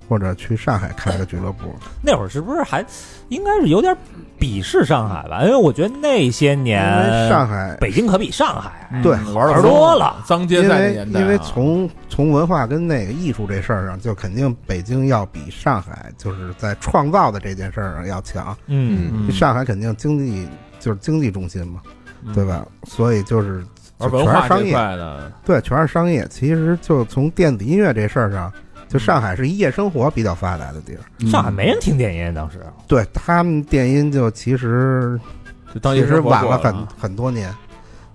S6: 或者去上海开个俱乐部，
S2: 那会儿是不是还应该是有点鄙视上海吧？因为我觉得那些
S6: 因
S2: 年
S6: 为上海
S2: 北京可比上海
S4: 嗯
S6: 对
S4: 玩
S2: 玩
S4: 的
S2: 多了，
S4: 脏街
S6: 因
S4: 在那
S6: 为
S4: 年代啊，
S6: 因为从从文化跟那个艺术这事儿上，就肯定北京要比上海就是在创造的这件事儿上要强。
S2: 嗯，
S4: 嗯
S6: 上海肯定经济就是经济中心嘛，对吧？所以就是
S4: 而
S6: 就
S4: 文
S6: 全
S4: 化
S6: 是
S4: 这
S6: 商
S4: 一
S6: 业，嗯
S4: 块的，
S6: 对，全是商业。其实就从电子音乐这事儿上，就上海是夜生活比较发达的地儿。
S4: 嗯
S2: 上海没人听电音，当时
S6: 对他们电音就其实
S4: 就当
S6: 其
S4: 夜
S6: 实
S4: 生活嗯
S6: 晚
S4: 过
S6: 了
S4: 了啊
S6: 很 很多年，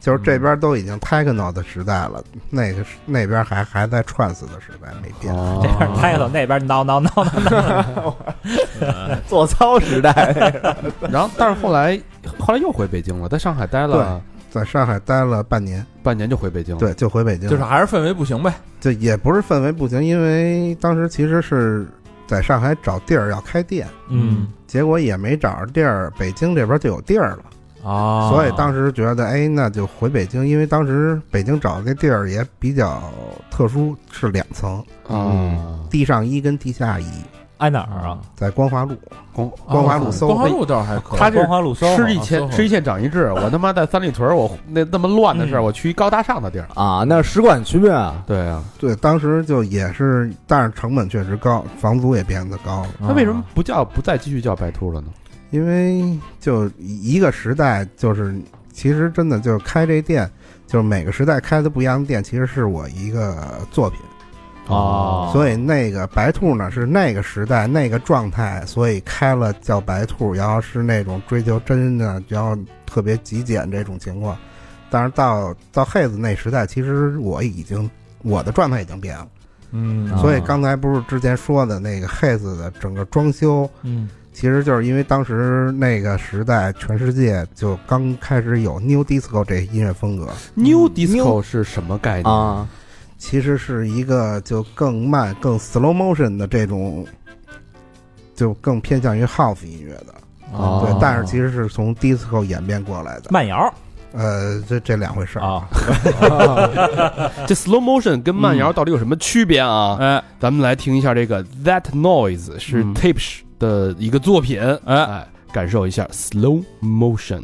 S6: 就是这边都已经 techno 的时代了，那个是那边还还在 trance 的时代没变。
S3: 哦
S2: 这边开了，那边挠挠挠挠，
S5: 做操时代，
S3: 然后，但是后来后来又回北京了，在上海待了
S6: 在上海待了半年，
S3: 半年就回
S4: 哦
S3: 北京了。，
S6: 对，就回北京了。
S4: 就是还是氛围不行呗，
S6: 这也不是氛围不行，因为当时其实是在上海找地儿要开店，
S2: 嗯
S6: 结果也没找着地儿，北京这边就有地儿了。
S4: 啊
S6: 所以当时觉得，哎，那就回北京，因为当时北京找的那地儿也比较特殊，是两层，
S3: 啊，
S6: 地上一跟地下一，
S2: 挨哪儿啊？
S6: 在光华路，
S3: 光
S6: 光华路
S4: 啊光
S6: 搜
S4: 华路倒是还可以，
S3: 他这
S2: 光华路 SOHO
S3: 吃一
S4: 搜
S3: 堑
S4: 狐
S3: 吃一堑长一智，我他妈在三里屯儿，我那那么乱的事儿，我去一高大上的地儿。
S5: 啊，那是使馆区啊，
S3: 嗯对啊，
S6: 对，当时就也是，但是成本确实高，房租也变得高了，
S3: 那为什么不叫不再继续叫白兔了呢？
S6: 因为就一个时代，就是其实真的就是开这店，就是每个时代开的不一样的店，其实是我一个作品。
S2: 啊？
S6: 所以那个白兔呢是那个时代那个状态，所以开了叫白兔，然后是那种追求真的，然后特别极简这种情况。但是到到黑子那时代，其实我已经我的状态已经变了，
S4: 嗯
S2: 啊
S6: 所以刚才不是之前说的那个黑子的整个装修，
S2: 嗯
S6: 其实就是因为当时那个时代全世界就刚开始有 New Disco 这音乐风格，
S3: New Disco 是什么概念？
S5: 啊，
S6: 其实是一个就更慢、更 slow motion 的这种，就更偏向于 house 音乐的。
S5: 啊
S2: 哦
S6: 对，但是其实是从 disco 演变过来的。
S2: 慢摇
S6: 呃，这这两回事儿。
S2: 啊，
S3: 这 slow motion 跟慢摇到底有什么区别啊？
S4: 哎
S3: 咱们来听一下这个 That Noise 是
S4: 嗯
S3: Tips 的一个作品，哎哎，感受一下 slow motion。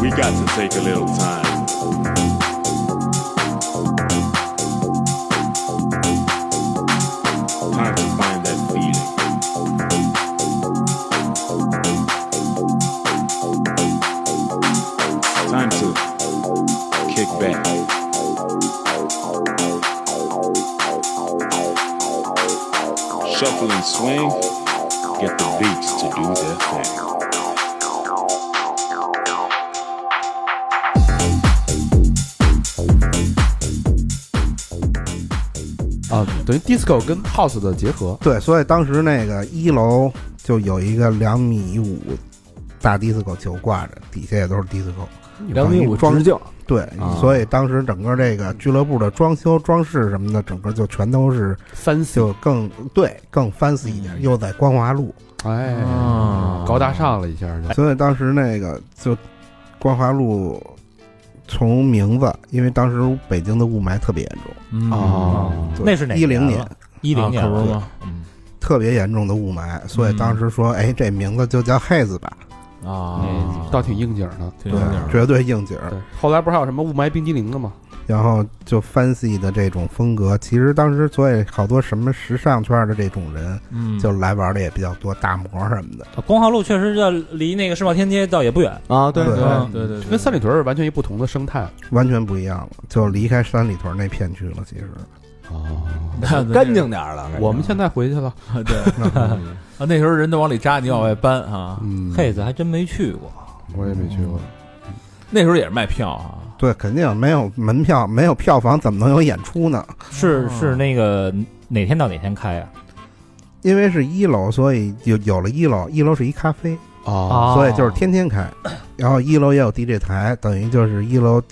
S8: We got to take a little time. Time to find that feeling. Time to kick back. Shuffle and swing, get the beats to do their thing.
S3: 啊，等于 disco 跟 house 的结合。
S6: 对，所以当时那个一楼就有一个两米五大 disco 球挂着，底下也都是 disco。
S5: 两米五
S6: 装
S5: 直径
S6: 对，
S5: 啊
S6: 所以当时整个这个俱乐部的装修、装饰什么的，整个就全都是
S3: fancy，
S6: 就更对更 fancy 一
S4: 嗯
S6: 点，又在光华路。
S3: 哎，
S4: 啊
S3: 高大上了一下
S4: 哎
S3: 就。
S6: 所以当时那个就光华路从名字，因为当时北京的雾霾特别严重，
S3: 哦，
S2: 那是哪
S6: 一零
S2: 年
S6: 年
S2: 了？一零年
S4: 嗯啊可不
S2: 了
S4: 是吗？嗯
S6: 特别严重的雾霾，所以当时说，哎，这名字就叫黑子吧，
S3: 那哎倒挺应景的。
S4: 啊挺
S6: 对
S4: 有点，儿
S6: 绝对应景儿。
S3: 对，后来不是还有什么雾霾冰激凌的吗？
S6: 然后就 fancy 的这种风格，其实当时所以好多什么时尚圈的这种人，
S4: 嗯
S6: 就来玩的也比较多，大模什么的。
S2: 光华路确实要离那个世贸天阶倒也不远，
S5: 啊，对
S6: 对
S4: 对对对，对
S3: 跟三 里屯儿完全一不同的生态。
S6: 完全不一样了，就离开三里屯那片区了。其实，
S3: 哦，
S5: 干净点儿了，
S3: 我们现在回去了。
S4: 对，啊，那时候人都往里扎，你往外搬啊。
S3: 嗯，
S2: 嘿，子还真没去过。
S4: 哦
S3: 我也没去过。
S4: 那时候也是卖票啊，
S6: 对，肯定没有门票，没有票房怎么能有演出呢？
S2: 是是
S4: 啊
S2: 那个哪天到哪天开啊？
S6: 因为是一楼，所以有有了一楼，一楼是一咖啡，
S3: 哦，
S6: 所以就是天天开。然后一楼也有 DJ 台，等于就是一楼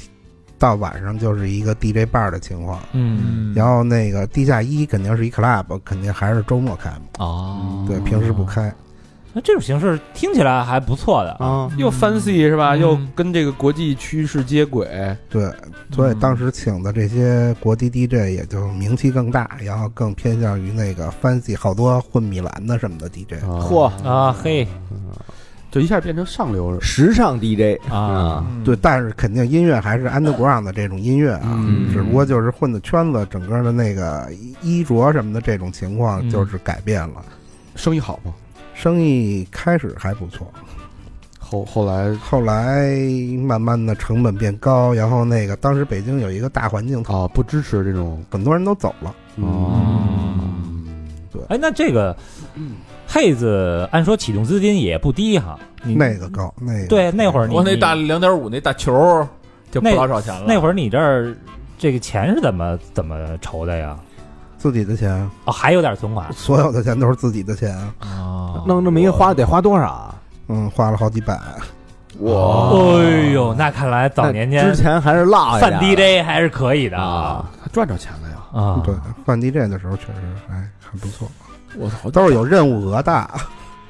S6: 到晚上就是一个 DJ bar 的情况。
S2: 嗯
S6: 然后那个地下一肯定是一 club，肯定还是周末开嘛，
S2: 哦
S3: 嗯
S6: 对，平时不开。
S2: 那这种形式听起来还不错的啊。
S5: 啊，
S3: 又 fancy 是吧？
S2: 嗯
S3: 又跟这个国际趋势接轨。
S6: 对，所以当时请的这些国际 DJ 也就名气更大，然后更偏向于那个 fancy，好多混米兰的什么的 DJ。
S3: 嗯
S5: 嚯，
S4: 哦
S2: 啊嘿
S3: 就一下变成上流人。
S5: 时尚 DJ
S2: 啊，
S5: 啊，
S6: 对，但是肯定音乐还是 underground 的这种音乐啊，
S3: 嗯
S6: 只不过就是混的圈子，整个的那个衣衣着什么的这种情况
S2: 嗯
S6: 就是改变了。
S3: 生意好吗？
S6: 生意开始还不错，
S3: 后后来
S6: 后来慢慢的成本变高，然后那个当时北京有一个大环境，
S3: 啊不支持这种
S6: 很多人都走了。
S3: 嗯
S2: 哎，那这个配子按说启动资金也不低哈，你
S6: 那个高，那个
S2: 对那会儿你
S4: 我那大
S2: 你
S4: 两点五那大球儿就不老少钱了。
S2: 那会儿你这儿这个钱是怎么怎么筹的呀？
S6: 自己的钱，
S2: 哦，还有点存款
S6: 所有的钱都是自己的钱，
S2: 哦
S5: 啊弄这么一个花得花多少啊？
S6: 嗯，花了好几百。
S2: 哇，哎呦，那看来早年间
S5: 那之前还是落下
S2: 范 DJ 还是可以的啊
S3: 他赚着钱了呀，
S2: 啊！
S6: 对，换 DJ 的时候确实哎很不错，
S4: 我操，
S6: 都是有任务额大，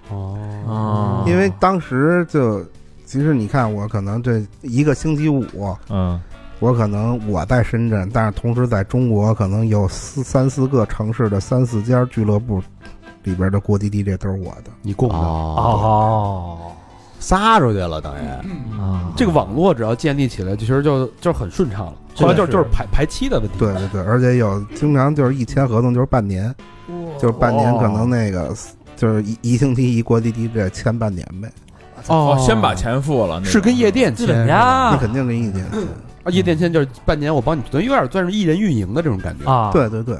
S3: 哦
S4: 啊，
S6: 因为当时就其实你看我可能这一个星期五，
S2: 嗯，
S6: 我可能我在深圳，但是同时在中国可能有四三四个城市的三四家俱乐部里边的国际 DJ 都是我的。
S3: 你供的。
S5: 哦，
S2: 哦
S5: 撒出去了等于。
S2: 啊，
S3: 这个网络只要建立起来，就其实就就很顺畅了。后来就是
S2: 是
S3: 就是排排期的问题，
S6: 对对对，而且有经常就是一签合同就是半年，就是半年可能那个就是一一星期一国际 DJ 签半年呗，
S4: 哦，先把钱付了，那种
S3: 是跟夜店
S2: 资
S3: 签
S2: 本
S3: 是吧
S2: 家
S6: 那肯定给你签。
S3: 啊，夜店签就是半年我帮你，等于有点算是艺人运营的这种感觉。
S2: 啊，
S6: 对对对，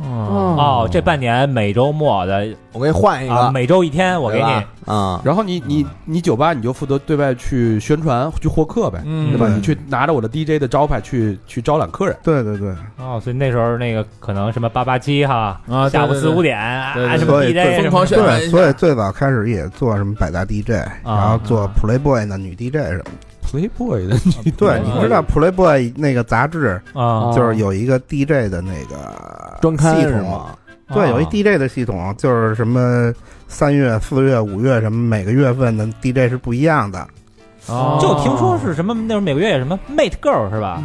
S2: 哦，这半年每周末的
S5: 我给你换一
S2: 啊，
S5: 个，
S2: 每周一天我给
S5: 对
S2: 你
S5: 吧啊，
S3: 然后你你你酒吧你就负责对外去宣传去获客呗，
S4: 嗯
S3: 对吧？
S6: 对
S3: 你去拿着我的 DJ 的招牌去去招揽客人，
S6: 对对对，
S2: 哦，所以那时候那个可能什么八八七哈，
S4: 啊，
S2: 下午四五
S4: 点
S2: 点啊，
S4: 对对对
S2: 什么
S6: 所以
S2: DJ
S4: 疯狂
S2: 什
S4: 宣
S2: 么
S4: 传
S6: 对，
S4: 一下
S6: 所以最早开始也做什么百大 DJ，、然后
S2: 啊
S6: 做 Playboy 的女 DJ 什么的。
S3: Playboy 的，
S6: 对，你知道 Playboy 那个杂志
S2: 的啊，
S6: 就是有一个 DJ 的那个
S5: 专刊
S6: 系
S5: 是
S6: 统，
S5: 吗？
S6: 对，有一
S2: 啊
S6: DJ 的系统，就是什么三月、四月、五月什么每个月份的 DJ 是不一样的。
S3: 啊
S4: 哦
S2: 就听说是什么那时候每个月有什么 Mate Girl 是吧？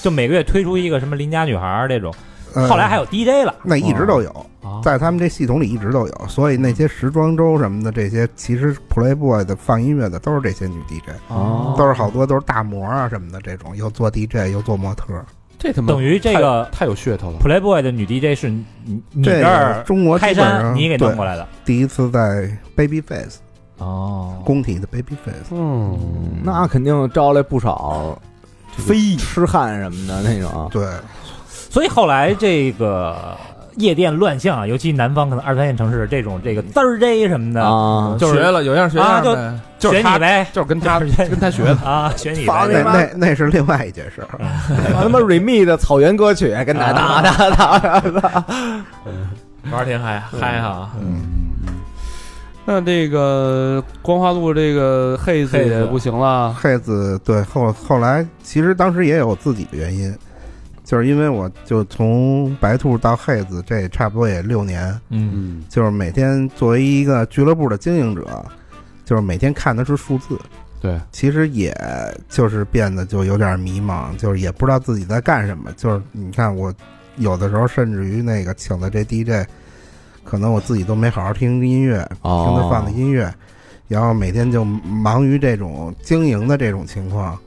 S2: 就每个月推出一个什么邻家女孩儿这种，
S6: 呃、
S2: 后来还有 DJ 了，
S6: 那一直都有，
S2: 哦
S6: 在他们这系统里一直都有，所以那些时装周什么的，这些其实 Playboy 的放音乐的都是这些女 DJ，、
S2: 哦
S6: 都是好多都是大模啊什么的这种，又做 DJ 又做模特。
S3: 这他妈
S2: 等于这
S3: 太
S2: 个
S3: 太嗯有噱头了。
S2: Playboy 的女 DJ 是你你你
S6: 这
S2: 这
S6: 个
S2: 儿
S6: 中国基
S2: 开
S6: 本上
S2: 山你给
S6: 对
S2: 弄过来的
S6: 第一次在 Babyface
S2: 哦
S6: 工体的 Babyface，
S3: 嗯，
S5: 那肯定招来不少
S3: 非议
S5: 痴汉什么的那种。
S6: 对，
S2: 所以后来这个夜店乱象，尤其南方可能二三线城市这种这个滋儿 J 什么的，
S5: 啊，
S2: 就
S4: 嗯
S2: 是
S4: 学了有样学
S2: 啊
S4: 样
S2: 就
S4: 呗。
S3: 就是
S2: 选
S3: 他
S2: 你 呗
S3: 就是跟他
S2: 就是这
S3: 跟他学的，
S2: 啊，选你
S6: 那
S2: 呗。
S6: 那那是另外一件事儿。
S2: 嗯
S5: 他妈 remix 的草原歌曲，跟哪打打打
S4: 玩儿挺嗨嗨哈，
S3: 那这个光华路这个 Haze
S4: Haze
S3: 也不行了，
S6: 黑子对后后来，其实当时也有自己的原因，就是因为我就从白兔到黑子，这差不多也六年，
S2: 嗯，
S3: 嗯，
S6: 就是每天作为一个俱乐部的经营者，就是每天看的是数字，
S3: 对，
S6: 其实也就是变得就有点迷茫，就是也不知道自己在干什么。就是你看我有的时候甚至于那个请的这 DJ，可能我自己都没好好听音乐，
S5: 哦
S6: 听他放的音乐，然后每天就忙于这种经营的这种情况，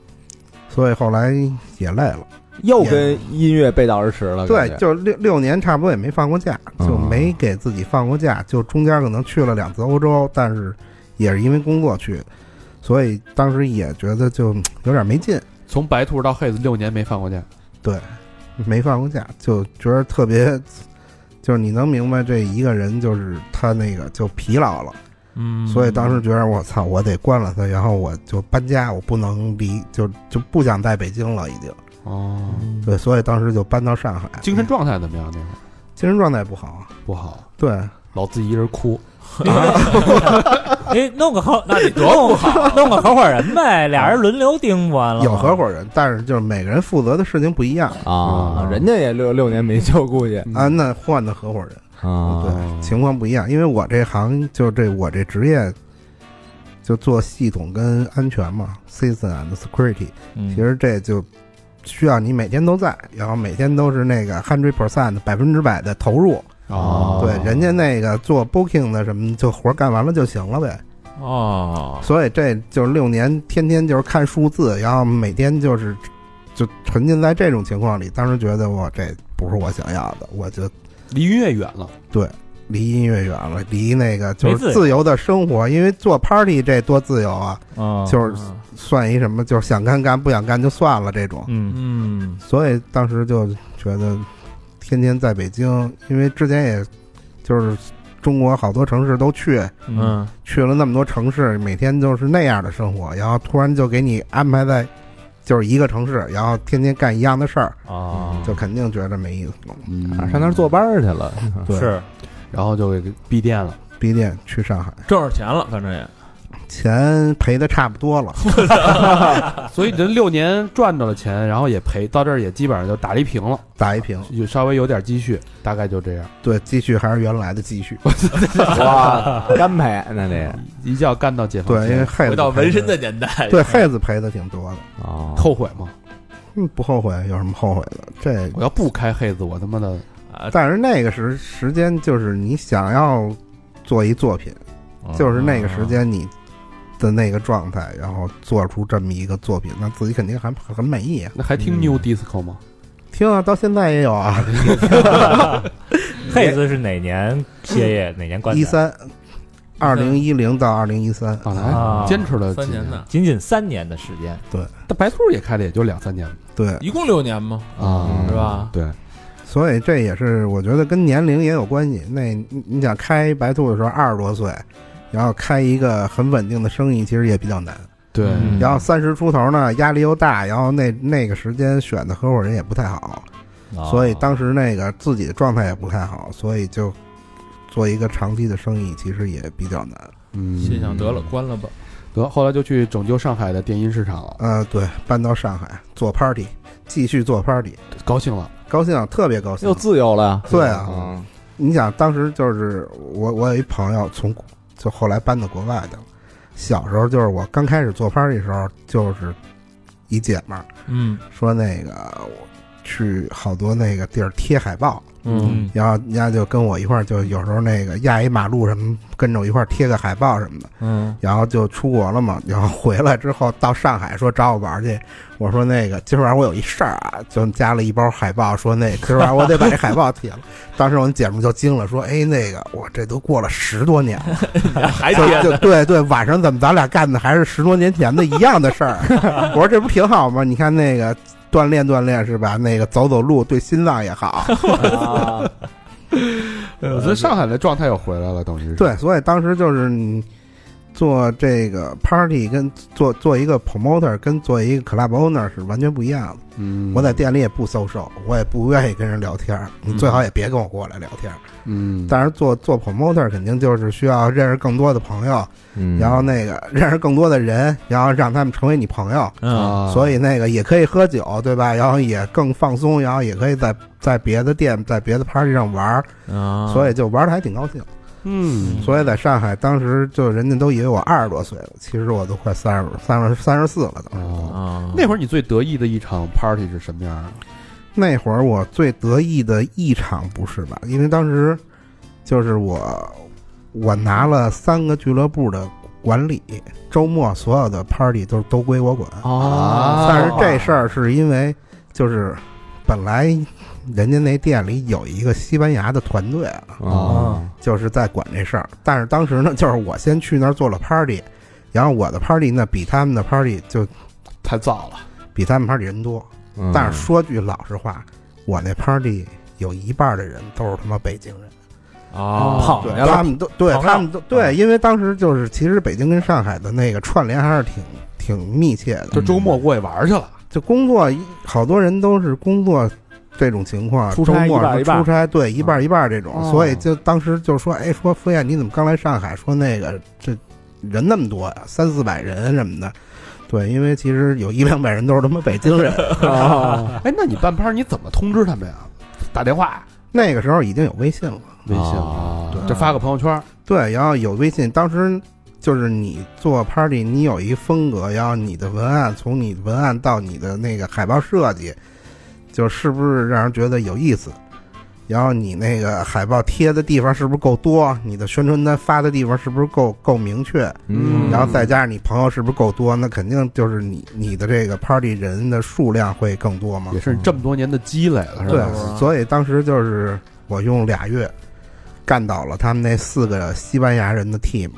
S6: 所以后来也累了。
S5: 又跟音乐背道而驰了。
S6: 对
S5: 感觉，
S6: 就六六年差不多也没放过假，就
S5: 嗯
S6: 没给自己放过假，就中间可能去了两次欧洲，但是也是因为工作去，所以当时也觉得就嗯有点没劲，
S3: 从白兔到 Haze 六年没放过假，
S6: 没放过假，就觉得特别。就是你能明白这一个人，就是他那个就疲劳了，
S4: 嗯
S6: 所以当时觉得我操，我得关了他，然后我就搬家，我不能离，就就不想在北京了，已经。
S3: 哦，
S6: 对，所以当时就搬到上海。
S3: 精神状态怎么样？那会儿
S6: 精神状态不好，
S3: 不好，
S6: 对，
S3: 老自己一人哭，
S2: 哎，弄个合， 那你多不好，弄个合伙人呗，俩人轮流盯完了。
S6: 有合伙人，但是就是每个人负责的事情不一样
S5: 啊，人家也六六年没救，估计
S3: 嗯
S6: 啊。那换的合伙人，
S5: 啊
S6: 对，情况不一样，因为我这行就这我这职业。就做系统跟安全嘛，system and security，
S2: 嗯
S6: 其 实这就需要你每天都在，然后每天都是那个 hundred percent 百分之百的投入。
S3: 哦
S6: 啊对，人家那个做 booking 的什么，就活儿干完了就行了呗。
S4: 哦，
S6: 所以这就是六年，天天就是看数字，然后每天就是就沉浸在这种情况里。当时觉得我这不是我想要的，我就
S3: 离音乐远了，
S6: 对，离音乐远了，离那个就
S2: 没自由
S6: 是自由的生活，因为做 party 这多自由啊，
S2: 嗯，
S6: 就是算一什么，就是想干干，不想干就算了这种。
S2: 嗯
S4: 嗯，
S6: 所以当时就觉得，天天在北京，因为之前也就是中国好多城市都去，
S2: 嗯
S6: 去了那么多城市，每天就是那样的生活，然后突然就给你安排在就是一个城市，然后天天干一样的事儿，
S4: 哦
S2: 啊，
S6: 就肯定觉得没意思了。
S3: 嗯
S5: 啊上那儿坐班儿去了，
S6: 对
S2: 是
S3: 然后就给闭店了。
S6: 闭店去上海，
S4: 挣着钱了，反正也
S6: 钱赔的差不 多了，
S3: 所以这六年赚着了钱，然后也赔，到这儿也基本上就打了一平了，
S6: 打一平，
S3: 就稍微有点积蓄，大概就这样，
S6: 对，继续还是原来的 继续，
S5: 哇，干赔那得
S3: 一觉干到解放
S6: 对，因为
S3: 前。
S6: 害
S4: 回
S6: 子
S4: 到
S6: 赔
S4: 纹身的年代， 啊
S6: 对害子赔的挺多的，
S5: 哦，
S3: 后悔吗？
S6: 嗯，不后悔，有什么后悔的？这，
S3: 我要不开黑子，我他妈的
S4: 啊，
S6: 但是那个时时间就是你想要做一作品，
S4: 嗯哦
S6: 就是那个时间你。的那个状态，然后做出这么一个作品，那自己肯定还很满意啊。
S3: 那还听 New Disco 吗？
S6: 听啊，到现在也有啊，
S2: 黑子是哪年歇业，哪年关的？
S6: 一三，二零一零到二零一三，
S3: 啊，
S2: 啊
S3: 还坚持了
S4: 三
S3: 几
S4: 年呢，，
S2: 仅仅三年的时间，
S3: 但白兔也开了也就两三年
S6: 对，
S4: 一共六年嘛，
S3: 啊
S4: 是？吧？
S3: 对，
S6: 所以这也是我觉得跟年龄也有关系。那你你想开白兔的时候二十多岁，然后开一个很稳定的生意，其实也比较难。
S3: 对，
S2: 嗯
S6: 然后三十出头呢，压力又大，然后那那个时间选的合伙人也不太好，
S2: 哦
S5: 哦
S6: 所以当时那个自己的状态也不太好，所以就做一个长期的生意其实也比较难。
S3: 嗯，
S4: 心想得了，关了吧，
S3: 得，后来就去拯救上海的电音市场了，
S6: 呃，对，搬到上海做 party，继续做 party，
S3: 高兴了，
S6: 高兴，啊特别高兴
S5: 又。自由了，
S6: 对啊，
S5: 嗯，
S6: 你想，当时就是我，我有一朋友从就后来搬到国外去了。小时候就是我刚开始做 party 的时候，就是一姐们儿
S4: 嗯
S6: 说那个我去好多那个地儿贴海报，
S4: 嗯
S6: 然后人家就跟我一块儿，就有时候那个压一马路什么，跟着我一块儿贴个海报什么的。
S4: 嗯，
S6: 然后就出国了嘛，然后回来之后到上海说找我玩去，我说那个今儿晚上我有一事儿啊，就加了一包海报，说那今儿晚上我得把这海报贴了。当时我们姐们就惊了，说哎那个我这都过了十多年 了，
S4: 还
S6: 就
S4: 贴
S6: 就对对，晚上怎么咱俩干的还是十多年前的一样的事儿？我说这不挺好吗？你看那个锻炼锻炼是吧？那个走走路对心脏也好。
S5: 啊
S3: 呃所以上海的状态又回来了，等于是
S6: 嗯对，所以当时就是你做这个 party 跟做做一个 promoter 跟做一个 club owner 是完全不一样的。
S3: 嗯，
S6: 我在店里也不收售，我也不愿意跟人聊天儿，你最好也别跟我过来聊天儿。
S3: 嗯，
S6: 但是做做 promoter 肯定就是需要认识更多的朋友，
S5: 嗯
S6: 然后那个认识更多的人，然后让他们成为你朋友。
S4: 嗯
S3: 啊，
S6: 所
S3: 以
S6: 以那个也可以喝酒，对吧？然后也更放松，然后也可以在在别的店、在别的 party 上玩儿，
S4: 啊，
S6: 所以就玩的还挺高兴。
S3: 嗯，
S6: 所以在上海，当时就人家都以为我二十多岁了，其实我都快三十、三十、三十四了都。
S3: 啊，
S4: 啊，
S3: 那会儿你最得意的一场 party 是什么样啊？
S6: 那会儿我最得意的一场不是吧？因为当时就是我，我拿了三个俱乐部的管理，周末所有的 party 都都归我管。
S3: 啊
S6: 但是这事儿是因为就是本来人家那店里有一个西班牙的团队啊，
S5: 啊，
S6: 就是在管这事儿。但是当时呢， 就是我先去那儿做了 party，然后我的 party 呢比他们的 party 就
S3: 太燥了，
S6: 比他们 party 人多。
S5: 嗯
S6: 但是说句老实话，我那 party 有一半的人都是他妈北京人，
S4: 啊，
S2: 胖
S6: 对
S2: 原来
S6: 他们都对
S2: 朋友
S6: 他们都对，因为当时就是其实北京跟上海的那个串联还是挺挺密切的，
S3: 就周末过去玩去 了，
S6: 就工作一好多人都是工作这种情况，
S5: 出
S6: 周
S5: 差
S6: 末
S5: 一半
S6: 是
S5: 一半
S6: 出差，对一半一半这种，
S5: 哦
S6: 所以就当时就说，哎，说飞燕你怎么刚来上海？说那个这人那么多呀，三四百人什么的。对，因为其实有一两百人都是他妈北 京人，
S3: 啊，哎，那你办 party 你怎么通知他们呀？打电
S6: 啊
S3: 话、
S6: 那个时候已经有微信了。
S3: 微信
S5: 啊
S3: 就发个朋友圈，
S6: 对，然后有微信，当时就是你做 party，你有一风格，然后你的文案从你文案到你的那个海报设计，就是不是让人觉得有意思，然后你那个海报贴的地方是不是够多，你的宣传单发的地方是不是够够明确，
S5: 嗯，
S6: 然后再加上你朋友是不是够多，那肯定就是你你的这个 party 人的数量会更多嘛
S3: 也。是你这么多年的积累了，是
S6: 对
S3: 吧？，
S6: 所以当时就是我用俩月干倒了他们那四个西班牙人的 team。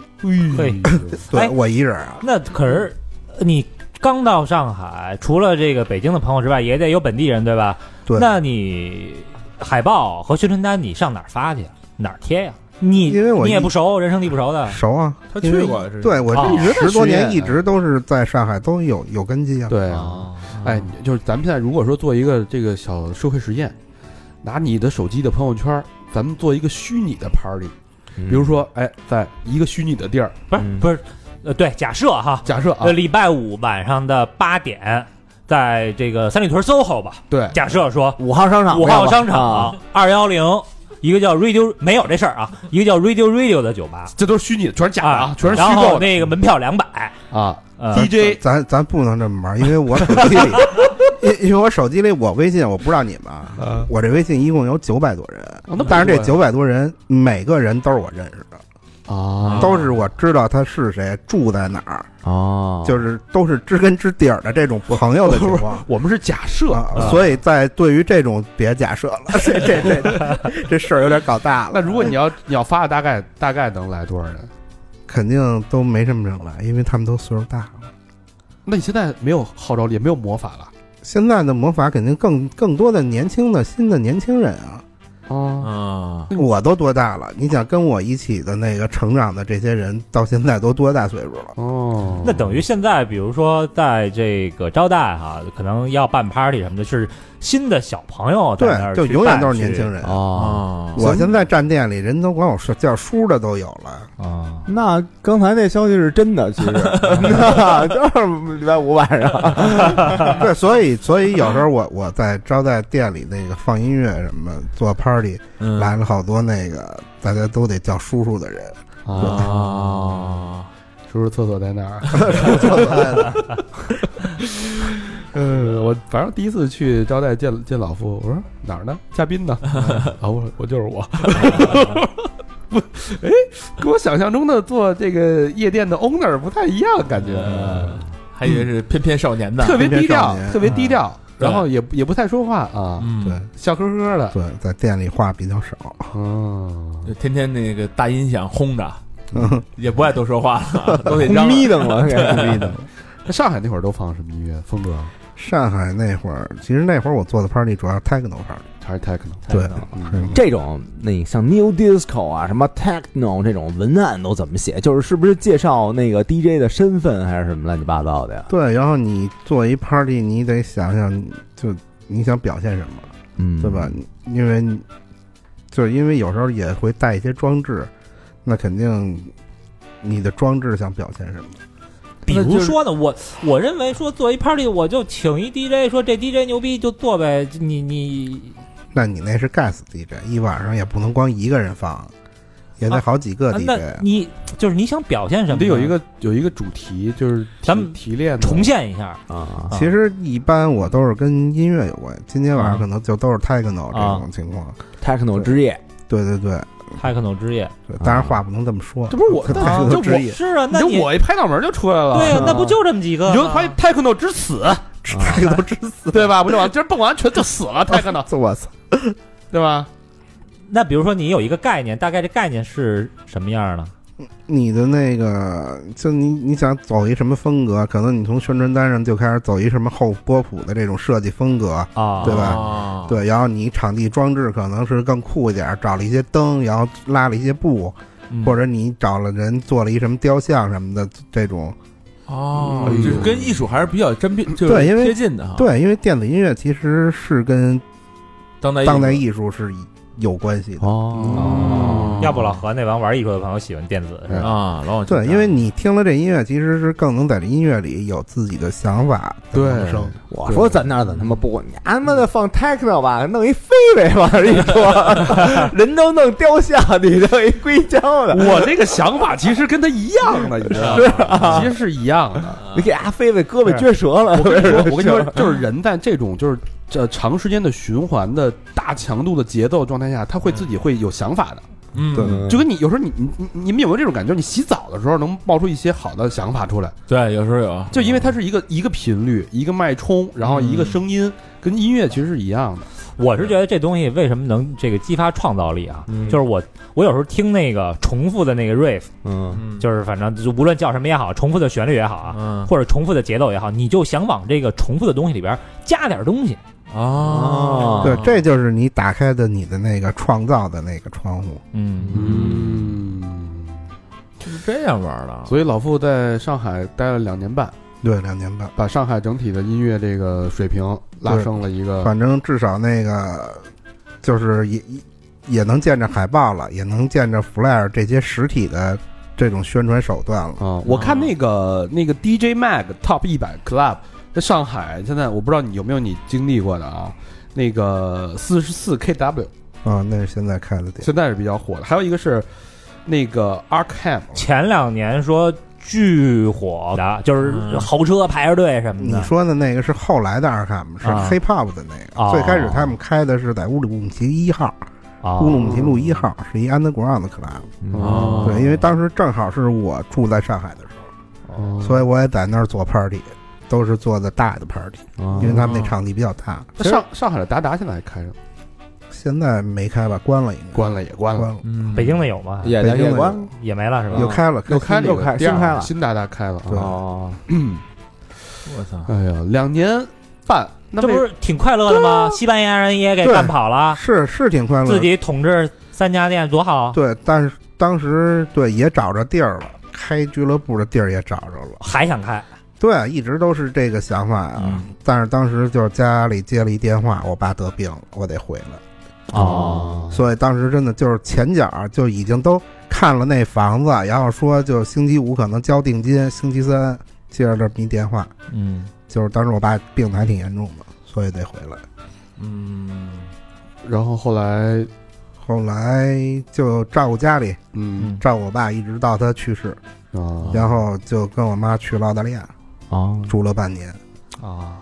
S2: 嘿，
S6: 对、
S2: 哎
S6: 我一人啊，
S2: 那可是呃你刚到上海，除了这个北京的朋友之外，也得有本地人对吧？
S6: 对
S2: 那你海报和宣传单你上哪儿发去？啊哪儿贴呀？你
S6: 因为我
S2: 你也
S6: 一
S2: 不熟，人生地不熟的，
S6: 熟啊，
S4: 他去过，这
S6: 对我
S2: 哦
S6: 这十多年
S4: 实验
S6: 一直都是在上海，都有有根基啊。
S3: 对，
S2: 哦
S5: 嗯
S3: 哎，你就是咱们现在如果说做一个这个小社会实验，拿你的手机的朋友圈儿，咱们做一个虚拟的 party，
S5: 比
S2: 嗯
S3: 比如说，哎，在一个虚拟的地儿，
S2: 不是、
S5: 嗯
S2: 不是，呃，对，假设哈，
S3: 假设啊
S2: 呃，，礼拜五晚上的八点，在这个三里屯 SOHO 吧，
S3: 对，
S2: 假设说
S5: 五号商场，
S2: 五号商
S5: 啊
S2: 场二幺零。一个叫 Radio 没有这事儿啊，一个叫 Radio Radio 的酒吧
S3: 这都是虚拟的，全是假的啊
S2: 啊，，
S3: 全是虚
S2: 然后
S3: 构的
S2: 那个门票两百，
S3: 啊。
S2: 呃，
S3: DJ
S6: 咱咱不能这么玩，因为我手机里，因因为我手机里我微信我不知道你们啊，
S3: 啊
S6: 我这微信一共有九百多人，
S3: 那不
S6: 但是这
S3: 错
S6: 九百多人每个人都是我认识的，
S3: 啊，
S6: 都是我知道他是谁，住在哪儿，
S5: 哦，
S6: 就是都是知根知底儿的这种朋友的情况。
S3: 我们是假设，
S6: 啊，所以在对于这种别假设了， 这这这这事儿有点搞大了。
S3: 那如果你要你要发，大概大概能来多少人？
S6: 肯定都没什么人来，因为他们都岁数大了。
S3: 那你现在没有号召力，也没有魔法了
S6: 现在的魔法肯定更更多的年轻的新的年轻人啊，
S3: 啊？
S2: 哦
S4: 啊，
S2: 嗯
S6: 我都多大了？你想跟我一起的那个成长的这些人，到现在都多大岁数了？
S3: 哦，
S2: 那等于现在，比如说在这个招待哈，可能要办 party 什么的，是新的小朋友在那
S6: 对，
S2: 儿
S6: 就
S2: 去
S6: 永远
S2: 办
S6: 都是
S2: 去
S6: 年轻人。
S5: 哦
S4: 啊，
S6: 我现在站店里，人都管我是叫叔的都有了。
S2: 啊。
S5: 那刚才那消息是真的， 其实就是礼拜五晚上，
S6: 对，所以所以有时候我我在招待店里那个放音乐什么做 party，
S4: 嗯
S6: 来了好多那个大家都得叫叔叔的人，
S3: 啊
S4: 啊，
S3: 是不是厕所在那儿？
S6: 坐在那儿
S3: 嗯，我反正第一次去招待见见老夫，我说哪儿呢？嘉宾 呢？啊，我说我就是 我。不，哎，跟我想象中的做这个夜店的 owner 不太一样，感觉、
S4: 还以为是翩翩少年呢，
S3: 特别低调
S6: 少，年
S3: 特别低调，
S4: 对
S3: 然后也不也不太说话啊，
S4: 嗯，
S6: 对
S3: 笑呵呵的。
S6: 对，在店里话比较少。
S3: 嗯，
S4: 就天天那个大音响轰着，
S6: 嗯
S4: 也不爱多说话 了，都得嚷
S5: 红
S4: 嚷。
S5: 眯瞪了，
S6: 故意的。
S3: 那上海那会儿都放什么音乐风格？
S6: 上海那会儿，其实那会儿我做的 party 主要是 techno party，
S3: 还是 techno？
S6: 对，
S3: 嗯
S5: 这种那像 new disco 啊，什么 techno 这种文案都怎么写？就是是不是介绍那个 DJ 的身份还是什么乱七八糟的呀？
S6: 对。然后你做一 party，你得想想，就你想表现什么，
S5: 嗯，
S6: 对吧？？因为你就是因为有时候也会带一些装置，那肯定你的装置想表现什么，
S2: 比如说呢，我我认为说做一 party，我就请一 DJ，说这 DJ 牛逼就做呗。你你
S6: 那你那是 gas DJ，一晚上也不能光一个人放，也得好几个
S2: 啊
S6: DJ。
S2: 那你就是你想表现什
S3: 你
S2: 么？
S3: 得有一，个有一个主题，就是提
S2: 咱们
S3: 提炼的
S2: 重现一下
S5: 啊，
S6: 其实一般我都是跟音乐有关，今天晚
S3: 啊
S6: 上可能就都是 techno
S2: 啊
S6: 这种情况。
S5: techno 之 夜，
S6: 对对对，
S2: techno 之夜。
S6: 对当然话不能这么说，
S3: 啊这不是我
S6: 太
S3: 啊
S6: 太
S3: 这
S6: 职
S3: 我
S6: 业。
S2: 是啊，
S3: 你
S2: 那
S3: 就
S2: 你
S3: 我一拍脑门儿就出来了，
S2: 对啊，那不就这么几个吗？
S3: 你就发现 techno 之死，
S6: 都知
S3: 对吧？不就完，今儿蹦完全就死了 techno，
S6: 道，我操！
S3: 对吧？
S2: 那比如说你有一个概念，大概这概念是什么样呢？
S6: 你的那个，就你你想走一什么风格，可能你从宣传单上就开始走一什么后波普的这种设计风格，
S2: 啊，
S6: 对吧
S4: 吧？
S6: 对，然后你场地装置可能是更酷一点，找了一些灯，然后拉了一些布，
S2: 嗯
S6: 或者你找了人做了一什么雕像什么的这种。
S4: 哦，
S3: 嗯
S4: 就是跟艺术还是比较真，就是
S6: 对因为
S4: 贴近的
S3: 啊
S4: 哈。，
S6: 对，因为电子音乐其实是跟
S4: 当
S3: 哎
S4: 代
S6: 当代
S4: 艺术
S6: 艺术是有关系的。
S5: 哦，
S2: 嗯要不老何那帮玩艺术的朋友喜欢电子是吧？
S4: 啊，老往前
S2: 嗯
S6: 对，因为你听了这音乐，其实是更能在这音乐里有自己的想法的
S3: 对
S6: 萌生。
S5: 我说咱那儿怎么他妈不？你他妈的放 techno 吧，弄一飞呗，往这一说， 人都弄雕像，你弄一硅胶的，
S3: 我这个想法其实跟他一样的，你知道吗？其实是一样 的。
S5: 你给阿飞呗，胳膊撅折了。
S3: 我跟你说，我跟你说， 就是人在这种就是这长时间的循环的大强度的节奏状态下，他会自己会有想法的。
S4: 嗯，
S6: 对
S3: 就跟你有时候你你你你们有没有这种感觉？你洗澡的时候能冒出一些好的想法出来，
S4: 对，有时候有，
S3: 就
S6: 嗯
S3: 因为它是一个一个频率、一个脉冲，然后一个声音，跟音乐其实是一样的。
S2: 我是觉得这东西为什么能这个激发创造力啊？
S5: 嗯
S2: 就是我我有时候听那个重复的那个 riff，
S5: 嗯
S2: 就是反正就无论叫什么也好，重复的旋律也好啊，
S4: 嗯
S2: 或者重复的节奏也好，你就想往这个重复的东西里边加点东西。
S4: 啊哦
S2: 啊
S6: 对，这就是你打开的你的那个创造的那个窗户。
S2: 嗯，
S3: 嗯，
S4: 是这样玩的，
S3: 所以老傅在上海待了两年半，
S6: 对，两年半，
S3: 把上海整体的音乐这个水平拉升了一
S2: 嗯
S3: 个。
S6: 反正至少那个就是也也也能见着海报了，也能见着 flyer 这些实体的这种宣传手段了。
S3: 啊、我看那个那个 DJ Mag Top 一百 Club 在上海，现在我不知道你有没有你经历过的啊，那个四十四 KW
S6: 啊、那是现在开的店。
S3: 现在是比较火的，还有一个是那个 Arkham，
S2: 前两年说巨火的，就是豪车排着队什么
S6: 你
S2: 的。
S6: 说的那个是后来的 Arkham，是
S2: 嗯啊
S6: Hip Hop 的那个。
S2: 哦
S6: 最开始他们开的是在乌鲁木齐一号，
S2: 啊，
S6: 乌鲁木齐路一号是一 underground club。
S3: 哦
S6: 对，因为当时正好是我住在上海的时
S3: 哦嗯
S6: 候，所以我也在那儿做 party，都是做的大的 party，因
S3: 哦
S6: 为他们那场地比较大。
S3: 那上上海的达达现在还开着吗，
S6: 现在没开吧，关了应该。
S3: 关了也关
S6: 关
S3: 了，
S6: 了，
S4: 嗯
S2: 北京的有吗？
S5: 哎也
S6: 北
S5: 在
S6: 京
S5: 夜
S6: 的
S5: 观
S2: 也没了是吧？
S6: 又开了，
S3: 又开了一
S5: 又
S3: 个
S5: 开
S3: 第二
S5: 新开了
S3: 新达达开了
S6: 对
S3: 啊！
S5: 哦，
S4: 我操，
S3: 哎呀，两年半，那
S2: 这不是挺快乐的吗？西班牙人也给
S6: 啊对
S2: 干跑了，
S6: 是是挺快乐的。
S2: 自己统治三家店多好。
S6: 对，但是当时对也找着地儿了，开俱乐部的地儿也找着了。
S2: 还想开，
S6: 对，一直都是这个想法啊。
S4: 嗯
S6: 但是当时就是家里接了一电话，我爸得病了，我得回来。
S3: 哦，
S6: 所以当时真的就是前脚就已经都看了那房子，然后说就星期五可能交定金，星期三接着这么一电话，
S4: 嗯
S6: 就是当时我爸病的还挺严重的，所以得回来。
S4: 嗯
S3: 然后后来，
S6: 后来就照顾家里，
S3: 嗯
S6: 照顾我爸，一直到他去世，
S3: 啊，
S6: 然后就跟我妈去了澳大利亚
S4: 哦
S6: 住了半年，
S2: 啊，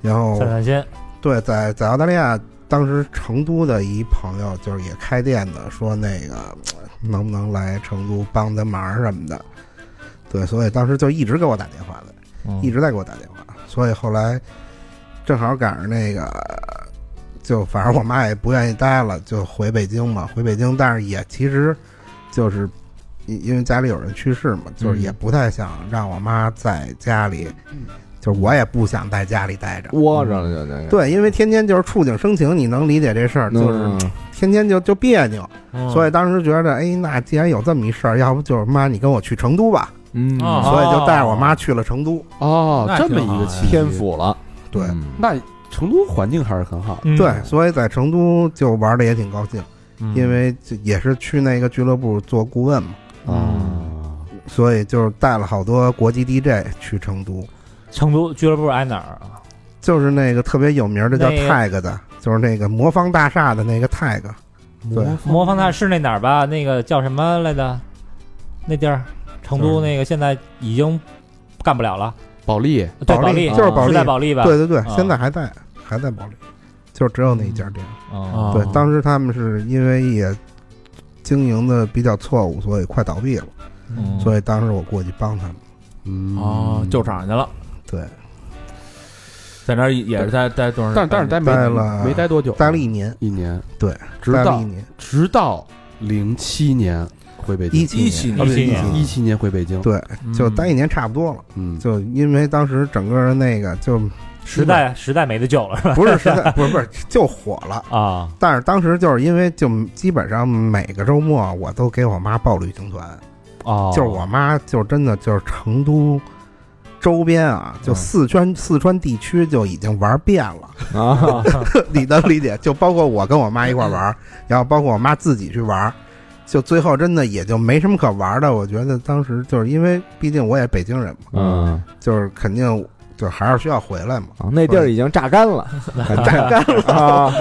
S6: 然后
S2: 散散心。
S6: 对，在在澳大利亚，当时成都的一朋友就是也开店的，说那个呃能不能来成都帮咱忙什么的。对，所以当时就一直给我打电话的，一直在给我打电话。所以后来正好赶上那个，呃就反正我妈也不愿意待了，就回北京嘛。回北京，但是也其实就是因因为家里有人去世嘛，就是也不太想让我妈在家里，就是我也不想在家里待着。
S5: 窝着了就那个，
S6: 对，因为天天就是触景生情，你能理解这事儿，就是
S5: 嗯
S6: 天天就就别扭，所
S2: 以
S6: 以当时觉得，哎，那既然有这么一事儿，要不就是妈，你跟我去成都吧，
S5: 嗯
S4: 哦
S6: 所以就带着我妈去了成都。
S3: 哦，
S4: 那
S3: 这
S4: 挺
S3: 么一个
S4: 好呀
S3: 契机
S5: 天，府了，
S6: 对
S5: 嗯
S3: 那成都环境还是很好的，
S2: 嗯
S6: 对，所以在成都就玩的也挺高兴，因为这也是去那个俱乐部做顾问嘛，
S3: 啊，
S6: 所以就是带了好多国际 DJ 去成都，
S2: 成都俱乐部挨哪儿啊？
S6: 就是那个特别有名的叫
S2: 那个
S6: Tag 的，就是那个魔方大厦的那个 Tag。对，
S2: 魔方大是那哪儿吧？那个叫什么来着？那地儿，成都那个现在已经干不了了。
S3: 保利
S2: 对，
S6: 保利
S2: 利
S6: 就是保利
S2: 是在保利吧？
S6: 对对对，
S2: 啊
S6: 现在还在还在保利，就只有那一家店。
S2: 嗯，
S6: 啊
S4: 哦啊
S6: 对，当时他们是因为也经营的比较错误，所以快倒闭了，
S2: 嗯
S6: 所以当时我过去帮他们。
S3: 嗯
S4: 哦救。场去了，
S6: 对，
S4: 在那儿也是待待多长时
S3: 但
S4: 间？
S3: 但是待没
S6: 待了
S3: 没待多久，
S6: 待了一年，
S3: 一年，
S6: 对，
S3: 直
S6: 待了
S3: 到
S6: 一年，
S3: 直到零七年回北京，
S6: 七
S4: 一起
S6: 年，
S4: 年
S2: 一七
S6: 年
S3: 一七年回北京，
S6: 啊对，
S4: 嗯
S6: 就待一年差不多了。
S3: 嗯，
S6: 就因为当时整个的那个就
S2: 实在实在没得救了是吧？
S6: 不是实在不是不是就火了，
S2: 啊，
S6: 但是当时就是因为就基本上每个周末我都给我妈报旅行团，
S4: 嗯
S2: 哦，
S6: 就是我妈，就真的就是成都周边啊，
S5: 嗯
S6: 就四川、四川地区就已经玩遍了。
S5: 啊，
S6: 你能理解？就包括我跟我妈一块儿玩儿，然后包括我妈自己去玩儿，就最后真的也就没什么可玩儿的。我觉得当时就是因为，毕竟我也北京人嘛，
S5: 嗯，
S6: 就是肯定就还是需要回 来嘛。
S5: 啊那地儿已经榨干了，
S6: 榨干了，
S5: 啊，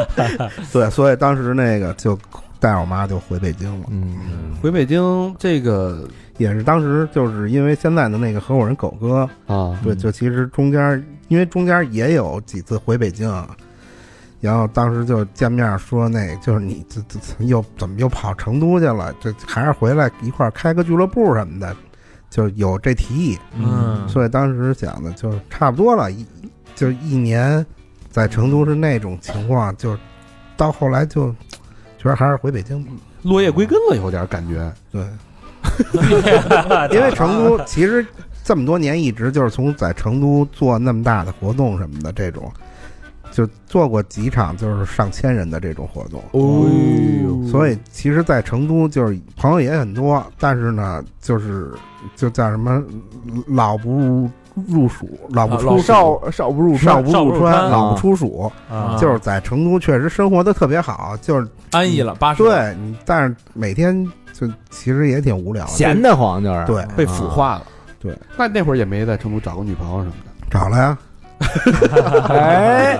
S6: 对，所以当时那个就带我妈就回北京了。
S5: 嗯，
S3: 回北京这个
S6: 也是当时就是因为现在的那个合伙人狗哥，
S3: 啊，
S6: 对，就其实中间，因为中间也有几次回北京，然后当时就见面说，那就是你这这这又怎么又跑成都去了？这还是回来一块儿开个俱乐部什么的，就有这提议。
S4: 嗯，
S6: 所以当时想的就是差不多了，一就一年在成都是那种情况，就到后来就觉得还是回北京吧。
S3: 落叶归根了，有点感觉。
S6: 对，因为成都其实这么多年一直就是从在成都做那么大的活动什么的这种，就做过几场就是上千人的这种活动，
S3: 哦
S6: 所以其实，在成都就是朋友也很多，但是呢，就是就叫什么老不入入蜀，老不
S5: 嗯
S6: 出蜀，
S7: 少少不入
S6: 少不
S2: 少不
S6: 入
S2: 入
S6: 川，
S2: 川
S6: 老不出蜀，
S2: 啊
S6: 就是在成都确实生活的特别好，就是
S4: 安逸了，八十了
S6: 对，你但是每天就其实也挺无聊的，
S5: 闲得慌就是。
S6: 对，
S3: 被腐化了。
S6: 对，
S3: 那那会儿也没在成都找过女朋友什么的。
S6: 找了呀，
S5: 哎，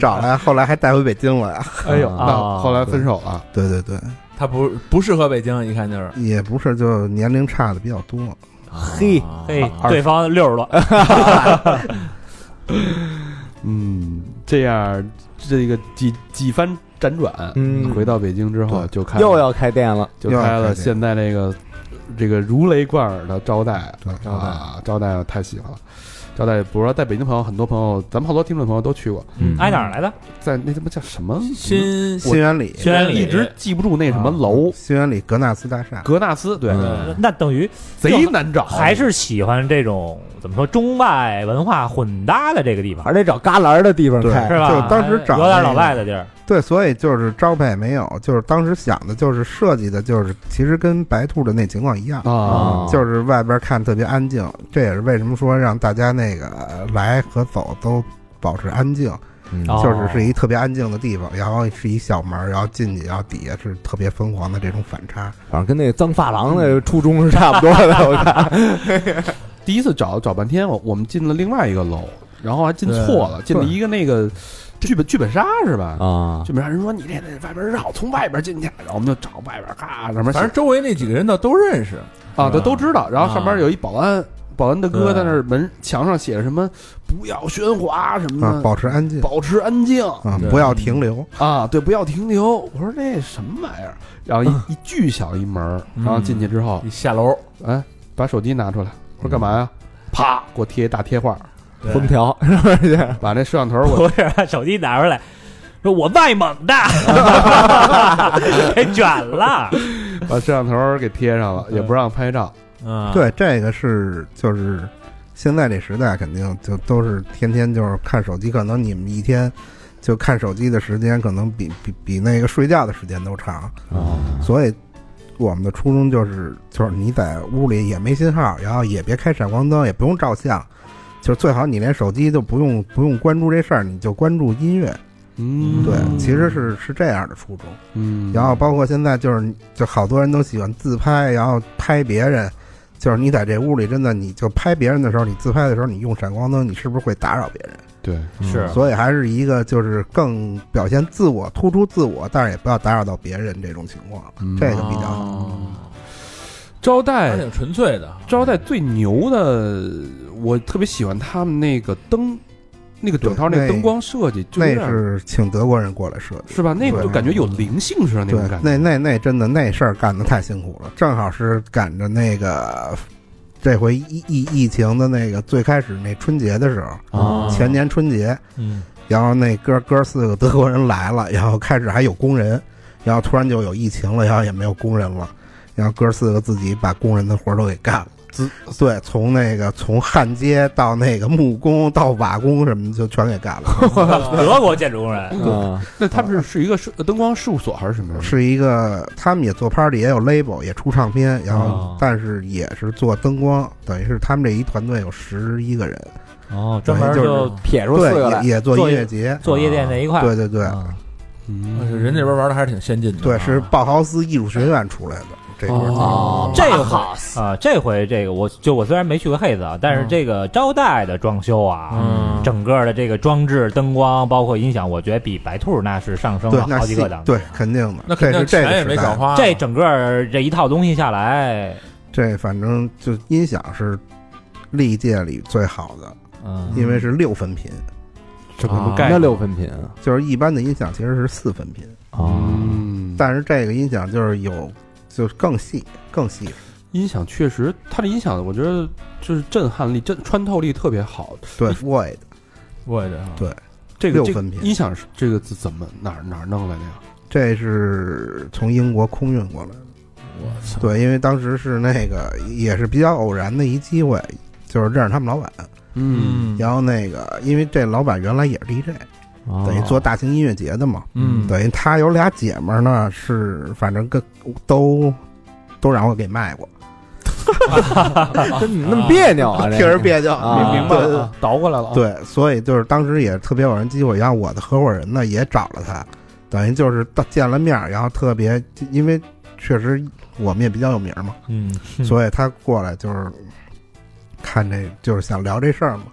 S6: 找了呀，后来还带回北京了呀。
S3: 哎呦，
S5: 啊
S3: 那后来分手了。
S6: 对对对，
S4: 他不不适合北京，一看就是。
S6: 也不是，就年龄差的比较多。
S5: 嘿，
S4: 啊
S2: 嘿，对方六十多，
S3: 嗯，这样这个几几番辗转，
S5: 嗯
S3: 回到北京之后
S6: 对
S3: 就开
S5: 又要开店了，
S3: 就开
S6: 又要开
S3: 了
S6: 店
S3: 现在这个这个如雷贯耳的招待，
S6: 对
S3: 招待、啊、招待太喜欢了。招待，比如说在北京朋友，很多朋友，咱们好多听众朋友都去过，
S5: 嗯
S2: 挨哪儿来的？
S3: 在那他妈叫什么，
S4: 新
S6: 新源里，
S2: 轩辕里
S3: 一直记不住那什么楼，
S6: 新源里格纳斯大厦，
S3: 格纳斯，对，
S4: 嗯
S2: 那等于
S3: 贼难找，
S2: 还是喜欢这种怎么说中外文化混搭的这个地方，
S5: 还得找旮旯的地方
S6: 对
S5: 开。
S2: 是吧？
S6: 就当时找
S2: 有点
S6: 那
S2: 老
S6: 个
S2: 外的地儿，
S6: 对，所以就是招牌也没有，就是当时想的就是设计的，就是其实跟白兔的那情况一样，
S3: 啊，
S6: 就是外边看特别安静，这也是为什么说让大家那个呃来和走都保持安静，
S5: 嗯
S2: 哦
S6: 就是是一特别安静的地方，然后是一小门，然后进去，然后底下是特别疯狂的这种反差。啊
S5: 反正跟那个脏发廊的初衷是差不多的，我看。
S3: 第一次找找半天，我我们进了另外一个楼，然后还进错了，进了一个那个剧本剧本杀是吧？
S5: 啊，
S3: 剧本杀人说你这得外边绕，从外边进去，然后我们就找外边，咔上面
S4: 反正周围那几个人倒都认识，
S3: 啊，他都知道。然后上边有一保安，保安大哥
S4: 对
S3: 在那儿门墙上写着什么“不要喧哗”什么
S6: 啊，
S3: 的，
S6: 保持安静
S3: 保持安静
S6: 啊，
S4: 对
S6: 不要停留。
S3: 啊，对，不要停留。我说那什么玩意儿？然后一一巨小一门儿，然后进去之后
S4: 一，下楼
S3: 哎，把手机拿出来，我说干嘛呀？啪，给我贴一大贴画，
S5: 封条是不是？
S3: 把那摄像头我
S2: 不是手机拿出来，说我卖萌 的，给卷了，
S3: 把摄像头给贴上了，也不让拍照。
S4: 啊
S2: 嗯，
S6: 对，这个是就是现在这时代，肯定就都是天天就是看手机，可能你们一天就看手机的时间，可能比比比那个睡觉的时间都长。所以我们的初衷就是，就是你在屋里也没信号，然后也别开闪光灯，也不用照相。就是最好你连手机都不用不用关注这事儿，你就关注音乐。
S3: 嗯
S6: 对，其实是是这样的初衷。
S3: 嗯，
S6: 然后包括现在就是，就好多人都喜欢自拍，然后拍别人。就是你在这屋里，真的你就拍别人的时候，你自拍的时候，你用闪光灯，你是不是会打扰别人？
S3: 对，
S2: 是
S3: 啊
S6: 所以还是一个就是更表现自我、突出自我，但是也不要打扰到别人这种情况，这个比较哎好。
S3: 招
S4: 哦还
S3: 待
S4: 挺纯粹的。
S3: 招待最牛的，我特别喜欢他们那个灯，那个整套那个
S6: 对那
S3: 灯光设计，就
S6: 那
S3: 有点
S6: 是请德国人过来设计，
S3: 是吧？那个就感觉有灵性似的那
S6: 对
S3: 种感，觉。
S6: 那那那真的那事儿干的太辛苦了，正好是赶着那个这回疫疫疫情的那个最开始那春节的时候，
S2: 啊
S6: 前年春节，
S2: 嗯，
S6: 然后那哥哥四个德国人来了，然后开始还有工人，然后突然就有疫情了，然后也没有工人了，然后哥四个自己把工人的活儿都给 干了。自对，从那个从焊接到那个木工到瓦工什么的，就全给干了。
S2: 德国建筑工 人，
S5: 啊，
S3: 那他们是是一个是灯光事务所还是什
S2: 嗯
S3: 么呀？
S6: 是一个，他们也做 party，也有 label，也出唱片，然后
S2: 哦
S6: 但是也是做灯光，等于是他们这一团队有十一个人，
S2: 哦，专门就
S5: 撇出四
S6: 对
S5: 个，来
S6: 也，也做
S2: 做
S6: 音
S2: 一
S6: 乐节，
S2: 做夜店那一啊块，
S6: 对对对
S2: 啊
S4: 但
S3: 嗯
S4: 是哎人这边玩的还是挺先进的。
S6: 对，是鲍豪斯艺术学院出来的这块儿。
S2: 哦，这个好啊，这回这个我就我虽然没去过黑子啊，但是这个招待的装修啊，
S4: 嗯
S2: 整个的这个装置、灯光，包括音响，我觉得比白兔那是上升
S6: 对
S2: 了，
S6: 那
S2: 好几
S6: 戏
S2: 个档次
S6: 对，肯定的，
S4: 那肯定
S6: 这是这
S4: 钱
S6: 个
S4: 也没
S6: 时代
S4: 少花。啊
S2: 这整个这一套东西下来，
S6: 这反正就音响是历届里最好的，
S2: 嗯，
S6: 因为是六分频，
S3: 这么个概
S5: 那
S3: 念
S5: 六分频啊
S6: 就是一般的音响其实是四分频，
S5: 啊，
S3: 嗯，但
S6: 但是这个音响就是有就是更细更细致，
S3: 音响确实，它的音响我觉得 就是震撼力、震穿透力特别好。
S6: 对 void
S4: 我也觉得，
S6: 对
S3: 这个
S6: 六
S3: 这个
S6: 分频
S3: 音响是这个怎怎么哪儿哪儿弄来的呀？
S6: 这是从英国空运过来的。我操！对，因为当时是那个也是比较偶然的一机会，就是认识他们老板，
S3: 嗯
S6: 然后那个因为这老板原来也是 DJ，等
S2: 哦
S6: 于做大型音乐节的嘛，
S4: 嗯
S6: 等于他有俩姐们儿呢，是反正跟都都让我给卖过，
S5: 这怎么那么别扭啊？这
S2: 哎
S6: 听
S5: 个
S6: 着别扭，
S5: 啊
S6: 明白了。
S2: 倒过来了啊，
S6: 对，所以就是当时也特别偶然机会，然后我的合伙人呢也找了他，等于就是到见了面儿，然后特别因为确实我们也比较有名儿嘛，
S2: 嗯，
S6: 所以他过来就是看这就是想聊这事儿嘛，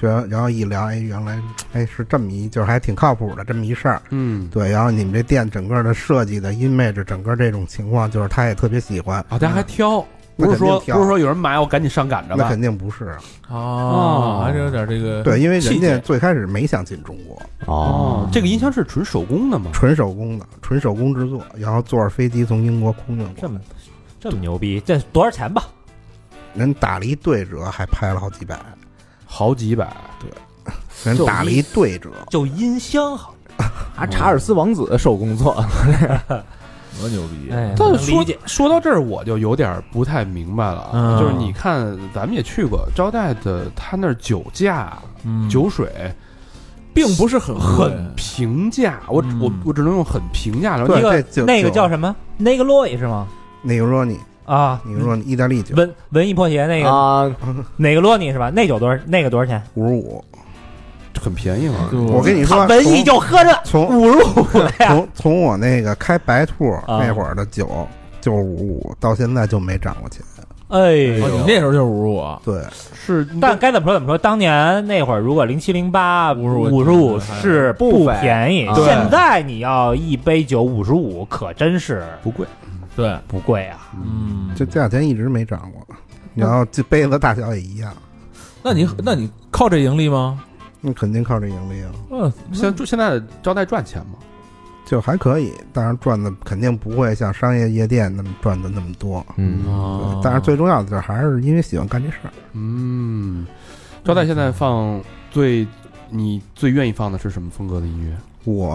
S6: 就然后一聊，哎，原来哎是这么一就是还挺靠谱的这么一事儿，
S3: 嗯，
S6: 对，然后你们这店整个的设计的 image，整个这种情况，就是他也特别喜欢，
S2: 哦
S3: 啊，大家还挑，
S6: 那
S3: 不是
S6: 肯定
S3: 说
S6: 挑
S3: 不是说有人买我赶紧上赶着
S6: 那
S3: 吧？啊
S6: 肯定不是啊，
S4: 哦，还是有点这
S2: 嗯
S4: 个
S6: 对，因为
S4: 细
S6: 人
S4: 节
S6: 家最开始没想进中国，
S5: 哦，
S3: 啊这个音箱是纯手工的吗？
S6: 纯手工的，纯手工制作，然后坐着飞机从英国空运过
S2: 这
S6: 来，
S2: 么这么牛逼，这多少钱吧？
S6: 人打了一对折，还拍了好几百，
S3: 好几百，
S6: 人
S2: 就
S6: 打了
S2: 一
S6: 一对折，
S2: 就音箱好，
S5: 啊，查尔斯王子手工做，
S4: 多牛逼！嗯
S2: 哎，
S3: 但
S2: 能
S3: 是说
S2: 理解，
S3: 说到这儿，我就有点不太明白了啊。
S4: 嗯
S3: 就是你看，咱们也去过招待的，他那儿酒价、
S4: 嗯
S3: 酒水
S4: 并不是很
S3: 很平价，我
S4: 嗯
S3: 我我只能用很平价来说。
S6: 对，
S3: 因为
S6: 这
S2: 个
S6: 就
S2: 那个
S6: 就
S2: 叫什么？那个洛伊是吗？
S6: 那个若你，
S2: 啊，
S6: 你说你意大利酒
S2: 文文艺破鞋那个
S5: 啊，
S2: 哪个洛尼是吧？那酒多少？那个多少钱？
S6: 五十五，
S3: 很便宜嘛。
S6: 我跟你说，
S2: 嗯文艺就喝着
S6: 从从
S2: 五十五了呀，啊
S6: 从从我那个开白兔那会儿的酒就是五五，到现在就没涨过钱，
S2: 哎
S4: 哦，
S2: 呦
S4: 你。那时候就是五十五，
S6: 对，
S3: 是，
S2: 但该怎么说怎么说，当年那会儿如果零七零八
S4: 55
S2: 五十五是不便宜
S5: 不，菲
S2: 现在你要一杯酒五十五，可真是嗯
S3: 不贵，
S4: 对，
S2: 不贵啊！
S4: 嗯，
S6: 这价钱一直没涨过，然后这杯子大小也一样，
S4: 那你那你靠这盈利吗？
S6: 那肯定靠这盈利啊，
S4: 嗯，
S3: 现在现在招待赚钱吗？
S6: 就还可以，但是赚的肯定不会像商业夜店那么赚的那么多。
S5: 嗯，
S4: 哦
S6: 对，但是最重要的就是还是因为喜欢干这事儿。
S3: 嗯，招待现在放最你最愿意放的是什么风格的音乐？
S6: 我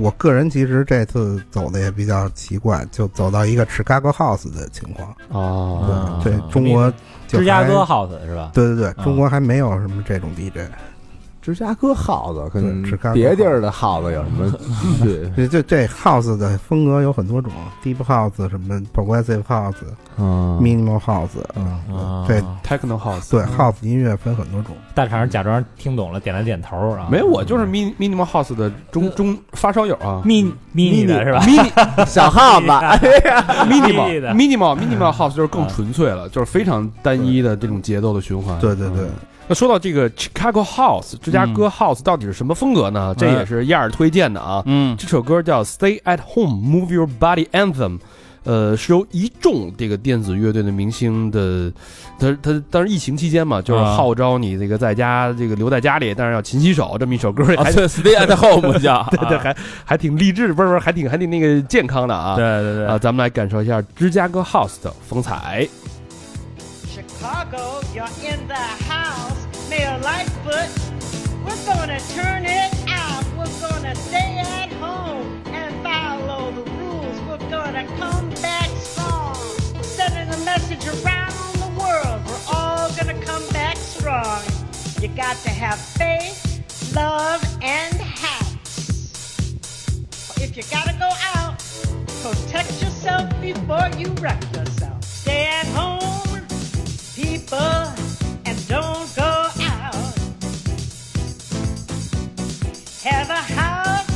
S6: 我个人其实这次走的也比较奇怪，就走到一个 Chicago House 的情况。
S3: 哦
S4: 啊
S6: 对，中国就
S2: 芝加
S6: 还
S2: 哥嗯 house 是吧？
S6: 对对对，中国还没有什么这种 DJ，
S2: 嗯
S5: 芝加哥耗子跟
S6: 对芝加哥
S5: 别地儿的耗子有什么区别？
S6: 这这这 House 的风格有很多种，Deep House 什么 Progressive House、
S5: 啊
S6: Minimal House，嗯，对
S3: ，Techno House。
S6: 对，House 音乐分很多种。
S2: 大肠假装听懂了，点了点头啊。
S3: 没有，我就是 min minimal house 的中中发烧友啊
S2: mini mini 的 是吧
S3: mini
S5: 小耗子，
S2: ？mini
S3: minimal
S2: 的
S3: minimal minimal house 就是更纯粹了，就是非常单一的这种节奏的循环。嗯
S6: 对对对，
S3: 那说到这个 Chicago House 芝加哥 House 到底是什么风格呢？这也是燕儿推荐的啊。
S4: 嗯
S3: 这首歌叫《Stay at Home, Move Your Body Anthem》，呃，是由一众这个电子乐队的明星的，他他当然疫情期间嘛，就是
S4: 啊
S3: 号召你这个在家这个留在家里，但是要勤洗手这么一首歌，
S4: 啊，
S3: 还
S4: 对，Stay at home 叫，
S3: 对对，还还挺励志，不是不是，还挺还挺那个健康的啊。
S4: 对对对
S3: 啊，咱们来感受一下芝加哥 House 的风采。
S9: Chicago, you're in the house. Mayor Lightfoot, we're gonna turn it out. We're gonna stay at home and follow the rules. We're gonna come back strong. Sending a message around the world. We're all gonna come back strong. You got to have faith, love, and hats. If you gotta go out, protect yourself before you wreck yourself. Stay at home people and don't go out. Have a house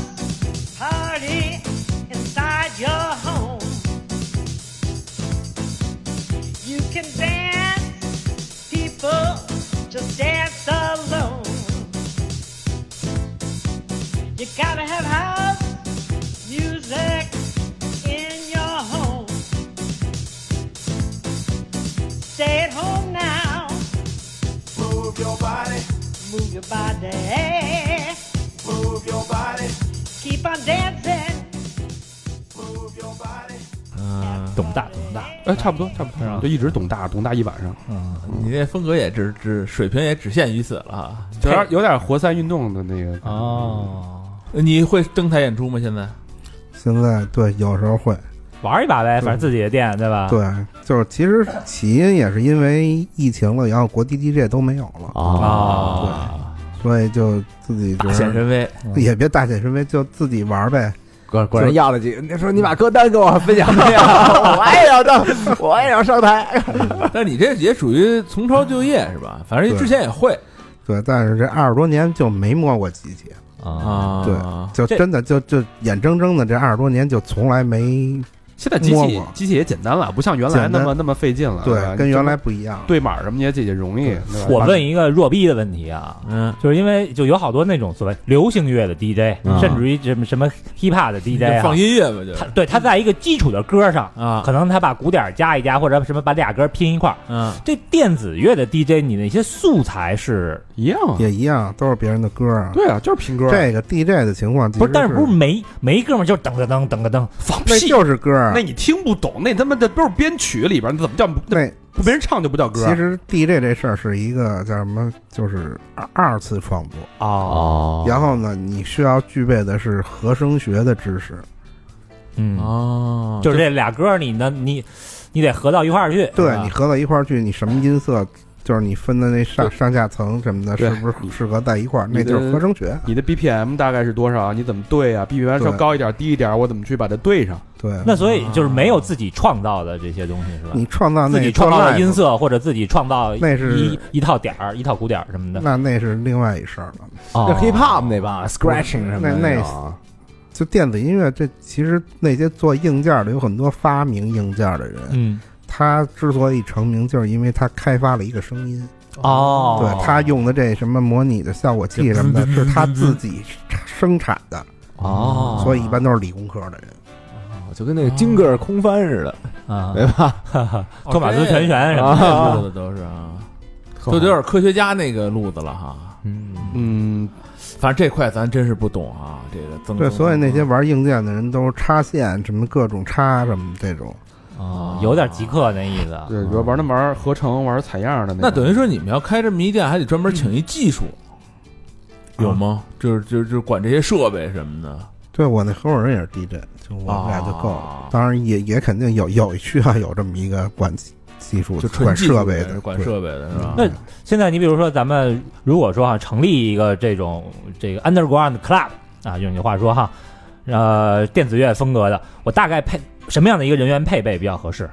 S9: party inside your home. You can dance, people, just dance alone. You gotta have house music in your home. Stay at home now. Move your body. Move your body. Move your body. Keep on dancing. Move your body.
S4: 嗯，
S2: 懂大懂大，
S3: 哎，差不多，差不
S2: 是吧
S3: 多，就一直懂大，懂大一晚上，
S2: 嗯，
S4: 你这风格也只只水平也只限于此了啊。
S3: 有点有点活塞运动的那个。
S2: 哦，
S4: 哎你会登台演出吗？现在
S6: 现在对，有时候会，
S2: 玩一把呗，反正自己的店对吧？
S6: 对，就是其实起因也是因为疫情了，然后国际 DJ 都没有了，
S2: 啊，
S6: 所以就自己觉
S4: 大显
S6: 得
S4: 神威，
S6: 也别大显神威，就自己玩呗。
S4: 嗯
S5: 果果然要了几个，你说你把歌单给我分享分享， 我也要当，我也要上台。
S4: 但你这也属于从超就业是吧？反正
S6: 对
S4: 之前也会
S6: 对，但是这二十多年就没摸过机器，
S4: 啊。
S6: 对就
S2: 这
S6: 真的就就眼睁睁的这二十多年就从来没
S3: 现在机器
S6: 摸摸
S3: 机器也简单了，不像原来那么那么费劲了，是吧
S6: 对，跟原来
S3: 啊你
S6: 不一样。
S3: 对码什么也也容易。对吧
S2: 我问一个弱逼的问题啊，
S4: 嗯，
S2: 就是因为就有好多那种所谓流行乐的 DJ，、
S5: 嗯
S2: 甚至于什么什么 hip hop 的
S4: 你
S2: DJ
S4: 就
S2: 啊，
S4: 放音乐吧，就
S2: 他对他在一个基础的歌上，
S4: 啊，
S2: 可能他把鼓点加一加，或者什么把俩歌拼一块儿。
S4: 嗯，
S2: 这电子乐的 DJ，你那些素材是
S3: 一样啊，
S6: 也一样，都是别人的歌啊。
S3: 对啊，就是拼歌啊。
S6: 这个 DJ 的情况其实，
S2: 不是？但是不是没没哥们儿就噔个噔噔个噔放
S6: 那
S2: 屁？
S6: 就是歌啊
S3: 那？你听不懂，那他妈的都是编曲里边，那怎么叫那
S6: 那
S3: 不没人唱就不叫歌啊？
S6: 其实 DJ 这事儿是一个叫什么，就是二二次创作。
S3: 啊，
S5: 哦
S6: 然后呢，你需要具备的是和声学的知识。
S2: 嗯，
S4: 哦，
S2: 就是这俩歌你呢你你得合到一块儿去。
S6: 对
S2: 是吧
S6: 你合到一块儿去，你什么音色，就是你分的那上上下层什么的，
S3: 对
S6: 是不
S2: 嗯
S6: 是适合在一块儿？
S3: 你的
S6: 那就是和声学。
S3: 你的 BPM 大概是多少啊？你怎么对啊？BPM 稍
S6: 对
S3: 高一点，低一点，我怎么去把它对上？
S6: 对，
S2: 那所以就是没有自己创造的这些东西是吧？
S6: 你创造那
S2: 自己创造的音
S6: 色，
S2: 色，或者自己创造一
S6: 那是
S2: 一一套点儿、一套鼓点儿什么的。
S6: 那那是另外一事儿了。
S5: 就 hip hop 那帮啊 scratching 什么的
S6: 哦那那
S5: 种啊
S6: 就电子音乐，这其实那些做硬件的有很多发明硬件的人，
S2: 嗯，
S6: 他之所以成名，就是因为他开发了一个声音。
S2: 哦，
S6: 对他用的这什么模拟的效果器什么的，是他自己生产的，
S2: 哦，
S6: 所以一般都是理工科的人。
S5: 就跟那个金戈尔空翻似的，
S6: 哦
S2: 啊，
S5: 对 吧？
S2: 哦托马斯全旋什么
S5: 啊
S4: 这路子都是啊，都有点科学家那个路子了哈。
S5: 嗯，
S3: 嗯，
S4: 反正这块咱真是不懂啊，这个增
S6: 对，
S4: 增
S6: 所以那些
S4: 增
S6: 玩硬件的人都是插线，什么各种插什么这种。
S2: 啊，有点极客那意思。
S3: 对，主要玩那玩合成、玩采样的
S4: 那
S3: 那
S4: 等于说你们要开这么一店，还得专门请一技术，
S6: 嗯
S4: 有
S6: 啊
S4: 吗？就是就是就是管这些设备什么的。
S6: 对我那合伙人也是 DJ，就我们俩就够
S4: 啊
S6: 了。当然也也肯定有有需要有这么一个管技术、
S4: 就纯
S6: 管
S4: 技术
S6: 设备
S4: 的，
S6: 的，
S4: 管
S6: 对
S4: 设备啊的是吧？
S2: 那现在你比如说，咱们如果说哈，成立一个这种这个 underground club 啊，用你话说哈，呃，电子乐风格的，我大概配什么样的一个人员配备比较合适？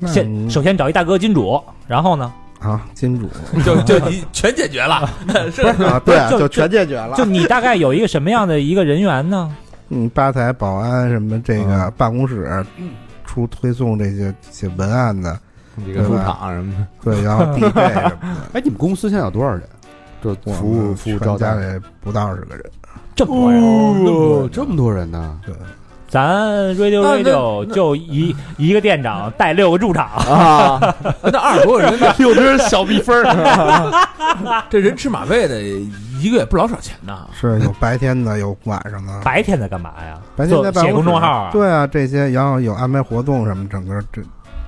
S6: 那
S2: 先首先找一大哥金主，然后呢，
S6: 嗯啊，金主
S4: 就就你全解决了，是
S6: 啊，对啊，
S2: 就
S6: 就全解决了
S2: 就。你大概有一个什么样的一个人员呢？
S6: 嗯，吧台、保安什么这个办公室，
S2: 嗯
S6: 出推送这些写文案的，
S5: 这个
S6: 对
S5: 出
S6: 吧
S5: 场什么的，
S6: 对，然后 DJ 什么的。
S3: 哎，你们公司现在有多少人？就是
S6: 我
S3: 服务
S6: 们
S3: 服务
S6: 全
S3: 招
S6: 家
S3: 待。
S6: 里不到二十个人，
S2: 这么多人，
S3: 哦，这么多人呢？
S6: 对，
S2: 咱 radio
S4: 那那
S2: radio 就一一个店长带六个驻场，
S4: 那二十多个人，
S3: 有的人小蜜蜂 儿，
S4: 这人吃马喂的，一个也不老少钱呐。
S6: 是有白天的，有晚上的，
S2: 白天在干嘛呀？
S6: 白天在
S2: 做
S6: 办
S2: 写
S6: 公
S2: 公
S6: 室
S2: 众号啊？
S6: 对啊，这些，然后有安排活动什么，整个这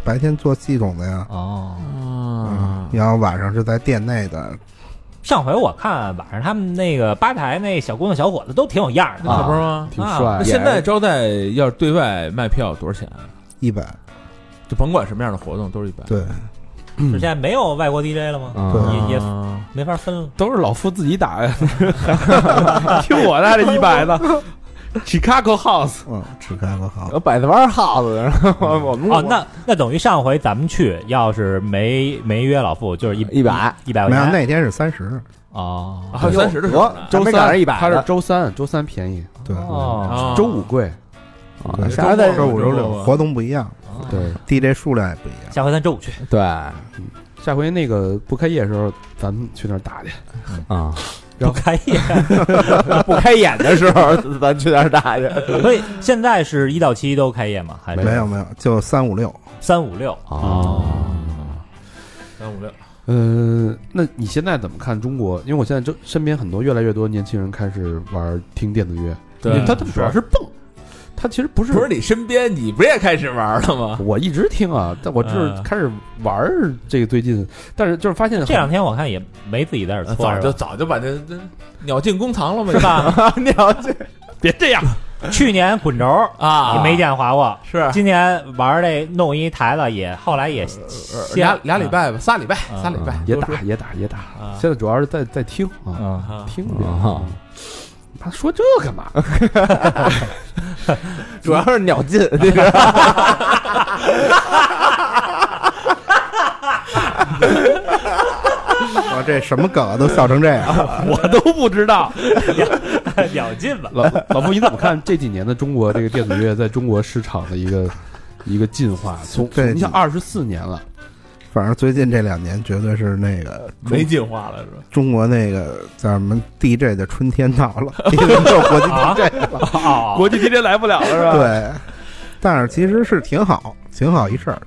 S6: 白天做系统的呀，
S2: 哦，
S4: 啊
S6: 嗯，，然后晚上是在店内的，
S2: 上回我看晚上他们那个吧台那小姑娘小伙子都挺有样儿的，
S4: 那可不是吗？
S3: 挺
S2: 啊
S4: 那
S3: 帅。
S4: 现在招待要是对外卖票多少钱啊？
S6: 一百，
S4: 就甭管什么样的活动，都是一百。
S6: 对，嗯
S2: 是现在没有外国 DJ 了吗？
S5: 嗯，
S2: 也也
S4: 啊
S2: 没法分了。
S3: 都是老夫自己打呀，听我的这一百 的 Chicago House，
S6: 嗯，只干个好，
S5: 有摆子玩耗子的，然后
S4: 嗯
S5: 我们
S2: 哦，那那等于上回咱们去，要是没没约老傅，就是一
S5: 一百
S2: 一百
S6: 没有
S2: 块钱
S6: 那天是三十，
S2: 哦
S4: 还啊有三十的时候呢
S5: 周
S3: 周
S5: 没赶上
S3: 三
S5: 一百
S3: 他是
S5: 的，
S3: 周三，周三便宜，
S6: 对，
S2: 哦，
S4: 啊
S3: 周五贵。
S5: 啊
S6: 对
S5: 下回再
S6: 周五、周
S4: 周六
S6: 六
S4: 啊
S6: 活动不一样
S3: 对，
S6: ，DJ 数量也不一样。
S2: 下回咱周五去。
S5: 对
S3: 下回那个不开业的时候，咱们去那儿打去。
S5: 啊，
S2: 不开业，
S5: 不开眼的时候咱去那儿打去
S2: 所以现在是一到七都开业吗？还是
S6: 没有没有，就三 五六，
S2: 三五六？
S3: 哦
S5: 啊，
S4: 三五六，
S3: 呃，那你现在怎么看中国？因为我现在周身边很多越来越多年轻人开始玩听电子乐，因
S4: 对
S3: 为他他主要是蹦，它其实不是
S4: 不是你身边，你不也开始玩了吗？
S3: 我一直听啊，但我就是
S2: 嗯
S3: 开始玩儿这个最近，但是就是发现
S2: 这两天我看也没自己在这儿搓
S4: 早
S2: 着
S4: 就
S2: 吧，
S4: 早就把这这鸟进弓藏了嘛，
S2: 是吧？
S5: 了解，
S3: 别这样，
S2: 去年滚轴
S4: 啊，
S2: 也没见划过，
S4: 是
S2: 今年玩这弄一台子也后来也
S4: 俩俩礼拜吧，仨礼拜，仨礼拜
S3: 哎也打也打也打。
S2: 啊
S3: 现在主要是在在听啊，
S5: 嗯，
S2: 啊
S3: 听这个
S5: 啊。
S3: 他说这干嘛？
S5: 主要是鸟尽，这个
S6: 我这什么梗啊都笑成这 样，
S3: 我都不知道。
S2: 秒进吧。
S3: 老老傅，你怎么看这几年的中国这个电子乐在中国市场的一个 一个进化？从
S6: 对
S3: 从你想二十四年了，
S6: 反正最近这两年绝对是那个
S4: 没进化了是吧？
S6: 中国那个叫什么 DJ 的春天到 了，因为没有国际
S4: 啊
S6: DJ 了。
S2: 哦，
S3: 国际 DJ 来不了了是吧？
S6: 对，但是其实是挺好，挺好一事儿，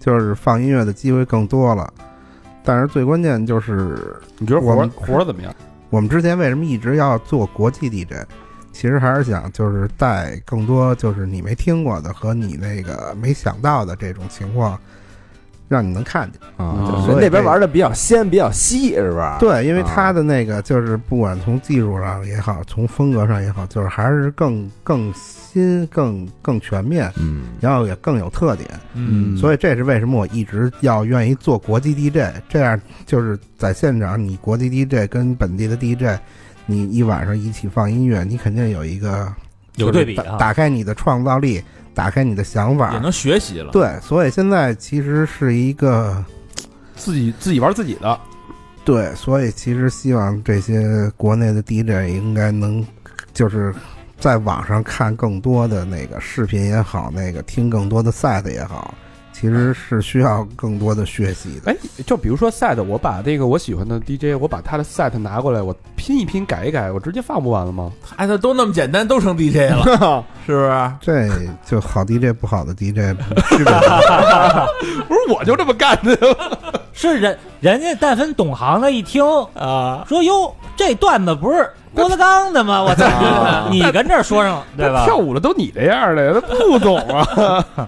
S6: 就是放音乐的机会更多了。但是最关键就是，
S3: 你觉得
S6: 我
S3: 活
S6: 们
S3: 活儿怎么样？
S6: 我们之前为什么一直要做国际 DJ，其实还是想就是带更多就是你没听过的和你那个没想到的这种情况，让你能看见。
S5: 啊，
S6: 所以
S5: 那
S6: 这
S5: 边玩的比较仙，比较稀，是吧？
S6: 对，因为
S5: 啊
S6: 他的那个就是不管从技术上也好，从风格上也好，就是还是更更新、更更全面，
S5: 嗯，
S6: 然后也更有特点。
S4: 嗯
S6: 所以这是为什么我一直要愿意做国际 DJ，这样就是在现场，你国际 DJ 跟本地的 DJ，你一晚上一起放音乐，你肯定有一个
S2: 有
S6: 就是
S2: 对比
S6: 打
S2: 啊
S6: 打开你的创造力，打开你的想
S4: 也
S6: 法。
S4: 能学习了。
S6: 对，所以现在其实是一个
S3: 自己自己玩自己的，
S6: 对，所以其实希望这些国内的 DJ 应该能，就是在网上看更多的那个视频也好，那个听更多的赛的也好，其实是需要更多的学习的。
S3: 哎，就比如说 set，我把这个我喜欢的 DJ，我把他的 set 拿过来，我拼一拼，改一改，我直接放不完了吗？
S4: 哎，他都那么简单，都成 DJ 了， 是不是？
S6: 这就好 DJ 不好的 DJ 区别大，
S3: 不是，我就这么干的。
S2: 是人人家但凡懂行的一听啊，说哟，这段子不是郭德纲的吗？我操， 你跟这儿说 上了对吧？
S3: 啊跳舞了都你这样的，他不懂啊。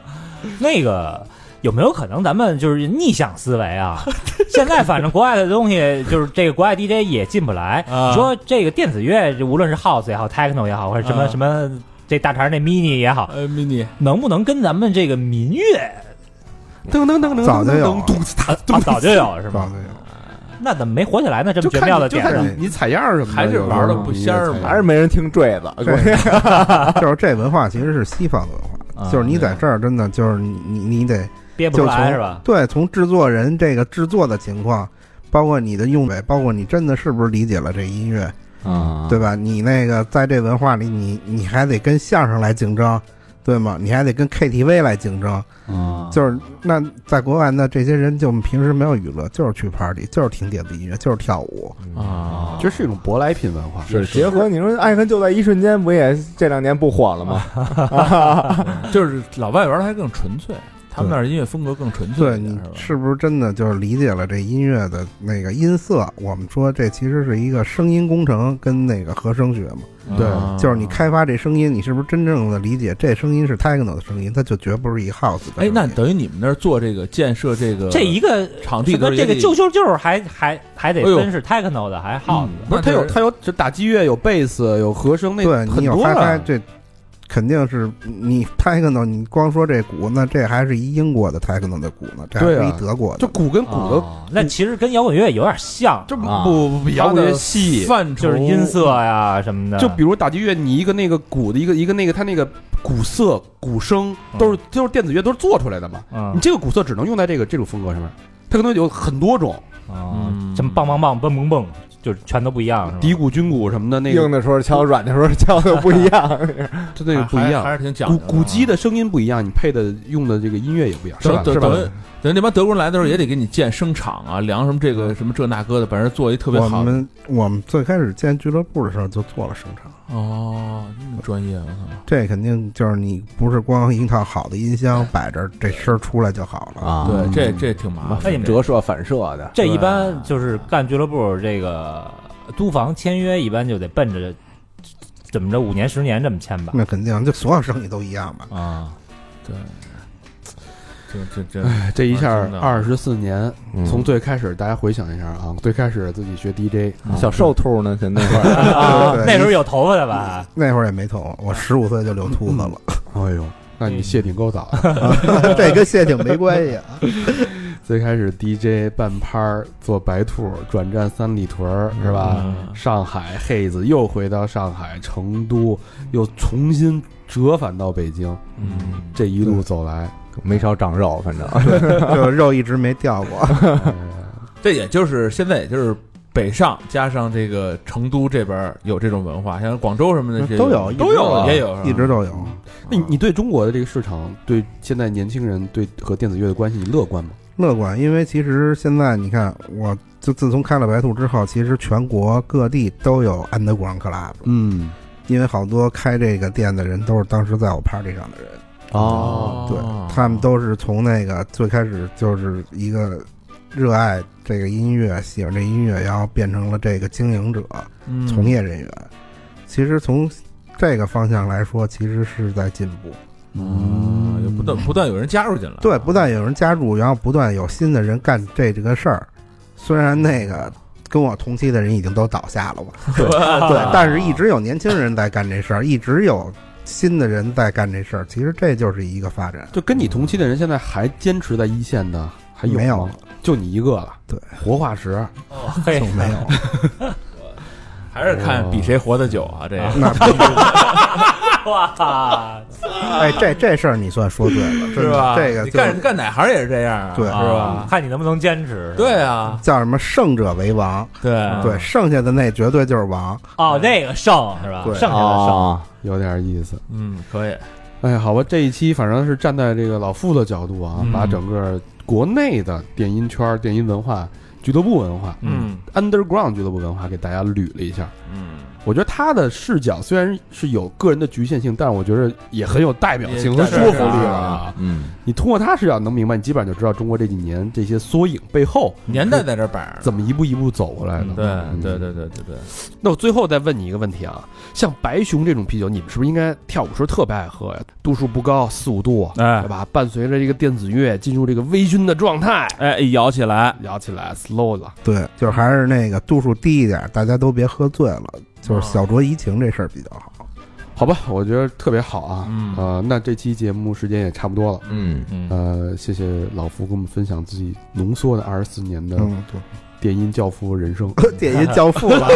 S2: 那个有没有可能咱们就是逆向思维 啊？现在反正国外的东西就是这个国外 DJ 也进不来。
S4: 啊
S2: 你说这个电子乐，无论是 house 也好，techno 也好，或者什么、
S4: 啊
S2: 什么这大肠那 mini 也好，
S4: 呃，mini
S2: 能不能跟咱们这个 民乐
S3: 噔噔噔噔，
S6: 早就有了
S3: 咚呲哒
S2: 啊早就有 是
S6: 早
S2: 吗
S6: 就？有。
S2: 那怎么没火起来呢？这么
S3: 就
S2: 绝
S3: 看
S2: 妙的
S3: 你就
S2: 点啊
S3: 看
S2: 呢？
S3: 你你采样什么的，
S4: 还是玩的不仙儿嘛
S3: 有时候
S5: 还是没人听坠子，
S6: 对，就是这文化其实是西方的文
S3: 啊
S6: 化，就是你在这儿真的就是你你你得
S2: 憋不出
S6: 就
S2: 来
S6: 从
S2: 是
S5: 啊
S2: 吧？
S6: 对从制作人这个制作的情况，包括你的用呗，包括你真的是不是理解了这音乐，
S5: 啊，
S6: 对吧？你那个在这文化里，你你还得跟相声来竞争，对吗？你还得跟 KTV 来竞争，
S5: 啊，
S6: 就是那在国外那这些人就平时没有娱乐，就是去 party，就是听电子音乐，就是跳舞，
S4: 啊，
S3: 这是一种舶来品文化。
S5: 是结合你说《爱恨就在一瞬间》，不也这两年不火了吗？啊
S4: 就是老外玩的还更纯粹，他们那儿音乐风格更纯粹
S6: 对
S4: 一点，
S6: 你
S4: 是吧？
S6: 是不是真的就是理解了这音乐的那个音色？我们说这其实是一个声音工程跟那个和声学嘛，
S3: 对
S4: 啊
S6: 就是你。开发这声音，你是不是真正的理解这声音是 techno 的声音？它就绝不是一 house 的声
S4: 哎
S6: 音。，
S4: 那等于你们那儿做这个建设这个
S2: 这一个
S4: 场地
S2: 什
S4: 都
S2: 么
S4: 是
S2: 这个
S4: 也得
S2: 旧旧旧还还还得
S4: 哎呦
S2: 分是 techno 的还是 house 的。
S3: 不是，
S4: 那
S3: 它
S4: 就
S3: 有
S4: 是
S3: 它有这打击乐，有贝斯，有和声，那
S6: 对
S3: 很
S6: 你有
S3: 多啊
S6: hi-fi，
S3: 了。
S6: 这肯定是你 techno，你光说这鼓，那这还是一英国的 techno 的鼓呢，这还
S3: 对啊
S6: 是一德国
S3: 就
S6: 的。
S3: 鼓
S4: 啊
S3: 跟鼓的，
S2: 哦那其实跟摇滚乐有点
S4: 嗯
S2: 像，
S3: 这
S5: 啊
S3: 不不比摇滚乐细。
S4: 范畴
S2: 就是音色呀什么的。
S3: 就比如打击乐，你一个那个鼓的一个一个那个它那个鼓色、鼓声都是就是电子乐都是做出来的嘛。
S2: 嗯
S3: 你，这个鼓色只能用在这个这种风格上面，它可能有很多种，
S2: 啊
S4: 嗯，
S2: 什么棒棒棒、蹦蹦蹦，就是全都不一样，
S3: 底
S2: 是吧？
S3: 鼓、军鼓什么的，那
S5: 硬
S3: 个
S5: 的时候敲，软的时候敲的不一样。
S3: 它那个不一
S4: 还还
S3: 样。
S4: 是挺讲
S3: 鼓
S4: 究
S3: 鼓机的声音不一样，你配的用的这个音乐也不一样，是吧
S4: 等？等
S3: 是吧？
S4: 等于等于那帮德国人来的时候也得给你建声场啊，量什么这个什么这那哥的，反正做一特别
S6: 我
S4: 好的
S6: 们我们最开始建俱乐部的时候就做了声场，
S4: 哦，那么专业，我操！
S6: 这肯定就是你不是光一套好的音箱摆这儿，这声儿出来就好了
S5: 啊
S4: 对，这这挺麻
S2: 那
S4: 烦
S2: 你们
S4: 的。
S5: 折射反射的，
S2: 这一般就是干俱乐部这个租房签约，一般就得奔着怎么着五年十年这么签吧。
S6: 那肯定，就所有生意都一样吧。
S4: 啊，对，这这这，
S3: 哎，这一下
S4: 啊真的
S3: 二十四年，
S5: 嗯
S3: 从最开始大家回想一下啊，最开始自己学 DJ，
S5: 嗯小瘦兔呢， 在那块儿
S2: 啊
S6: 对
S2: 那时候有头发的吧？
S6: 那会儿也没头，我十五岁就留秃子了，
S3: 哎呦，那你谢顶够早啊
S4: 嗯
S3: 的。
S6: 这跟谢顶没关系啊。
S3: 最开始 DJ 半拍儿，做白兔，转战三里屯儿，是吧？
S4: 嗯
S3: 上海黑子又回到上海、成都，又重新折返到北京，
S4: 嗯，
S3: 这一路走来，
S5: 没少长肉，反正
S6: 就肉一直没掉 过，
S4: 这也就是现在也就是北上加上这个成都这边儿有这种文化，像广州什么的这
S6: 都有，一直
S4: 都有也有，
S6: 一直都有。
S4: 嗯
S3: 那哎你你对中国的这个市场，对现在年轻人对和电子乐的关系，你乐观吗？
S6: 乐观，因为其实现在你看，我就自从开了白兔之后，其实全国各地都有 Underground Club，
S3: 嗯，
S6: 因为好多开这个店的人都是当时在我 party 上的人，
S3: 啊
S4: 哦，
S6: 对他们都是从那个最开始就是一个热爱这个音乐、喜欢这音乐，然后变成了这个经营者、
S4: 嗯
S6: 从业人员。其实从这个方向来说，其实是在进步。
S4: 啊，就不断不断有人加入进来，
S6: 对，不断有人加入，然后不断有新的人干这这个事儿。虽然那个跟我同期的人已经都倒下了吧，嗯 对，但是一直有年轻人在干这事儿，一直有新的人在干这事儿。其实这就是一个发展。
S3: 就跟你同期的人现在还坚持在一线的还有
S6: 没有
S3: 吗？就你一个了，
S6: 对，
S3: 活化石，
S2: 哦嘿，
S6: 没有，
S4: 还是看比谁活得久啊，这个
S6: 那
S2: 哇，
S6: 哎，这这事儿你算说对了，真
S4: 是
S6: 的
S4: 吧？
S6: 嗯这个
S4: 你
S6: 就
S4: 干干哪行也是这样啊，
S6: 对
S4: 是吧？
S2: 看你能不能坚持。
S4: 对啊，
S6: 叫什么“胜者为王
S4: 对”，
S6: 对，剩下的那绝对就是王。
S2: 哦，那个剩是吧？
S6: 对
S2: 剩下的
S4: 哦
S2: 剩。
S5: 啊，
S3: 有点意思。
S4: 嗯，可以，
S3: 哎，好吧，这一期反正是站在这个老傅的角度啊，
S4: 嗯
S3: 把整个国内的电音圈儿、电音文化、俱乐部文化、
S4: 嗯
S3: underground 俱乐部文化给大家捋了一下。
S4: 嗯，
S3: 我觉得他的视角虽然是有个人的局限性，但是我觉得也很有代表性和
S4: 也
S3: 说
S4: 是
S3: 服力
S4: 是
S3: 啊
S4: 啊。
S5: 嗯，
S3: 你通过他视角能明白，你基本上就知道中国这几年这些缩影背后
S4: 年代在这摆着呢，
S3: 怎么一步一步走过来的。
S4: 嗯
S3: 嗯
S4: 对对对对对对，
S3: 那我最后再问你一个问题啊，像白熊这种啤酒，你们是不是应该跳舞时候特别爱喝呀？度数不高，四五度，
S4: 哎
S3: 对吧？伴随着这个电子乐进入这个微醺的状态，
S4: 哎，一摇起 来，
S3: 摇起来 slow 了。
S6: 对，就是还是那个度数低一点，大家都别喝醉了，就是小酌怡情这事儿比较好。
S3: 好吧，我觉得特别好啊。
S4: 嗯
S3: 呃，那这期节目时间也差不多了。
S5: 嗯，
S4: 嗯，
S3: 呃，谢谢老夫跟我们分享自己浓缩的二十四年的
S6: 嗯，对。
S3: 电音教父人生。
S6: 电音教父 了，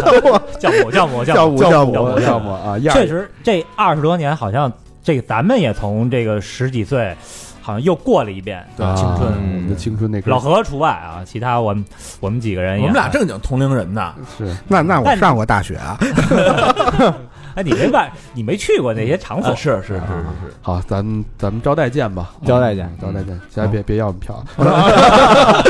S2: 教母，教母，
S6: 教
S2: 母，
S6: 母教
S2: 母，
S6: 母
S2: 母，
S3: 要么啊，样儿
S2: 嗯确实，这二十多年好像这个咱们也从这个十几岁，好像又过了一遍
S3: 啊
S2: 青春。
S3: 我们的青春那根
S2: 老何除外啊，其他我们我们几个人也，啊
S4: 我们俩正经同龄人呐，
S3: 是
S6: 那那我上过大学啊，
S2: 哎，你没办，你没去过那些场所，
S4: 啊是是是
S3: 好，咱们咱们招待见吧。
S5: 交代一下，
S3: 招待见，大家别别要我们票。啊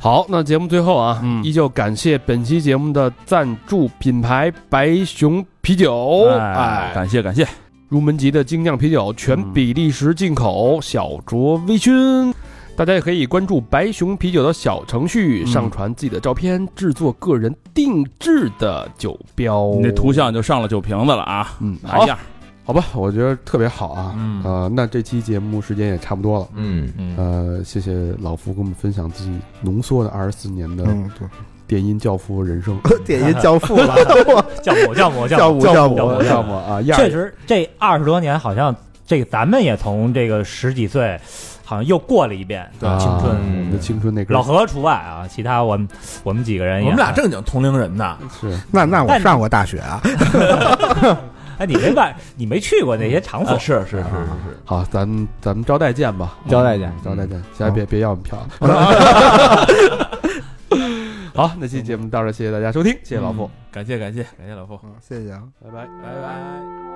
S3: 好，那节目最后啊，
S4: 嗯
S3: 依旧感谢本期节目的赞助品牌白熊啤酒，哎，
S4: 感谢感谢，
S3: 入门级的精酿啤酒，全比利时进口，小酌微醺。大家也可以关注白熊啤酒的小程序，
S4: 嗯
S3: 上传自己的照片，制作个人定制的酒标。
S4: 你这图像就上了酒瓶子了啊，
S3: 嗯，
S4: 拿
S3: 好，
S4: 样，
S3: 好吧，我觉得特别好啊。
S4: 嗯
S3: 呃，那这期节目时间也差不多了。
S5: 嗯，
S4: 嗯，
S3: 呃，谢谢老夫跟我们分享自己浓缩的二十四年的
S6: 嗯，对。
S3: 电音教父人生。
S6: 电音教 父了，我
S2: 教母，教母，
S6: 教
S2: 母，
S6: 母教
S2: 教
S6: 母
S2: 母，
S3: 要么啊，样儿
S2: 确实，这二十多年好像这个咱们也从这个十几岁，好像又过了一遍
S4: 对
S3: 啊
S2: 青春。
S3: 我们的青春那根
S2: 老何除外啊，其他我们我们几个人
S4: 我
S2: 也，
S4: 们俩正经同龄人呐，
S3: 是
S6: 那那我上过大学 啊，
S2: 哎，你没办，你没去过那些场所，
S4: 啊是是是
S3: 好，咱们咱们招待见吧，啊
S5: 交代一下，
S3: 招待见，大家别别要我们票。 好，那期节目到这儿，谢谢大家收听，谢谢老傅，
S4: 感谢感谢感谢老傅，
S6: 嗯谢谢啊。
S3: 拜拜。
S4: 拜拜。